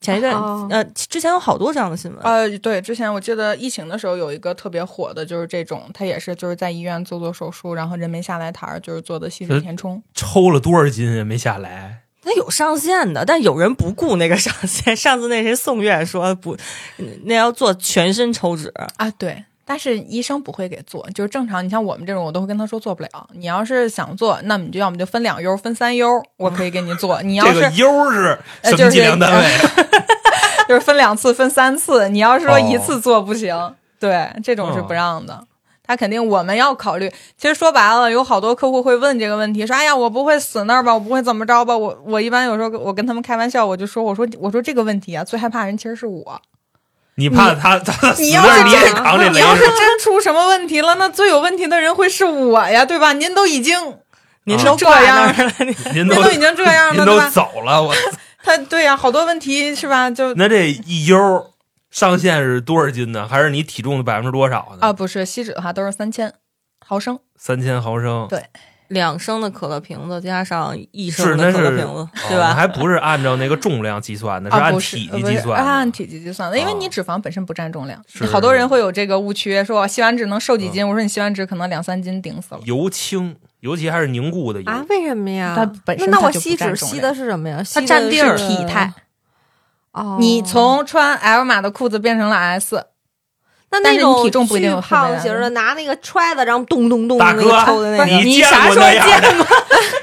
Speaker 3: 前一段、
Speaker 5: 哦
Speaker 3: 呃，之前有好多这样的新闻，
Speaker 6: 呃，对，之前我记得疫情的时候有一个特别火的，就是这种，他也是就是在医院做做手术，然后人没下来台儿，就是做的细水填充。
Speaker 4: 抽了多少斤也没下来，
Speaker 3: 那有上限的，但有人不顾那个上限。 上次那谁宋院说不，那要做全身抽脂，
Speaker 6: 啊，对。但是医生不会给做，就是正常。你像我们这种，我都会跟他说做不了。你要是想做，那么你就要么就分两优，分三优，我可以给你做。你要
Speaker 4: 这
Speaker 6: 是、
Speaker 4: 个优是
Speaker 6: 呃
Speaker 4: 什
Speaker 6: 就
Speaker 4: 么
Speaker 6: 是
Speaker 4: 计量单位？
Speaker 6: 就是分两次、分三次，你要是说一次做不行，对，这种是
Speaker 4: 哦
Speaker 6: 不让的。他肯定我们要考虑。其实说白了，有好多客户会问这个问题，说：“哎呀，我不会死那儿吧？我不会怎么着吧？”我我一般有时候我跟他们开玩笑，我就说：“我说我说这个问题啊，最害怕人其实是我。
Speaker 4: 你怕他他死
Speaker 6: 你
Speaker 4: 那
Speaker 6: 要是
Speaker 4: 儿你
Speaker 6: 这
Speaker 4: 也扛这
Speaker 6: 你
Speaker 4: 雷
Speaker 6: 要是
Speaker 4: 是吧？
Speaker 6: 真出什么问题了，那最有问题的人会是我呀，对吧？您都已经
Speaker 3: 您
Speaker 4: 啊
Speaker 3: 都
Speaker 6: 这
Speaker 3: 挂那
Speaker 6: 样
Speaker 3: 儿了，你
Speaker 4: 您
Speaker 6: 您
Speaker 4: 都
Speaker 6: 都已经这样
Speaker 4: 您
Speaker 6: 了，对
Speaker 4: 都
Speaker 6: 吧？
Speaker 4: 走了，我
Speaker 6: 他对呀、好多问题是吧？就
Speaker 4: 那这一优上限是多少斤呢？还是你体重的百分之多少呢？
Speaker 6: 啊，不是锡纸的话都是三千毫升。
Speaker 4: 三千毫升
Speaker 6: 对
Speaker 3: 两升的可乐瓶子加上一
Speaker 4: 是
Speaker 3: 升
Speaker 4: 那
Speaker 3: 的
Speaker 4: 是
Speaker 3: 可乐瓶子，对
Speaker 4: 哦
Speaker 3: 吧？
Speaker 4: 还不是按照那个重量计算的，
Speaker 6: 啊，
Speaker 4: 按
Speaker 6: 不
Speaker 4: 体
Speaker 6: 呃
Speaker 4: 积
Speaker 6: 不
Speaker 4: 计
Speaker 6: 是
Speaker 4: 算的。
Speaker 6: 按体积计算的，因为
Speaker 4: 哦
Speaker 6: 你脂肪本身不占重量，
Speaker 4: 是嗯
Speaker 6: 好多人会有这个误区，说吸完脂能瘦几斤？我说你吸完脂可能两三斤顶死了。
Speaker 4: 油清，尤其还是凝固的油。
Speaker 5: 啊？为什么呀？
Speaker 6: 它本身
Speaker 5: 那那
Speaker 6: 它
Speaker 5: 我
Speaker 6: 就不
Speaker 5: 吸
Speaker 6: 占
Speaker 5: 脂
Speaker 6: 重
Speaker 5: 吸
Speaker 6: 量
Speaker 5: 的是什么呀？
Speaker 6: 它
Speaker 5: 吸
Speaker 6: 占
Speaker 5: 的
Speaker 6: 地儿
Speaker 5: 是
Speaker 6: 体态。
Speaker 5: 哦，
Speaker 6: 你从穿 L 码的裤子变成了 S，
Speaker 5: 那
Speaker 6: 但
Speaker 5: 那
Speaker 6: 是
Speaker 5: 种
Speaker 6: 你体重不一定
Speaker 5: 巨
Speaker 6: 有分别
Speaker 5: 胖
Speaker 6: 啊
Speaker 5: 型的，拿那个揣子，然后咚咚咚
Speaker 4: 大
Speaker 5: 那个
Speaker 4: 哥
Speaker 5: 抽的那个，
Speaker 4: 你
Speaker 3: 你
Speaker 4: 见
Speaker 3: 啥
Speaker 4: 过
Speaker 3: 时候
Speaker 4: 那样的
Speaker 3: 见过？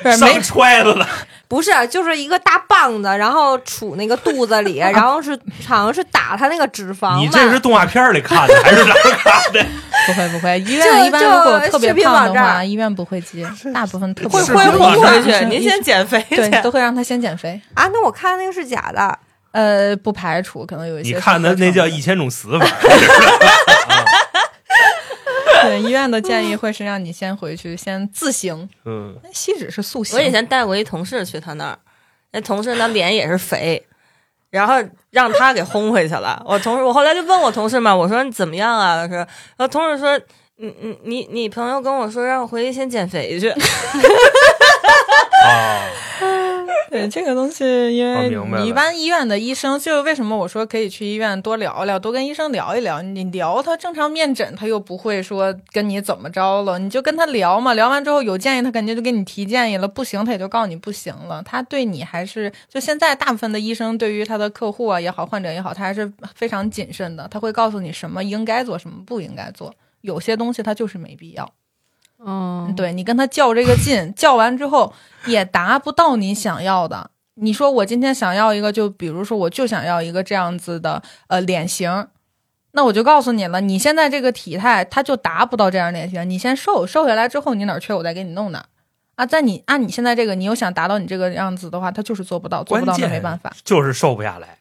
Speaker 6: 不是没
Speaker 4: 上揣子了，
Speaker 5: 不是，就是一个大棒子，然后杵那个肚子里，然后是好像是打他那个脂肪吧。
Speaker 4: 你这是动画片里看的还是哪儿看的？
Speaker 6: 不会不 会，医
Speaker 5: 就
Speaker 6: 院一般如果
Speaker 5: 就
Speaker 6: 特别
Speaker 5: 视频
Speaker 6: 胖
Speaker 5: 网
Speaker 6: 的
Speaker 5: 站
Speaker 6: 话，医院不会接，大部分特别
Speaker 4: 会
Speaker 6: 胖的
Speaker 4: 会不
Speaker 6: 医生
Speaker 4: 会
Speaker 3: 回
Speaker 6: 医
Speaker 3: 去，
Speaker 6: 生
Speaker 3: 您
Speaker 6: 医生
Speaker 3: 先减肥去。
Speaker 6: 对都会让他先减肥，
Speaker 5: 啊？那我看那个是假的，
Speaker 6: 呃，不排除可能有一
Speaker 4: 你
Speaker 6: 些
Speaker 4: 看
Speaker 6: 的
Speaker 4: 的那叫 一千种死法，
Speaker 6: 对医院的建议会是让你先回去先自行，
Speaker 4: 嗯，
Speaker 6: 吸脂是塑形，
Speaker 3: 我以前带过一同事去他那儿，那同事那脸也是肥，然后让他给轰回去了。我同事，我后来就问我同事嘛，我说你怎么样啊？说，然后同事说，你你你你朋友跟我说让我回去先减肥去。
Speaker 4: 啊，
Speaker 6: 对这个东西，因
Speaker 4: 我
Speaker 6: 为
Speaker 4: 哦明白了
Speaker 6: 你一般医院的医生，就为什么我说可以去医院多聊聊，多跟医生聊一聊。你聊他正常面诊，他又不会说跟你怎么着了，你就跟他聊嘛。聊完之后有建议，他肯定就给你提建议了。不行，他也就告诉你不行了。他对你还是就现在大部分的医生对于他的客户啊也好，患者也好，他还是非常谨慎的。他会告诉你什么应该做，什么不应该做。有些东西他就是没必要。
Speaker 5: 嗯，
Speaker 6: 对你跟他较这个劲，较完之后也达不到你想要的。你说我今天想要一个，就比如说我就想要一个这样子的呃脸型，那我就告诉你了，你现在这个体态，它就达不到这样脸型。你先瘦，瘦下来之后，你哪儿缺我再给你弄哪儿。啊，在你按你现在这个，你又想达到你这个样子的话，他就是做不到，做不到
Speaker 4: 关
Speaker 6: 那
Speaker 4: 键
Speaker 6: 没办法，
Speaker 4: 就是瘦不下来，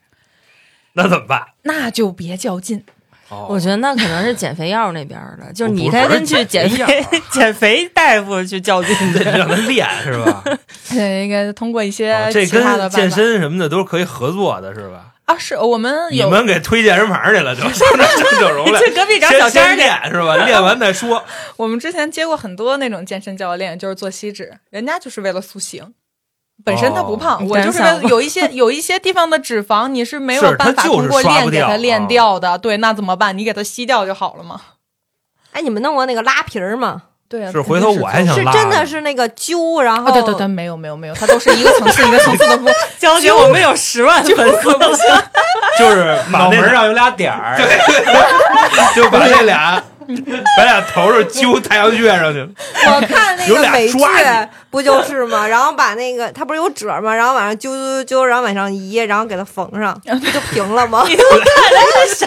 Speaker 4: 那怎么办？
Speaker 6: 那就别较劲。
Speaker 4: 哦
Speaker 3: 我觉得那可能是减肥药那边儿的，就是
Speaker 4: 我不
Speaker 3: 你该
Speaker 4: 是
Speaker 3: 跟去减
Speaker 4: 减
Speaker 3: 肥 减肥大夫去较 劲
Speaker 4: 得让他练是吧？
Speaker 6: 对，应该通过一些
Speaker 4: 哦这
Speaker 6: 其他的办
Speaker 4: 跟
Speaker 6: 法。
Speaker 4: 健身什么的都是可以合作的，是吧？
Speaker 6: 啊，是我们
Speaker 4: 你
Speaker 6: 有
Speaker 4: 们给推健身房去了，就这整容了。
Speaker 3: 去隔壁找小仙
Speaker 4: 先
Speaker 3: 儿
Speaker 4: 先
Speaker 3: 去。
Speaker 4: 练是吧？练完再说。
Speaker 6: 我们之前接过很多那种健身教练，就是做吸脂，人家就是为了塑形。本身他不胖，
Speaker 3: 哦
Speaker 6: 我就是
Speaker 3: 干想
Speaker 6: 有一些有一些地方的脂肪你是没有
Speaker 4: 是
Speaker 6: 办法
Speaker 4: 他就是
Speaker 6: 通过
Speaker 4: 刷
Speaker 6: 练
Speaker 4: 不
Speaker 6: 给
Speaker 4: 掉
Speaker 6: 它
Speaker 4: 啊
Speaker 6: 练掉的。对，那怎么办？你给它吸掉就好了嘛。
Speaker 5: 哎，你们弄过那个拉皮儿吗？
Speaker 6: 对啊，
Speaker 4: 是回头我还想
Speaker 5: 是
Speaker 4: 拉，
Speaker 5: 真的是那个揪，然后
Speaker 6: 哦，对对对，没有没有没有，它都是一个层次一个层次的 不。哎
Speaker 3: 娇姐，我们有十 万粉丝，
Speaker 4: 就是
Speaker 2: 脑
Speaker 4: 把那
Speaker 2: 门上有俩点儿，
Speaker 4: 就把这俩把俩头儿揪太阳穴上去了。
Speaker 5: 我看那
Speaker 4: 有
Speaker 5: 个
Speaker 4: 俩
Speaker 5: 美剧
Speaker 4: 抓
Speaker 5: 不就是吗？然后把那个它不是有褶吗？然后往上揪揪揪，然后往上移，然后给它缝上，不就平了吗？
Speaker 3: 什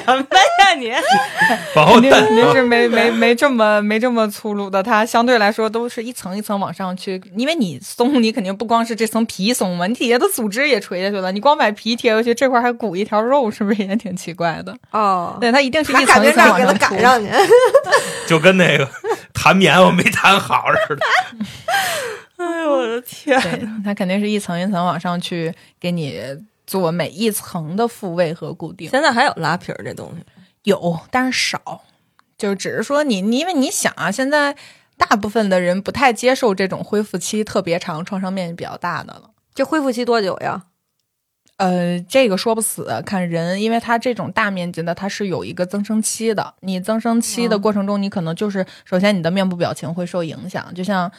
Speaker 3: 么呀你？
Speaker 4: 往后
Speaker 6: 肯定肯定
Speaker 4: 蹬，
Speaker 6: 是没没没这么没这么粗鲁的，它相对来说都是一层一层往上去，因为你松，你肯定不光是这层皮松嘛，你底下的组织也垂下去了，你光把皮贴回去，这块还鼓一条肉，是不是也挺奇怪的？
Speaker 5: 哦，
Speaker 6: 对，它一定是
Speaker 5: 还
Speaker 6: 一
Speaker 5: 改
Speaker 6: 层一
Speaker 5: 编
Speaker 6: 层
Speaker 5: 照
Speaker 6: 往
Speaker 5: 给它
Speaker 6: 上出
Speaker 5: 赶。上去。
Speaker 4: 就跟那个弹棉我没弹好似的。
Speaker 3: 哎呦我的天！
Speaker 6: 对，它肯定是一层一层往上去给你做每一层的复位和固定。
Speaker 3: 现在还有拉皮儿这东西，
Speaker 6: 有，但是少，就只是说你，你因为你想啊，现在大部分的人不太接受这种恢复期特别长、创伤面积比较大的了。
Speaker 5: 这恢复期多久呀？
Speaker 6: 呃，这个说不死，看人，因为它这种大面积的，它是有一个增生期的。你增生期的过程中，你可能就是首先你的面部表情会受影响，就像，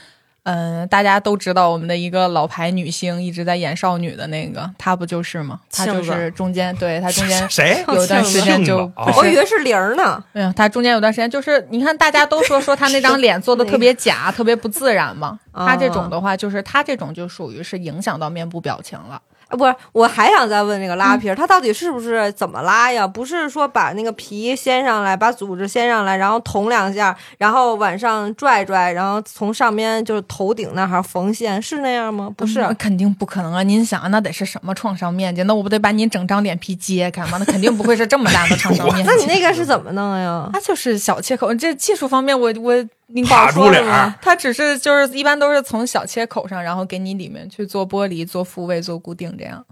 Speaker 6: 嗯、大家都知道我们的一个老牌女星一直在演少女的那个，她不就是吗？她就
Speaker 3: 杏
Speaker 6: 是中间，对她哎中 间
Speaker 4: 谁？
Speaker 6: 有一段时间就
Speaker 4: 杏子哦
Speaker 6: 不
Speaker 5: 我
Speaker 6: 是
Speaker 5: 以为是零儿呢。
Speaker 6: 哎呀，他中间有段时间就是，你看大家都说说他那张脸做的特别假，特别不自然 嘛。
Speaker 5: 啊
Speaker 6: 他这种的话，就是他这种就属于是影响到面部表情了。
Speaker 5: 哎不是，我还想再问这个拉皮儿，它到底是不是怎么拉呀？不是说把那个皮掀上来，把组织掀上来，然后捅两下，然后往上拽拽，然后从上面就是头顶那儿缝线，是那样吗？不是，
Speaker 6: 嗯肯定不可能啊！您想，那得是什么创伤面积？那我不得把您整张脸皮揭开吗？那肯定不会是这么大的创伤面积。
Speaker 5: 那你那个是怎么弄呀？
Speaker 6: 他就是小切口，这技术方面我我你
Speaker 4: 卡住脸儿，
Speaker 6: 他只是就是一般都是从小切口上，然后给你里面去做剥离、做复位、做固定这样。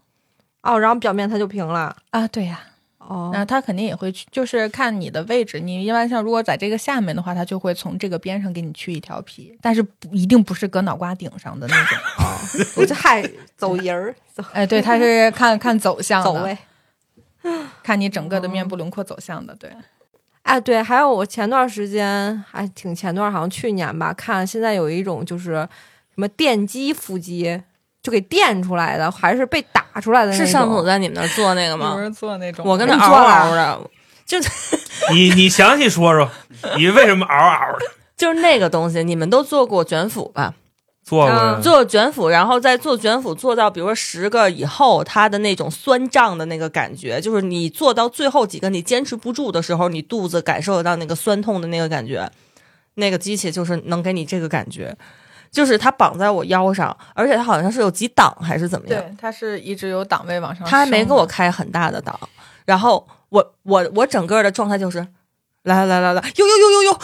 Speaker 5: 哦，然后表面它就平了。
Speaker 6: 啊，对呀、
Speaker 5: 哦，
Speaker 6: 那它肯定也会去，就是看你的位置。你一般像如果在这个下面的话，它就会从这个边上给你去一条皮，但是不一定不是搁脑瓜顶上的那种。
Speaker 5: 我就还走音 儿，走
Speaker 6: 哎，对，它是看看走向
Speaker 5: 走
Speaker 6: 的
Speaker 5: 位，。
Speaker 6: 看你整个的面部轮廓走向的。对，
Speaker 5: 哎，对，还有我前段时间还挺前段，好像去年吧，看现在有一种就是什么电击腹肌，就给电出来的，还是被打出来的那种。
Speaker 3: 是上次我在你们那儿做那个
Speaker 6: 有
Speaker 3: 吗？
Speaker 6: 人做啊那种，
Speaker 3: 我跟他
Speaker 5: 你
Speaker 3: 嗷
Speaker 5: 做了
Speaker 3: 嗷的，
Speaker 4: 你你详细说说，你为什么嗷嗷的
Speaker 3: 就是那个东西，你们都做过卷腹吧？
Speaker 4: 做过呀
Speaker 5: 嗯？
Speaker 3: 做卷腹，然后再做卷腹，做到比如说十个以后，它的那种酸胀的那个感觉，就是你做到最后几个你坚持不住的时候，你肚子感受得到那个酸痛的那个感觉，那个机器就是能给你这个感觉，就是它绑在我腰上，而且它好像是有几档还是怎么样，
Speaker 6: 对，它是一直有档位往上升的，
Speaker 3: 他还没给我开很大的档，然后我我我整个的状态就是，来来来来，呦呦呦呦 呦，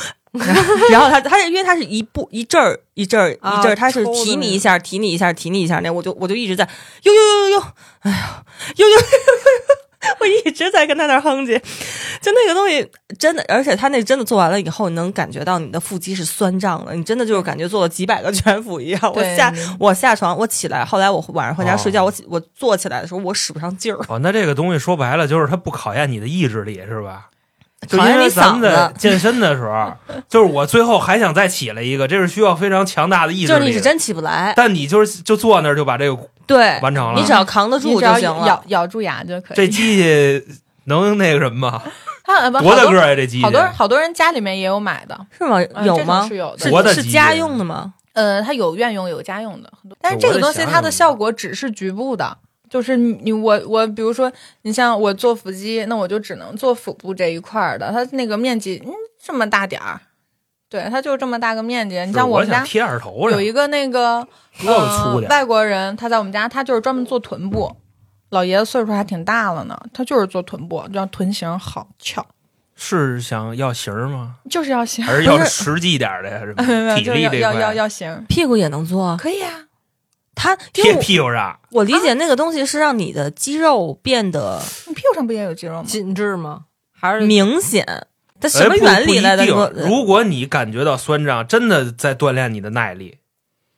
Speaker 3: 然后他他因为他是一步一阵儿一阵儿
Speaker 5: 啊
Speaker 3: 一阵儿，他是
Speaker 5: 抽的
Speaker 3: 提你
Speaker 5: 那
Speaker 3: 一下提你一下提你一下那，我就我就一直在呦呦呦呦呦，哎呀呦呦呦呦呦。 我一直在跟他那儿哼唧，就那个东西真的，而且他那真的做完了以后，你能感觉到你的腹肌是酸胀的，你真的就是感觉做了几百个卷腹一样。我
Speaker 6: 对
Speaker 3: 下我下床，我起来，后来我晚上回家
Speaker 4: 哦
Speaker 3: 睡觉，我起我坐起来的时候，我使不上劲儿，
Speaker 4: 哦，那这个东西说白了就是它不考验你的意志力，是吧？就
Speaker 3: 考
Speaker 4: 因
Speaker 3: 验你
Speaker 4: 为咱们
Speaker 3: 嗓
Speaker 4: 在
Speaker 3: 子。
Speaker 4: 健身的时 候，就是我最后还想再起来一个，这是需要非常强大的意
Speaker 3: 就
Speaker 4: 志
Speaker 3: 是你
Speaker 4: 力
Speaker 3: 是
Speaker 4: 的。
Speaker 3: 真起不来，
Speaker 4: 但你就是就坐那儿就把这个
Speaker 3: 对，
Speaker 4: 完成
Speaker 3: 你只
Speaker 4: 了，
Speaker 3: 要扛得
Speaker 6: 你
Speaker 3: 住
Speaker 6: 只
Speaker 3: 就
Speaker 6: 要
Speaker 3: 行
Speaker 6: 咬
Speaker 3: 了。
Speaker 6: 咬住牙就可以。
Speaker 4: 这机器能那个什么吗？
Speaker 6: 它呃不
Speaker 4: 多
Speaker 6: 好
Speaker 4: 大
Speaker 6: 多
Speaker 4: 个儿呀？啊这机器
Speaker 6: 好多人好多人家里面也有买的，
Speaker 3: 是吗？
Speaker 6: 嗯
Speaker 3: 有
Speaker 6: 这种
Speaker 3: 吗？
Speaker 6: 是有的
Speaker 3: 是
Speaker 4: 我的
Speaker 3: 是
Speaker 4: 基因
Speaker 3: 家用的吗？
Speaker 6: 呃，它有院用有家用的，很多但是
Speaker 4: 我
Speaker 6: 这个
Speaker 4: 在
Speaker 6: 东西
Speaker 4: 想
Speaker 6: 它的
Speaker 4: 想
Speaker 6: 效果只是局部的，就是你你我我，比如说你像我做腹肌，那我就只能做腹部这一块儿的，它那个面积嗯这么大点儿，对，它就这么大个面积。你
Speaker 4: 是
Speaker 6: 像
Speaker 4: 我
Speaker 6: 们
Speaker 4: 想
Speaker 6: 家
Speaker 4: 贴耳头上
Speaker 6: 有，一个那个
Speaker 4: 胳膊粗
Speaker 6: 呃
Speaker 4: 点儿，
Speaker 6: 外国人，他在我们家，他就是专门做臀部。老爷子岁数还挺大了呢，他就是做臀部，让臀型好翘，
Speaker 4: 是想要型儿吗？
Speaker 6: 就是要型
Speaker 4: 还，是要实际点儿的呀？是吧
Speaker 6: 没有没有，
Speaker 4: 体
Speaker 6: 就是
Speaker 4: 力
Speaker 6: 要
Speaker 4: 这
Speaker 6: 要要
Speaker 4: 块，
Speaker 6: 要型，
Speaker 3: 屁股也能做啊？
Speaker 6: 可以啊，
Speaker 3: 它因为
Speaker 4: 贴
Speaker 3: 我
Speaker 4: 屁股上。
Speaker 3: 我理解那个东西是让你的肌肉变得
Speaker 6: 你屁股上不也有肌肉吗？
Speaker 5: 紧致吗？还是
Speaker 3: 明显。它
Speaker 4: 哎
Speaker 3: 什么
Speaker 4: 不
Speaker 3: 原
Speaker 4: 不
Speaker 3: 理
Speaker 4: 一
Speaker 3: 来的？你
Speaker 4: 定
Speaker 3: 给我
Speaker 4: 如果你感觉到酸胀，真的在锻炼你的耐力，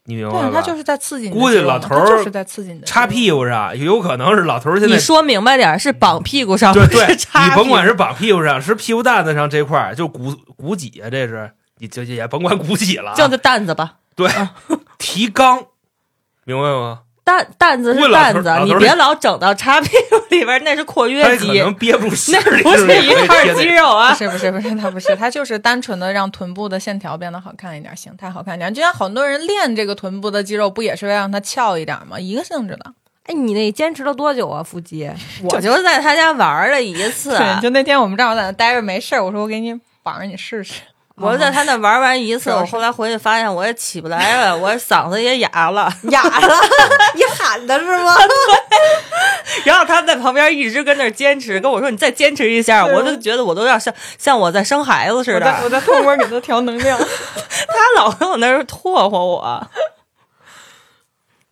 Speaker 4: 你明白
Speaker 6: 对，啊
Speaker 4: 吧？
Speaker 6: 他就是在刺激你的肌肉
Speaker 4: 啊估
Speaker 6: 嘛。
Speaker 4: 计老头
Speaker 6: 他
Speaker 4: 儿
Speaker 6: 就是在刺激你的
Speaker 4: 插
Speaker 6: 肌肉。
Speaker 4: 屁股上，有可能是老头儿现在
Speaker 3: 你说明白点儿，是绑屁股上，
Speaker 4: 对
Speaker 3: 不是
Speaker 4: 对，
Speaker 3: 插
Speaker 4: 你
Speaker 3: 屁
Speaker 4: 甭
Speaker 3: 股
Speaker 4: 管是绑屁股上，是屁股蛋子上这块儿，就骨骨脊啊，这是你就也甭管骨脊了啊、
Speaker 3: 叫它担子吧，
Speaker 4: 提肛，明白吗？
Speaker 3: 担担子
Speaker 4: 不
Speaker 3: 是
Speaker 4: 老
Speaker 3: 担
Speaker 4: 头
Speaker 3: 子
Speaker 4: 老，头
Speaker 3: 你
Speaker 4: 儿
Speaker 3: 别老整到插屁股里边儿，那是括
Speaker 4: 他
Speaker 3: 约
Speaker 4: 可
Speaker 3: 肌，
Speaker 4: 能憋不住 气
Speaker 3: 那
Speaker 4: 儿，你
Speaker 3: 不
Speaker 4: 知道吗
Speaker 3: 是一块肌。肉
Speaker 6: 不
Speaker 3: 啊。
Speaker 6: 是不是不是，他不是，他就是单纯的让臀部的线条变得好看一点，形态好看一点。就像很多人练这个臀部的肌肉，不也是为了让它翘一点吗？一个性质的。
Speaker 5: 哎，你那坚持了多久啊？腹肌？
Speaker 3: 我就在他家玩儿了一 次啊，
Speaker 6: 对，就那天我们正好在那待着没事儿，我说我给你绑着你试 试。
Speaker 3: 我就在他那玩儿完一次，
Speaker 6: 是
Speaker 3: 我
Speaker 6: 是
Speaker 3: 后来回去发现我也起不来了，我嗓子也哑了。
Speaker 5: 哑了？ 你喊的是吗？
Speaker 3: 然后他们在旁边一直跟那儿坚持，跟我说你再坚持一下，
Speaker 6: 对
Speaker 3: 我都觉得我都要像像我在生孩子似
Speaker 6: 我
Speaker 3: 的。
Speaker 6: 在我在后面给他调能量。
Speaker 3: 他老跟我那儿唾沫我，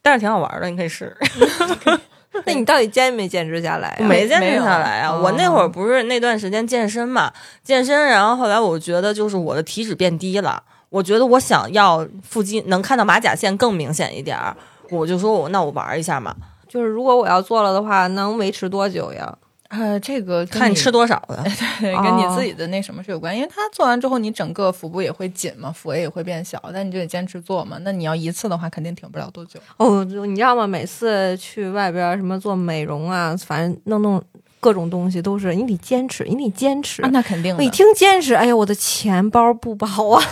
Speaker 3: 但是挺好玩的，你可以试。
Speaker 5: 那你到底坚没坚持下来呀？
Speaker 3: 没坚持下来啊！
Speaker 5: 没有
Speaker 3: 我那会儿不是那段时间健身嘛，健身，然后后来我觉得就是我的体脂变低了，我觉得我想要腹肌能看到马甲线更明显一点儿，我就说我那我玩一下嘛，
Speaker 5: 就是如果我要做了的话，能维持多久呀？
Speaker 6: 呃，这个跟
Speaker 3: 看你吃多少的。
Speaker 6: 对，跟你
Speaker 5: 哦
Speaker 6: 自己的那什么是有关，因为它做完之后，你整个腹部也会紧嘛，腹围也会变小，但你就得坚持做嘛。那你要一次的话，肯定挺不了多久。
Speaker 5: 哦，你知道吗？每次去外边儿什么做美容啊，反正弄弄各种东西，都是你得坚持，你得坚持。
Speaker 6: 啊，那肯定
Speaker 5: 我
Speaker 6: 的
Speaker 5: 一。听坚持，哎呀，我的钱包不保 啊！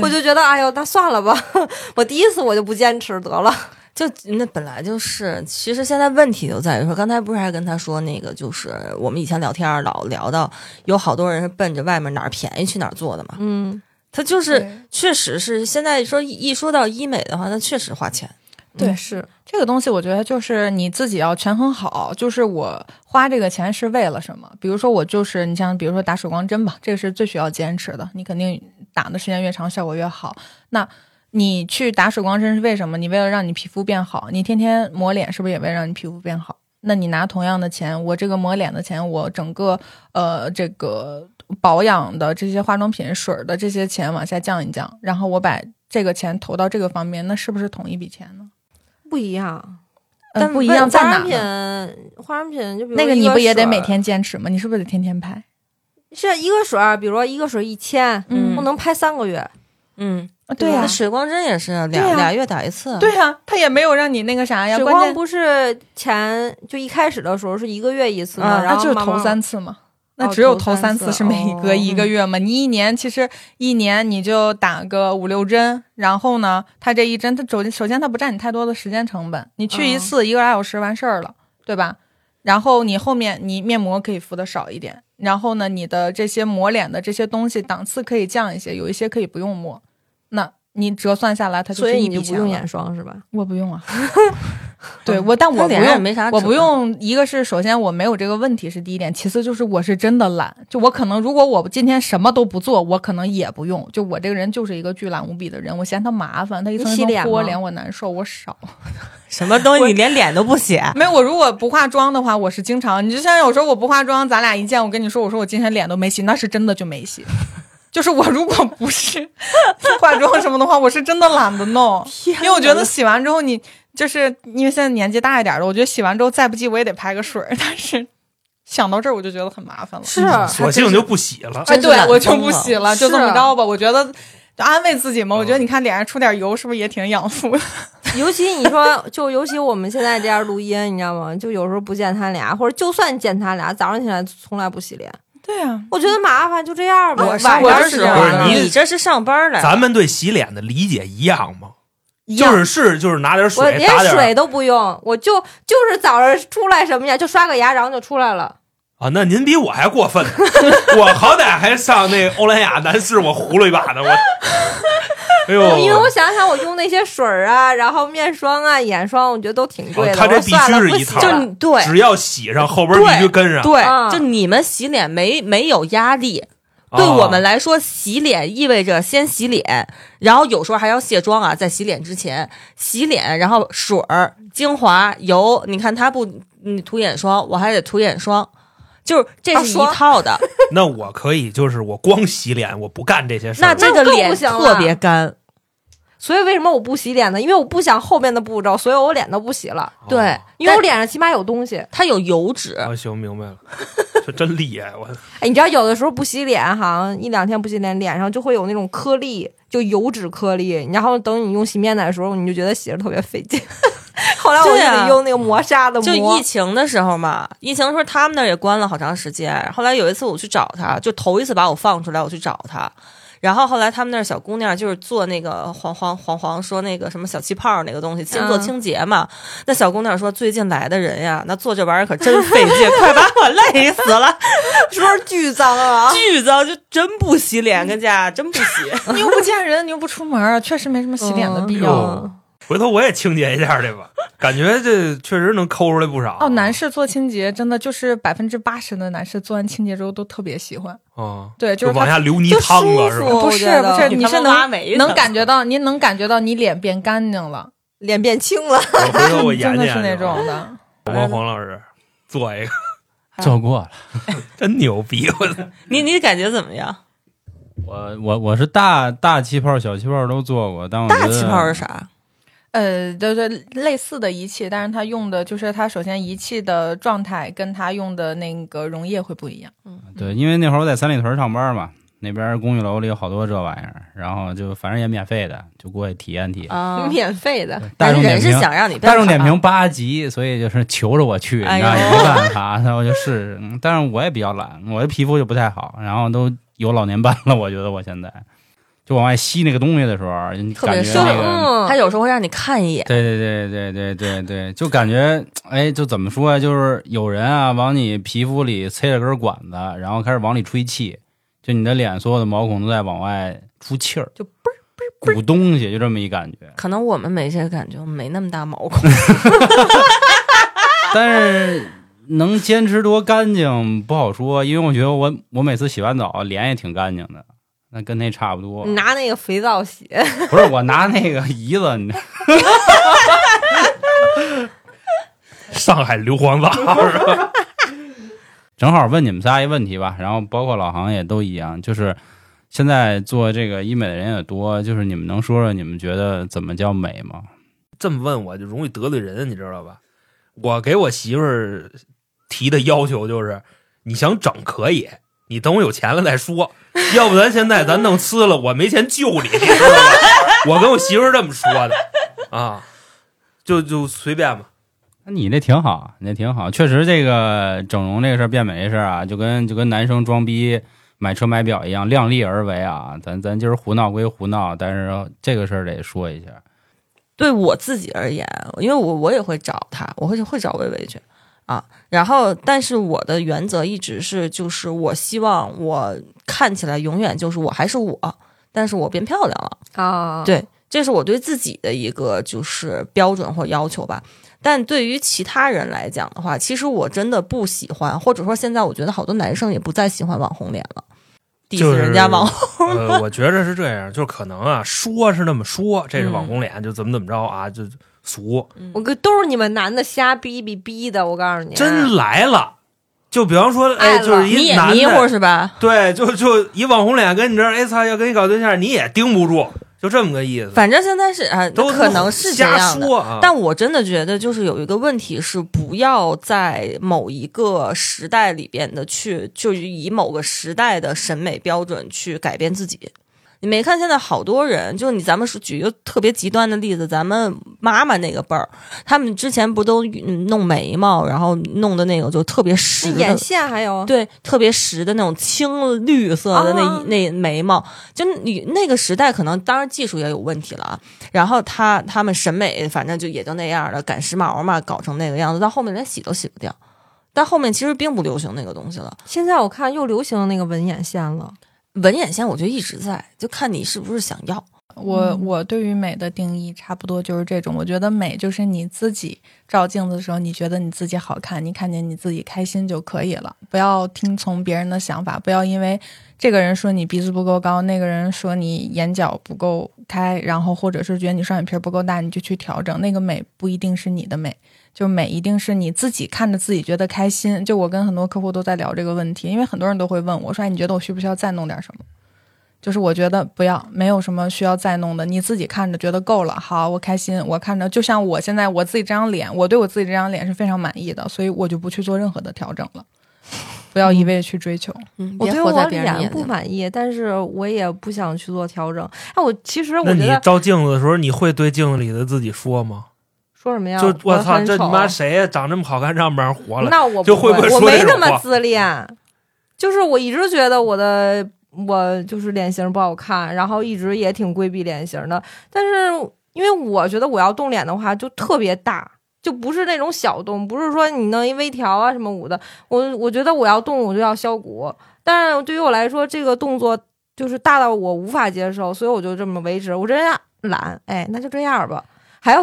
Speaker 5: 我就觉得，哎呦，那算了吧， 我第一次我就不坚持得了。
Speaker 3: 就那本来就是，其实现在问题就在于说，刚才不是还跟他说那个，就是我们以前聊天儿老聊到，有好多人是奔着外面哪儿便宜去哪儿做的嘛。
Speaker 5: 嗯，
Speaker 3: 他就是
Speaker 6: 对
Speaker 3: 确实是现在说一一说到医美的话，那确实花钱。
Speaker 6: 对
Speaker 5: 嗯是，
Speaker 6: 这个东西，我觉得就是你自己要权衡好，就是我花这个钱是为了什么。比如说，我就是你像，比如说打水光针吧，这个是最需要坚持的，你肯定打的时间越长，效果越好。那你去打水光针是为什么？你为了让你皮肤变好，你天天抹脸是不是也为了让你皮肤变好？那你拿同样的钱，我这个抹脸的钱，我整个呃这个保养的这些化妆品水儿的这些钱往下降一降，然后我把这个钱投到这个方面，那是不是同一笔钱呢？
Speaker 5: 不一样。
Speaker 6: 呃
Speaker 5: 但
Speaker 6: 不一样在
Speaker 5: 化
Speaker 6: 哪
Speaker 5: 妆
Speaker 6: 呢？
Speaker 5: 品，化妆品就比如
Speaker 6: 那个你
Speaker 5: 一
Speaker 6: 不也得
Speaker 5: 水儿
Speaker 6: 每天坚持吗？你是不是得天天拍？
Speaker 5: 是一个水儿？比如说一个水儿一千，
Speaker 3: 嗯
Speaker 5: 我能拍三个月。
Speaker 3: 嗯，
Speaker 5: 啊对呀
Speaker 3: 那水光针也是
Speaker 6: 啊
Speaker 3: 啊
Speaker 6: 对
Speaker 3: 俩
Speaker 6: 呀
Speaker 3: 俩月打一次。
Speaker 6: 对啊呀、他也没有让你那个哎啥呀，
Speaker 5: 水
Speaker 6: 关
Speaker 5: 光
Speaker 6: 键
Speaker 5: 不是前就一开始的时候是一个月一次嘛，
Speaker 3: 啊
Speaker 5: 然
Speaker 6: 那
Speaker 5: 后
Speaker 6: 就是
Speaker 5: 慢慢
Speaker 6: 头三次嘛。那
Speaker 5: 哦
Speaker 6: 只有
Speaker 5: 头
Speaker 6: 头
Speaker 5: 三
Speaker 6: 三
Speaker 5: 次
Speaker 6: 次是每一
Speaker 5: 哦
Speaker 6: 个一个月嘛？你一年其实一年你就打个五六针，然后呢，它这一针它首首先它不占你太多的时间成本，你去一
Speaker 5: 嗯
Speaker 6: 次一个来小时完事儿了，对吧？然后你后面你面膜可以敷的少一点，然后呢，你的这些抹脸的这些东西档次可以降一些，有一些可以不用抹。那你折算下来，它就
Speaker 5: 所
Speaker 6: 是
Speaker 5: 以
Speaker 6: 一
Speaker 5: 你
Speaker 6: 笔
Speaker 5: 就
Speaker 6: 钱
Speaker 5: 不用
Speaker 6: 了。
Speaker 5: 眼霜是吧？
Speaker 6: 我不用啊，对我，但我
Speaker 3: 他
Speaker 6: 不
Speaker 3: 脸上也
Speaker 6: 用
Speaker 3: 没啥，
Speaker 6: 我不。用，一个是首先我没有这个问题是第一点，其次就是我是真的懒，就我可能如果我今天什么都不做，我可能也不用，就我这个人就是一个巨懒无比的人，我嫌它麻烦，它一层一
Speaker 5: 你洗脸
Speaker 6: 层
Speaker 5: 吗
Speaker 6: 剥脸我难受，我 少。
Speaker 3: 什么东西，你连脸都不 写，
Speaker 6: 没有，我如果不化妆的话，我是经常，你就像有时候我不化妆，咱俩一见，我跟你说，我说我今天脸都没洗，那是真的就没洗。 就是我如果不是 化妆什么的话，我是真的懒得弄，因为我觉得洗完之后你就是因为现在年纪大一点了，我觉得洗完之后再不济我也得拍个水儿， 但是想到这儿我就觉得很麻烦
Speaker 3: 嗯
Speaker 6: 了。
Speaker 5: 是，
Speaker 7: 嗯
Speaker 4: 索性就不洗了。
Speaker 3: 真
Speaker 6: 哎，
Speaker 3: 是
Speaker 6: 对
Speaker 3: 懒
Speaker 6: 我就
Speaker 3: 疯
Speaker 6: 不
Speaker 3: 了
Speaker 6: 洗了，就这么
Speaker 5: 是
Speaker 6: 着吧。我觉得就安慰自己嘛，我觉得你看脸上出点油，是不是也挺养肤的？
Speaker 5: 尤其你说，就尤其我们现在这样录音，你知道吗？就有时候不见他俩，或者就算见他俩，早上起来从来不洗脸，
Speaker 6: 对呀、啊，
Speaker 5: 我觉得麻烦，就这样吧。
Speaker 3: 我
Speaker 5: 晚
Speaker 3: 上
Speaker 6: 我
Speaker 5: 上
Speaker 3: 班
Speaker 6: 这是
Speaker 5: 洗
Speaker 3: 时
Speaker 6: 这
Speaker 3: 候
Speaker 6: 样
Speaker 3: 呢，
Speaker 4: 的
Speaker 3: 你这是上班来了，
Speaker 7: 咱们对洗脸的理解一样吗？
Speaker 6: 一
Speaker 7: 就是
Speaker 6: 样
Speaker 7: 是就是拿点
Speaker 5: 我
Speaker 7: 水
Speaker 5: 连
Speaker 7: 打点
Speaker 5: 水
Speaker 7: 儿
Speaker 5: 都不用，我就就是早上出来什么呀，就刷个牙，然后就出来了。
Speaker 7: 啊，那您比我还过分呢，我好歹还上那欧莱雅男士我糊了一把呢，我，哎呦，
Speaker 5: 因为我想想，我用那些水儿啊，然后面霜啊、眼霜，我觉得都挺贵的。
Speaker 7: 哦它这
Speaker 5: 我说算了
Speaker 7: 必须是
Speaker 5: 不
Speaker 7: 一
Speaker 5: 洗
Speaker 7: 套
Speaker 5: 了
Speaker 3: 就你对
Speaker 7: 只要洗上后边必须跟上，
Speaker 3: 对
Speaker 5: 啊，
Speaker 3: 就你们洗脸没没有压力，
Speaker 7: 啊
Speaker 3: 对我们来说，洗脸意味着先洗脸，然后有时候还要卸妆啊，在洗脸之前洗脸，然后水儿、精华、油，你看他不，你涂眼霜，我还得涂眼霜，就是
Speaker 6: 啊
Speaker 3: 这是一套的。
Speaker 7: 那我可以就是我光洗脸，我不干这些事
Speaker 3: 那
Speaker 7: 儿。
Speaker 3: 这个脸
Speaker 5: 那更不行
Speaker 3: 特
Speaker 5: 了
Speaker 3: 别干，
Speaker 5: 所以为什么我不洗脸呢？因为我不想后面的步骤，所以我脸都不洗了，
Speaker 7: 哦
Speaker 3: 对，
Speaker 5: 因为我脸上起码有东西。
Speaker 3: 它有油脂，
Speaker 7: 啊，行，明白了，这真厉害，我
Speaker 5: 哎，你知道有的时候不洗脸，好像一两天不洗脸，脸上就会有那种颗粒，就油脂颗粒。然后等你用洗面奶的时候，你就觉得洗着特别费劲。 后来我就
Speaker 3: 对啊
Speaker 5: 得用那个磨砂的
Speaker 3: 就
Speaker 5: 磨
Speaker 3: 疫。情的时候嘛，疫情的时候他们那儿也关了好长时间。后来有一次我去找他，就头一次把我放出来，我去找他。然后后来他们那儿小姑娘就是做那个黄黄黄黄说那个什么小气泡那个东西，先做
Speaker 5: 嗯
Speaker 3: 清洁嘛。那小姑娘说最近来的人呀，那做这玩意儿可真费劲， 快把我累死 了，
Speaker 5: 说是巨脏啊！
Speaker 3: 巨脏，就真不洗脸，跟家真不洗。
Speaker 6: 你又不见人，你又不出门儿，确实没什么洗脸的必要。
Speaker 7: 哟回头我也清洁一下去吧，感觉这确实能抠出来不少。啊
Speaker 6: 哦，男士做清洁真的就是百分之八十的男士做完清洁之后都特别喜欢，
Speaker 7: 啊，
Speaker 6: 对，
Speaker 7: 就
Speaker 6: 就是
Speaker 7: 往
Speaker 6: 他
Speaker 7: 下流泥
Speaker 5: 就
Speaker 7: 汤
Speaker 5: 舒
Speaker 7: 了是吧？
Speaker 5: 服
Speaker 6: 不
Speaker 5: 我
Speaker 6: 是
Speaker 5: 觉
Speaker 6: 不
Speaker 5: 得
Speaker 6: 是，你是能
Speaker 3: 能
Speaker 6: 能感觉到，您能感觉到你脸变干净了，
Speaker 5: 脸变青了，
Speaker 7: 我回头我研
Speaker 6: 真
Speaker 7: 究
Speaker 6: 的
Speaker 7: 研
Speaker 6: 是
Speaker 7: 究啊
Speaker 6: 那种的。
Speaker 7: 我跟黄老师做一个，
Speaker 2: 做过了。
Speaker 7: 真牛逼！我 操
Speaker 3: 你你感觉怎么样？
Speaker 2: 我我我是大大气泡、小气泡都做过，但我觉
Speaker 3: 大
Speaker 2: 得
Speaker 3: 气泡是啥？
Speaker 6: 呃，对对，类似的仪器，但是它用的就是它首先仪器的状态跟它用的那个溶液会不一样。
Speaker 2: 对，因为那会儿我在三里屯上班嘛，那边公寓楼里有好多这玩意儿，然后就反正也免费的，就过去体验体验。
Speaker 3: 啊
Speaker 5: 免费的。
Speaker 2: 大众点
Speaker 3: 人是
Speaker 2: 评，
Speaker 3: 想让你变
Speaker 2: 大众点
Speaker 3: 好啊
Speaker 2: 评八级，所以就是求着我去，你
Speaker 3: 哎
Speaker 2: 知
Speaker 3: 呦
Speaker 2: 道也没办法， 那我就试试。嗯但是我也比较懒，我的皮肤就不太好，然后都有老年斑了，我觉得我现在就往外吸那个东西的时候，你
Speaker 3: 特别
Speaker 2: 感觉
Speaker 3: 羞
Speaker 2: 那个。
Speaker 5: 嗯，
Speaker 3: 他有时候会让你看一眼，
Speaker 2: 对对对对对对对，就感觉哎，就怎么说呀、就是有人啊，往你皮肤里塞了根管子，然后开始往里吹气，就你的脸所有的毛孔都在往外出气儿，
Speaker 5: 就
Speaker 2: 嘣嘣鼓东西，就这么一感觉。
Speaker 3: 可能我们没这个感觉，我们没那么大毛孔。
Speaker 2: 但是能坚持多干净不好说，因为我觉得我我每次洗完澡脸也挺干净的，那跟那差不多
Speaker 5: 你。拿那个肥皂洗，
Speaker 2: 不是我拿那个 椅子，你
Speaker 7: 上海硫磺皂是吧？
Speaker 2: 正好问你们仨一问题吧，然后包括老航也都一样，就是现在做这个医美的人也多，就是你们能说说你们觉得怎么叫美吗？
Speaker 7: 这么问我就容易得罪人，你知道吧？我给我媳妇儿提的要求就是，你想整可以，你等我有钱了再说， 要不咱现在咱弄呲了，我没钱救你，你知道吧？我跟我媳妇儿这么说的啊，就就随便吧。
Speaker 2: 那你这挺好，你这挺好，确实这个整容这个事儿、变美这事儿啊，就跟就跟男生装逼、买车买表一样，量力而为啊。咱咱今儿胡闹归胡闹，但是这个事儿得说一下。
Speaker 3: 对我自己而言，因为我我也会找他，我会会找薇薇去啊。然后，但是我的原则一直是，就是我希望我看起来永远就是我还是我，但是我变漂亮了。
Speaker 5: 啊，
Speaker 3: 对这是我对自己的一个就是标准或要求吧。但对于其他人来讲的话，其实我真的不喜欢，或者说现在我觉得好多男生也不再喜欢网红脸了，diss、
Speaker 7: 就是
Speaker 3: 人家网红。
Speaker 7: 呃，我觉着是这样，就是可能啊，说是那么说，这是网红脸，就怎么怎么着啊，就俗。
Speaker 5: 我跟都是你们男的瞎逼逼逼的，我告诉你，啊
Speaker 7: 真来了，就比方说，哎，
Speaker 5: 爱了
Speaker 7: 就是
Speaker 3: 你
Speaker 7: 一
Speaker 3: 也
Speaker 7: 男
Speaker 3: 迷糊
Speaker 7: 的，
Speaker 3: 是吧？
Speaker 7: 对，就就一网红脸跟你这儿，哎操，要跟你搞对象，你也盯不住，就这么个意思。
Speaker 3: 反正现在是啊，
Speaker 7: 都
Speaker 3: 可能是这
Speaker 7: 瞎
Speaker 3: 样的。
Speaker 7: 说啊，
Speaker 3: 但我真的觉得，就是有一个问题是，不要在某一个时代里边的去，就是以某个时代的审美标准去改变自己。你没看现在好多人，就你咱们是举一个特别极端的例子，咱们妈妈那个辈儿，他们之前不都嗯弄眉毛，然后弄的那个就特别实
Speaker 5: 是
Speaker 3: 的
Speaker 5: 眼线还有
Speaker 3: 对，特别实的那种青绿色的那、
Speaker 5: 啊
Speaker 3: 那眉毛，就你那个时代可能当然技术也有问题了啊。然后他他们审美反正就也就那样了，赶时髦嘛，搞成那个样子，到后面连洗都洗不掉。但后面其实并不流行那个东西了，
Speaker 5: 现在我看又流行那个纹眼线了，
Speaker 3: 纹眼线我觉得一直在，就看你是不是想要。
Speaker 6: 我我对于美的定义差不多就是这种，我觉得美就是你自己照镜子的时候，你觉得你自己好看，你看见你自己开心就可以了，不要听从别人的想法，不要因为这个人说你鼻子不够高，那个人说你眼角不够开，然后或者是觉得你双眼皮不够大，你就去调整。那个美不一定是你的美，就美一定是你自己看着自己觉得开心。就我跟很多客户都在聊这个问题，因为很多人都会问我说：“哎，你觉得我需不需要再弄点什么？”就是我觉得不要，没有什么需要再弄的，你自己看着觉得够了，好，我开心，我看着就像我现在我自己这张脸，我对我自己这张脸是非常满意的，所以我就不去做任何的调整了，不要一味地去追求。
Speaker 3: 嗯，
Speaker 5: 我
Speaker 3: 别
Speaker 5: 对
Speaker 3: 活在
Speaker 5: 我
Speaker 3: 别人
Speaker 5: 脸
Speaker 3: 眼
Speaker 5: 不
Speaker 3: 睛。
Speaker 5: 满意，但是我也不想去做调整。哎，我其实我
Speaker 7: 那
Speaker 5: 觉
Speaker 7: 你
Speaker 5: 得
Speaker 7: 照镜子的时候，你会对镜子里的自己说吗？
Speaker 5: 说什么呀，
Speaker 7: 就
Speaker 5: 我
Speaker 7: 我操，
Speaker 5: 很
Speaker 7: 这
Speaker 5: 丑啊
Speaker 7: 你妈谁呀？长这么好看，让不让人活了？
Speaker 5: 那我
Speaker 7: 就
Speaker 5: 会
Speaker 7: 会不会
Speaker 5: 我
Speaker 7: 说
Speaker 5: 没
Speaker 7: 这
Speaker 5: 那
Speaker 7: 种
Speaker 5: 么
Speaker 7: 话
Speaker 5: 自恋，就是我一直觉得我的我就是脸型不好看，然后一直也挺规避脸型的。但是因为我觉得我要动脸的话，就特别大。就不是那种小动，不是说你弄一微调啊什么舞的，我我觉得我要动我就要削骨，但是对于我来说这个动作就是大到我无法接受，所以我就这么维持。我真懒，哎，那就这样吧。还有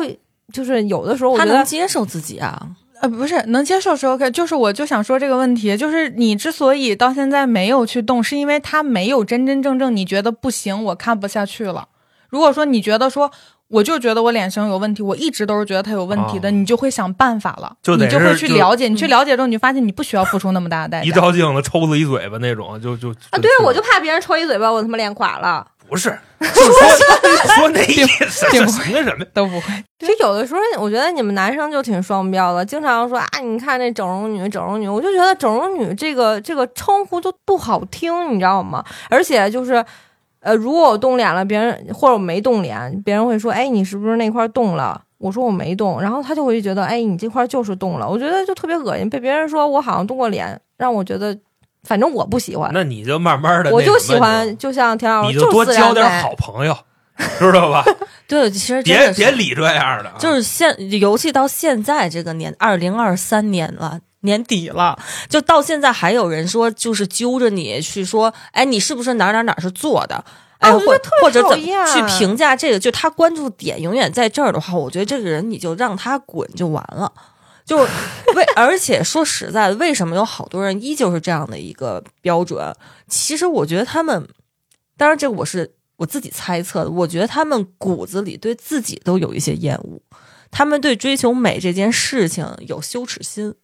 Speaker 5: 就是有的时候我
Speaker 3: 他
Speaker 5: 觉
Speaker 3: 能
Speaker 5: 得
Speaker 3: 接受自己啊，
Speaker 6: 呃，不是能接受是 OK，就是我就想说这个问题，就是你之所以到现在没有去动，是因为它没有真真正正你觉得不行，我看不下去了。如果说你觉得说，我就觉得我脸型有问题，我一直都是觉得它有问题的，
Speaker 7: 哦
Speaker 6: 你就会想办法了，
Speaker 7: 就得
Speaker 6: 你就会
Speaker 7: 是
Speaker 6: 去
Speaker 7: 就嗯
Speaker 6: 了解，你去了解之后，你就发现你不需要付出那么大的代
Speaker 7: 一
Speaker 6: 价。
Speaker 7: 照镜子抽自己嘴巴那种，就就
Speaker 5: 啊，对，我就怕别人抽一嘴巴，我他妈脸垮了。
Speaker 7: 不是，就说说那意思，
Speaker 6: 并
Speaker 7: 什
Speaker 6: 不
Speaker 7: 么什么。
Speaker 6: 都不会，
Speaker 5: 其实有的时候，我觉得你们男生就挺双标的，经常说啊，你看那整容女，整容女，我就觉得整容女这个这个称呼就不好听，你知道吗？而且就是，呃，如果我动脸了，别人或者我没动脸，别人会说，哎，你是不是那块动了？我说我没动，然后他就会觉得，哎，你这块就是动了。我觉得就特别恶心，被别人说我好像动过脸，让我觉得，反正我不喜欢，
Speaker 7: 那你就慢慢的，
Speaker 5: 我就喜欢，，哦就像田老
Speaker 7: 你
Speaker 5: 师，
Speaker 7: 就多
Speaker 5: 是自然嗯
Speaker 7: 交点
Speaker 5: 美
Speaker 7: 好朋友，知道吧？
Speaker 3: 对，其实真
Speaker 7: 别
Speaker 3: 的是
Speaker 7: 别理这样的啊，
Speaker 3: 就是现，尤其到现在这个年，二零二三年了，年底了，就到现在还有人说，就是揪着你去说，哎，你是不是哪儿哪儿哪儿是做的？哎，
Speaker 5: 哦我觉
Speaker 3: 或
Speaker 5: 得特别
Speaker 3: 或者怎
Speaker 5: 讨
Speaker 3: 么
Speaker 5: 厌
Speaker 3: 去评价这个？就他关注点永远在这儿的话，我觉得这个人你就让他滚就完了。就为而且说实在的，为什么有好多人依旧是这样的一个标准？其实我觉得他们，当然这个我是我自己猜测的，我觉得他们骨子里对自己都有一些厌恶，他们对追求美这件事情有羞耻心，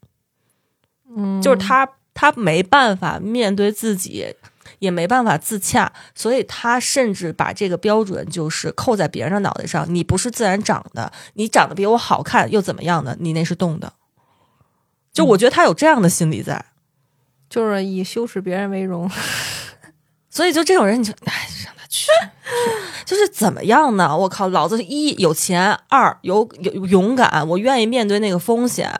Speaker 5: 嗯
Speaker 3: 就是他他没办法面对自己，也没办法自洽，所以他甚至把这个标准就是扣在别人的脑袋上，你不是自然长的，你长得比我好看又怎么样呢？你那是动的。就我觉得他有这样的心理在，
Speaker 5: 就是以羞耻别人为荣。
Speaker 3: 所以就这种人，你就哎，让他 去，去就是怎么样呢？我靠，老子一有钱，二有有勇敢，我愿意面对那个风险。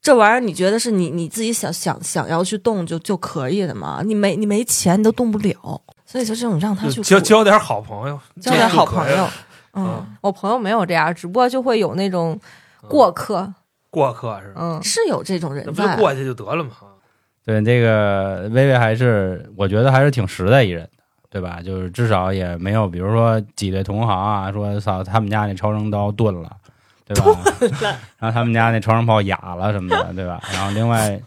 Speaker 3: 这玩意儿，你觉得是你你自己想想想要去动就就可以的吗？你没你没钱，你都动不了。所以就这种让他去
Speaker 7: 就交
Speaker 3: 滚
Speaker 7: 交点好朋友，
Speaker 3: 交点好朋
Speaker 7: 这就可以
Speaker 3: 友
Speaker 7: 了，，
Speaker 3: 嗯，
Speaker 5: 我朋友没有这样，只不过就会有那种过客，
Speaker 7: 嗯过客是吧？
Speaker 5: 嗯，
Speaker 3: 是有这种
Speaker 7: 那
Speaker 3: 人
Speaker 7: 不就
Speaker 3: 在。
Speaker 7: 过去就得了嘛。
Speaker 2: 对，这个薇薇还是我觉得还是挺实在一人的，对吧？就是至少也没有，比如说挤兑同行啊，说操他们家那超声刀钝了，对对吧？然后他们家那超声炮哑了什么的，对吧？然后另外，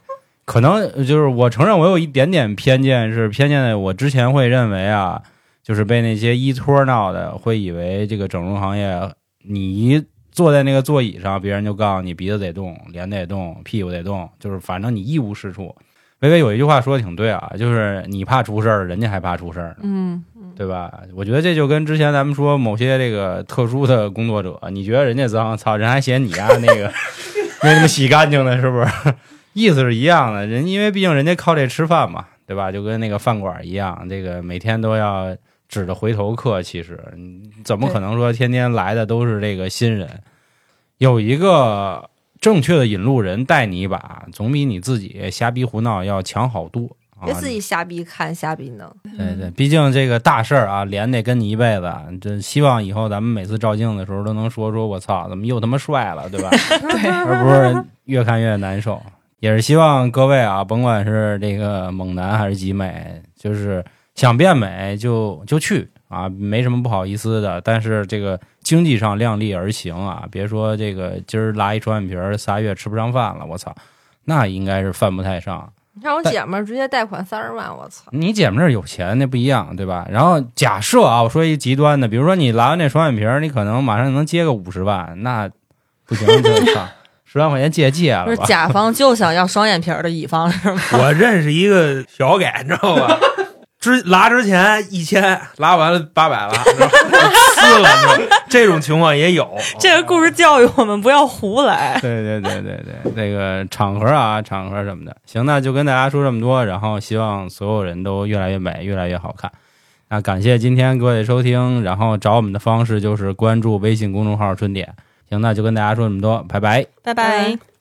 Speaker 2: 可能就是我承认我有一点点偏见，是偏见的。我之前会认为啊，就是被那些医托闹的，会以为这个整容行业，你一坐在那个座椅上，别人就告诉你鼻子得动，脸得动，屁股得动，就是反正你一无是处。微微有一句话说的挺对啊，就是你怕出事儿，人家还怕出事儿呢。
Speaker 5: 嗯，
Speaker 2: 对吧？我觉得这就跟之前咱们说某些这个特殊的工作者，你觉得人家脏，操，人还嫌你啊那 个没那么洗干净呢，是不是？ 意思是一样的，人因为毕竟人家靠这吃饭嘛，对吧？就跟那个饭馆一样，这个每天都要指着回头客，其实你怎么可能说天天来的都是这个新人？有一个正确的引路人带你一把，总比你自己瞎逼胡闹要强好多。啊
Speaker 5: 别自己瞎逼看瞎逼弄。
Speaker 2: 对对，毕竟这个大事儿啊，连得跟你一辈子啊。这希望以后咱们每次照镜的时候都能说说，我操，怎么又他妈帅了，对吧？ 而不是越看越难受。也是希望各位啊，甭管是这个猛男还是集美，就是想变美就就去啊，没什么不好意思的。但是这个经济上量力而行啊，别说这个今儿拉一双眼皮儿，仨月吃不上饭了，我操，那应该是犯不太上。
Speaker 5: 你看我
Speaker 2: 但
Speaker 5: 姐们儿直接贷款三十万，我操！
Speaker 2: 你姐们儿有钱，那不一样，对吧？然后假设啊，我说一极端的，比如说你拉完这双眼皮儿，你可能马上能接个五十万，那不行，就操，十万块钱借借
Speaker 3: 不
Speaker 2: 了
Speaker 3: 是
Speaker 2: 吧？
Speaker 3: 甲方就想要双眼皮儿的乙方是吗？
Speaker 7: 我认识一个小改， 你知道吧？之拉之前一千，拉完了八百了，你知 道吗撕了，你知道吗这种情况也有。
Speaker 3: 这个故事教育我们不要胡来。
Speaker 2: 对对对对对，这个场合啊，场合什么的，行，那就跟大家说这么多，然后希望所有人都越来越美，越来越好看。那感谢今天各位收听，然后找我们的方式就是关注微信公众号“春点”。行，那就跟大家说这么多，拜拜。
Speaker 3: 拜
Speaker 5: 拜
Speaker 3: 拜
Speaker 5: 拜。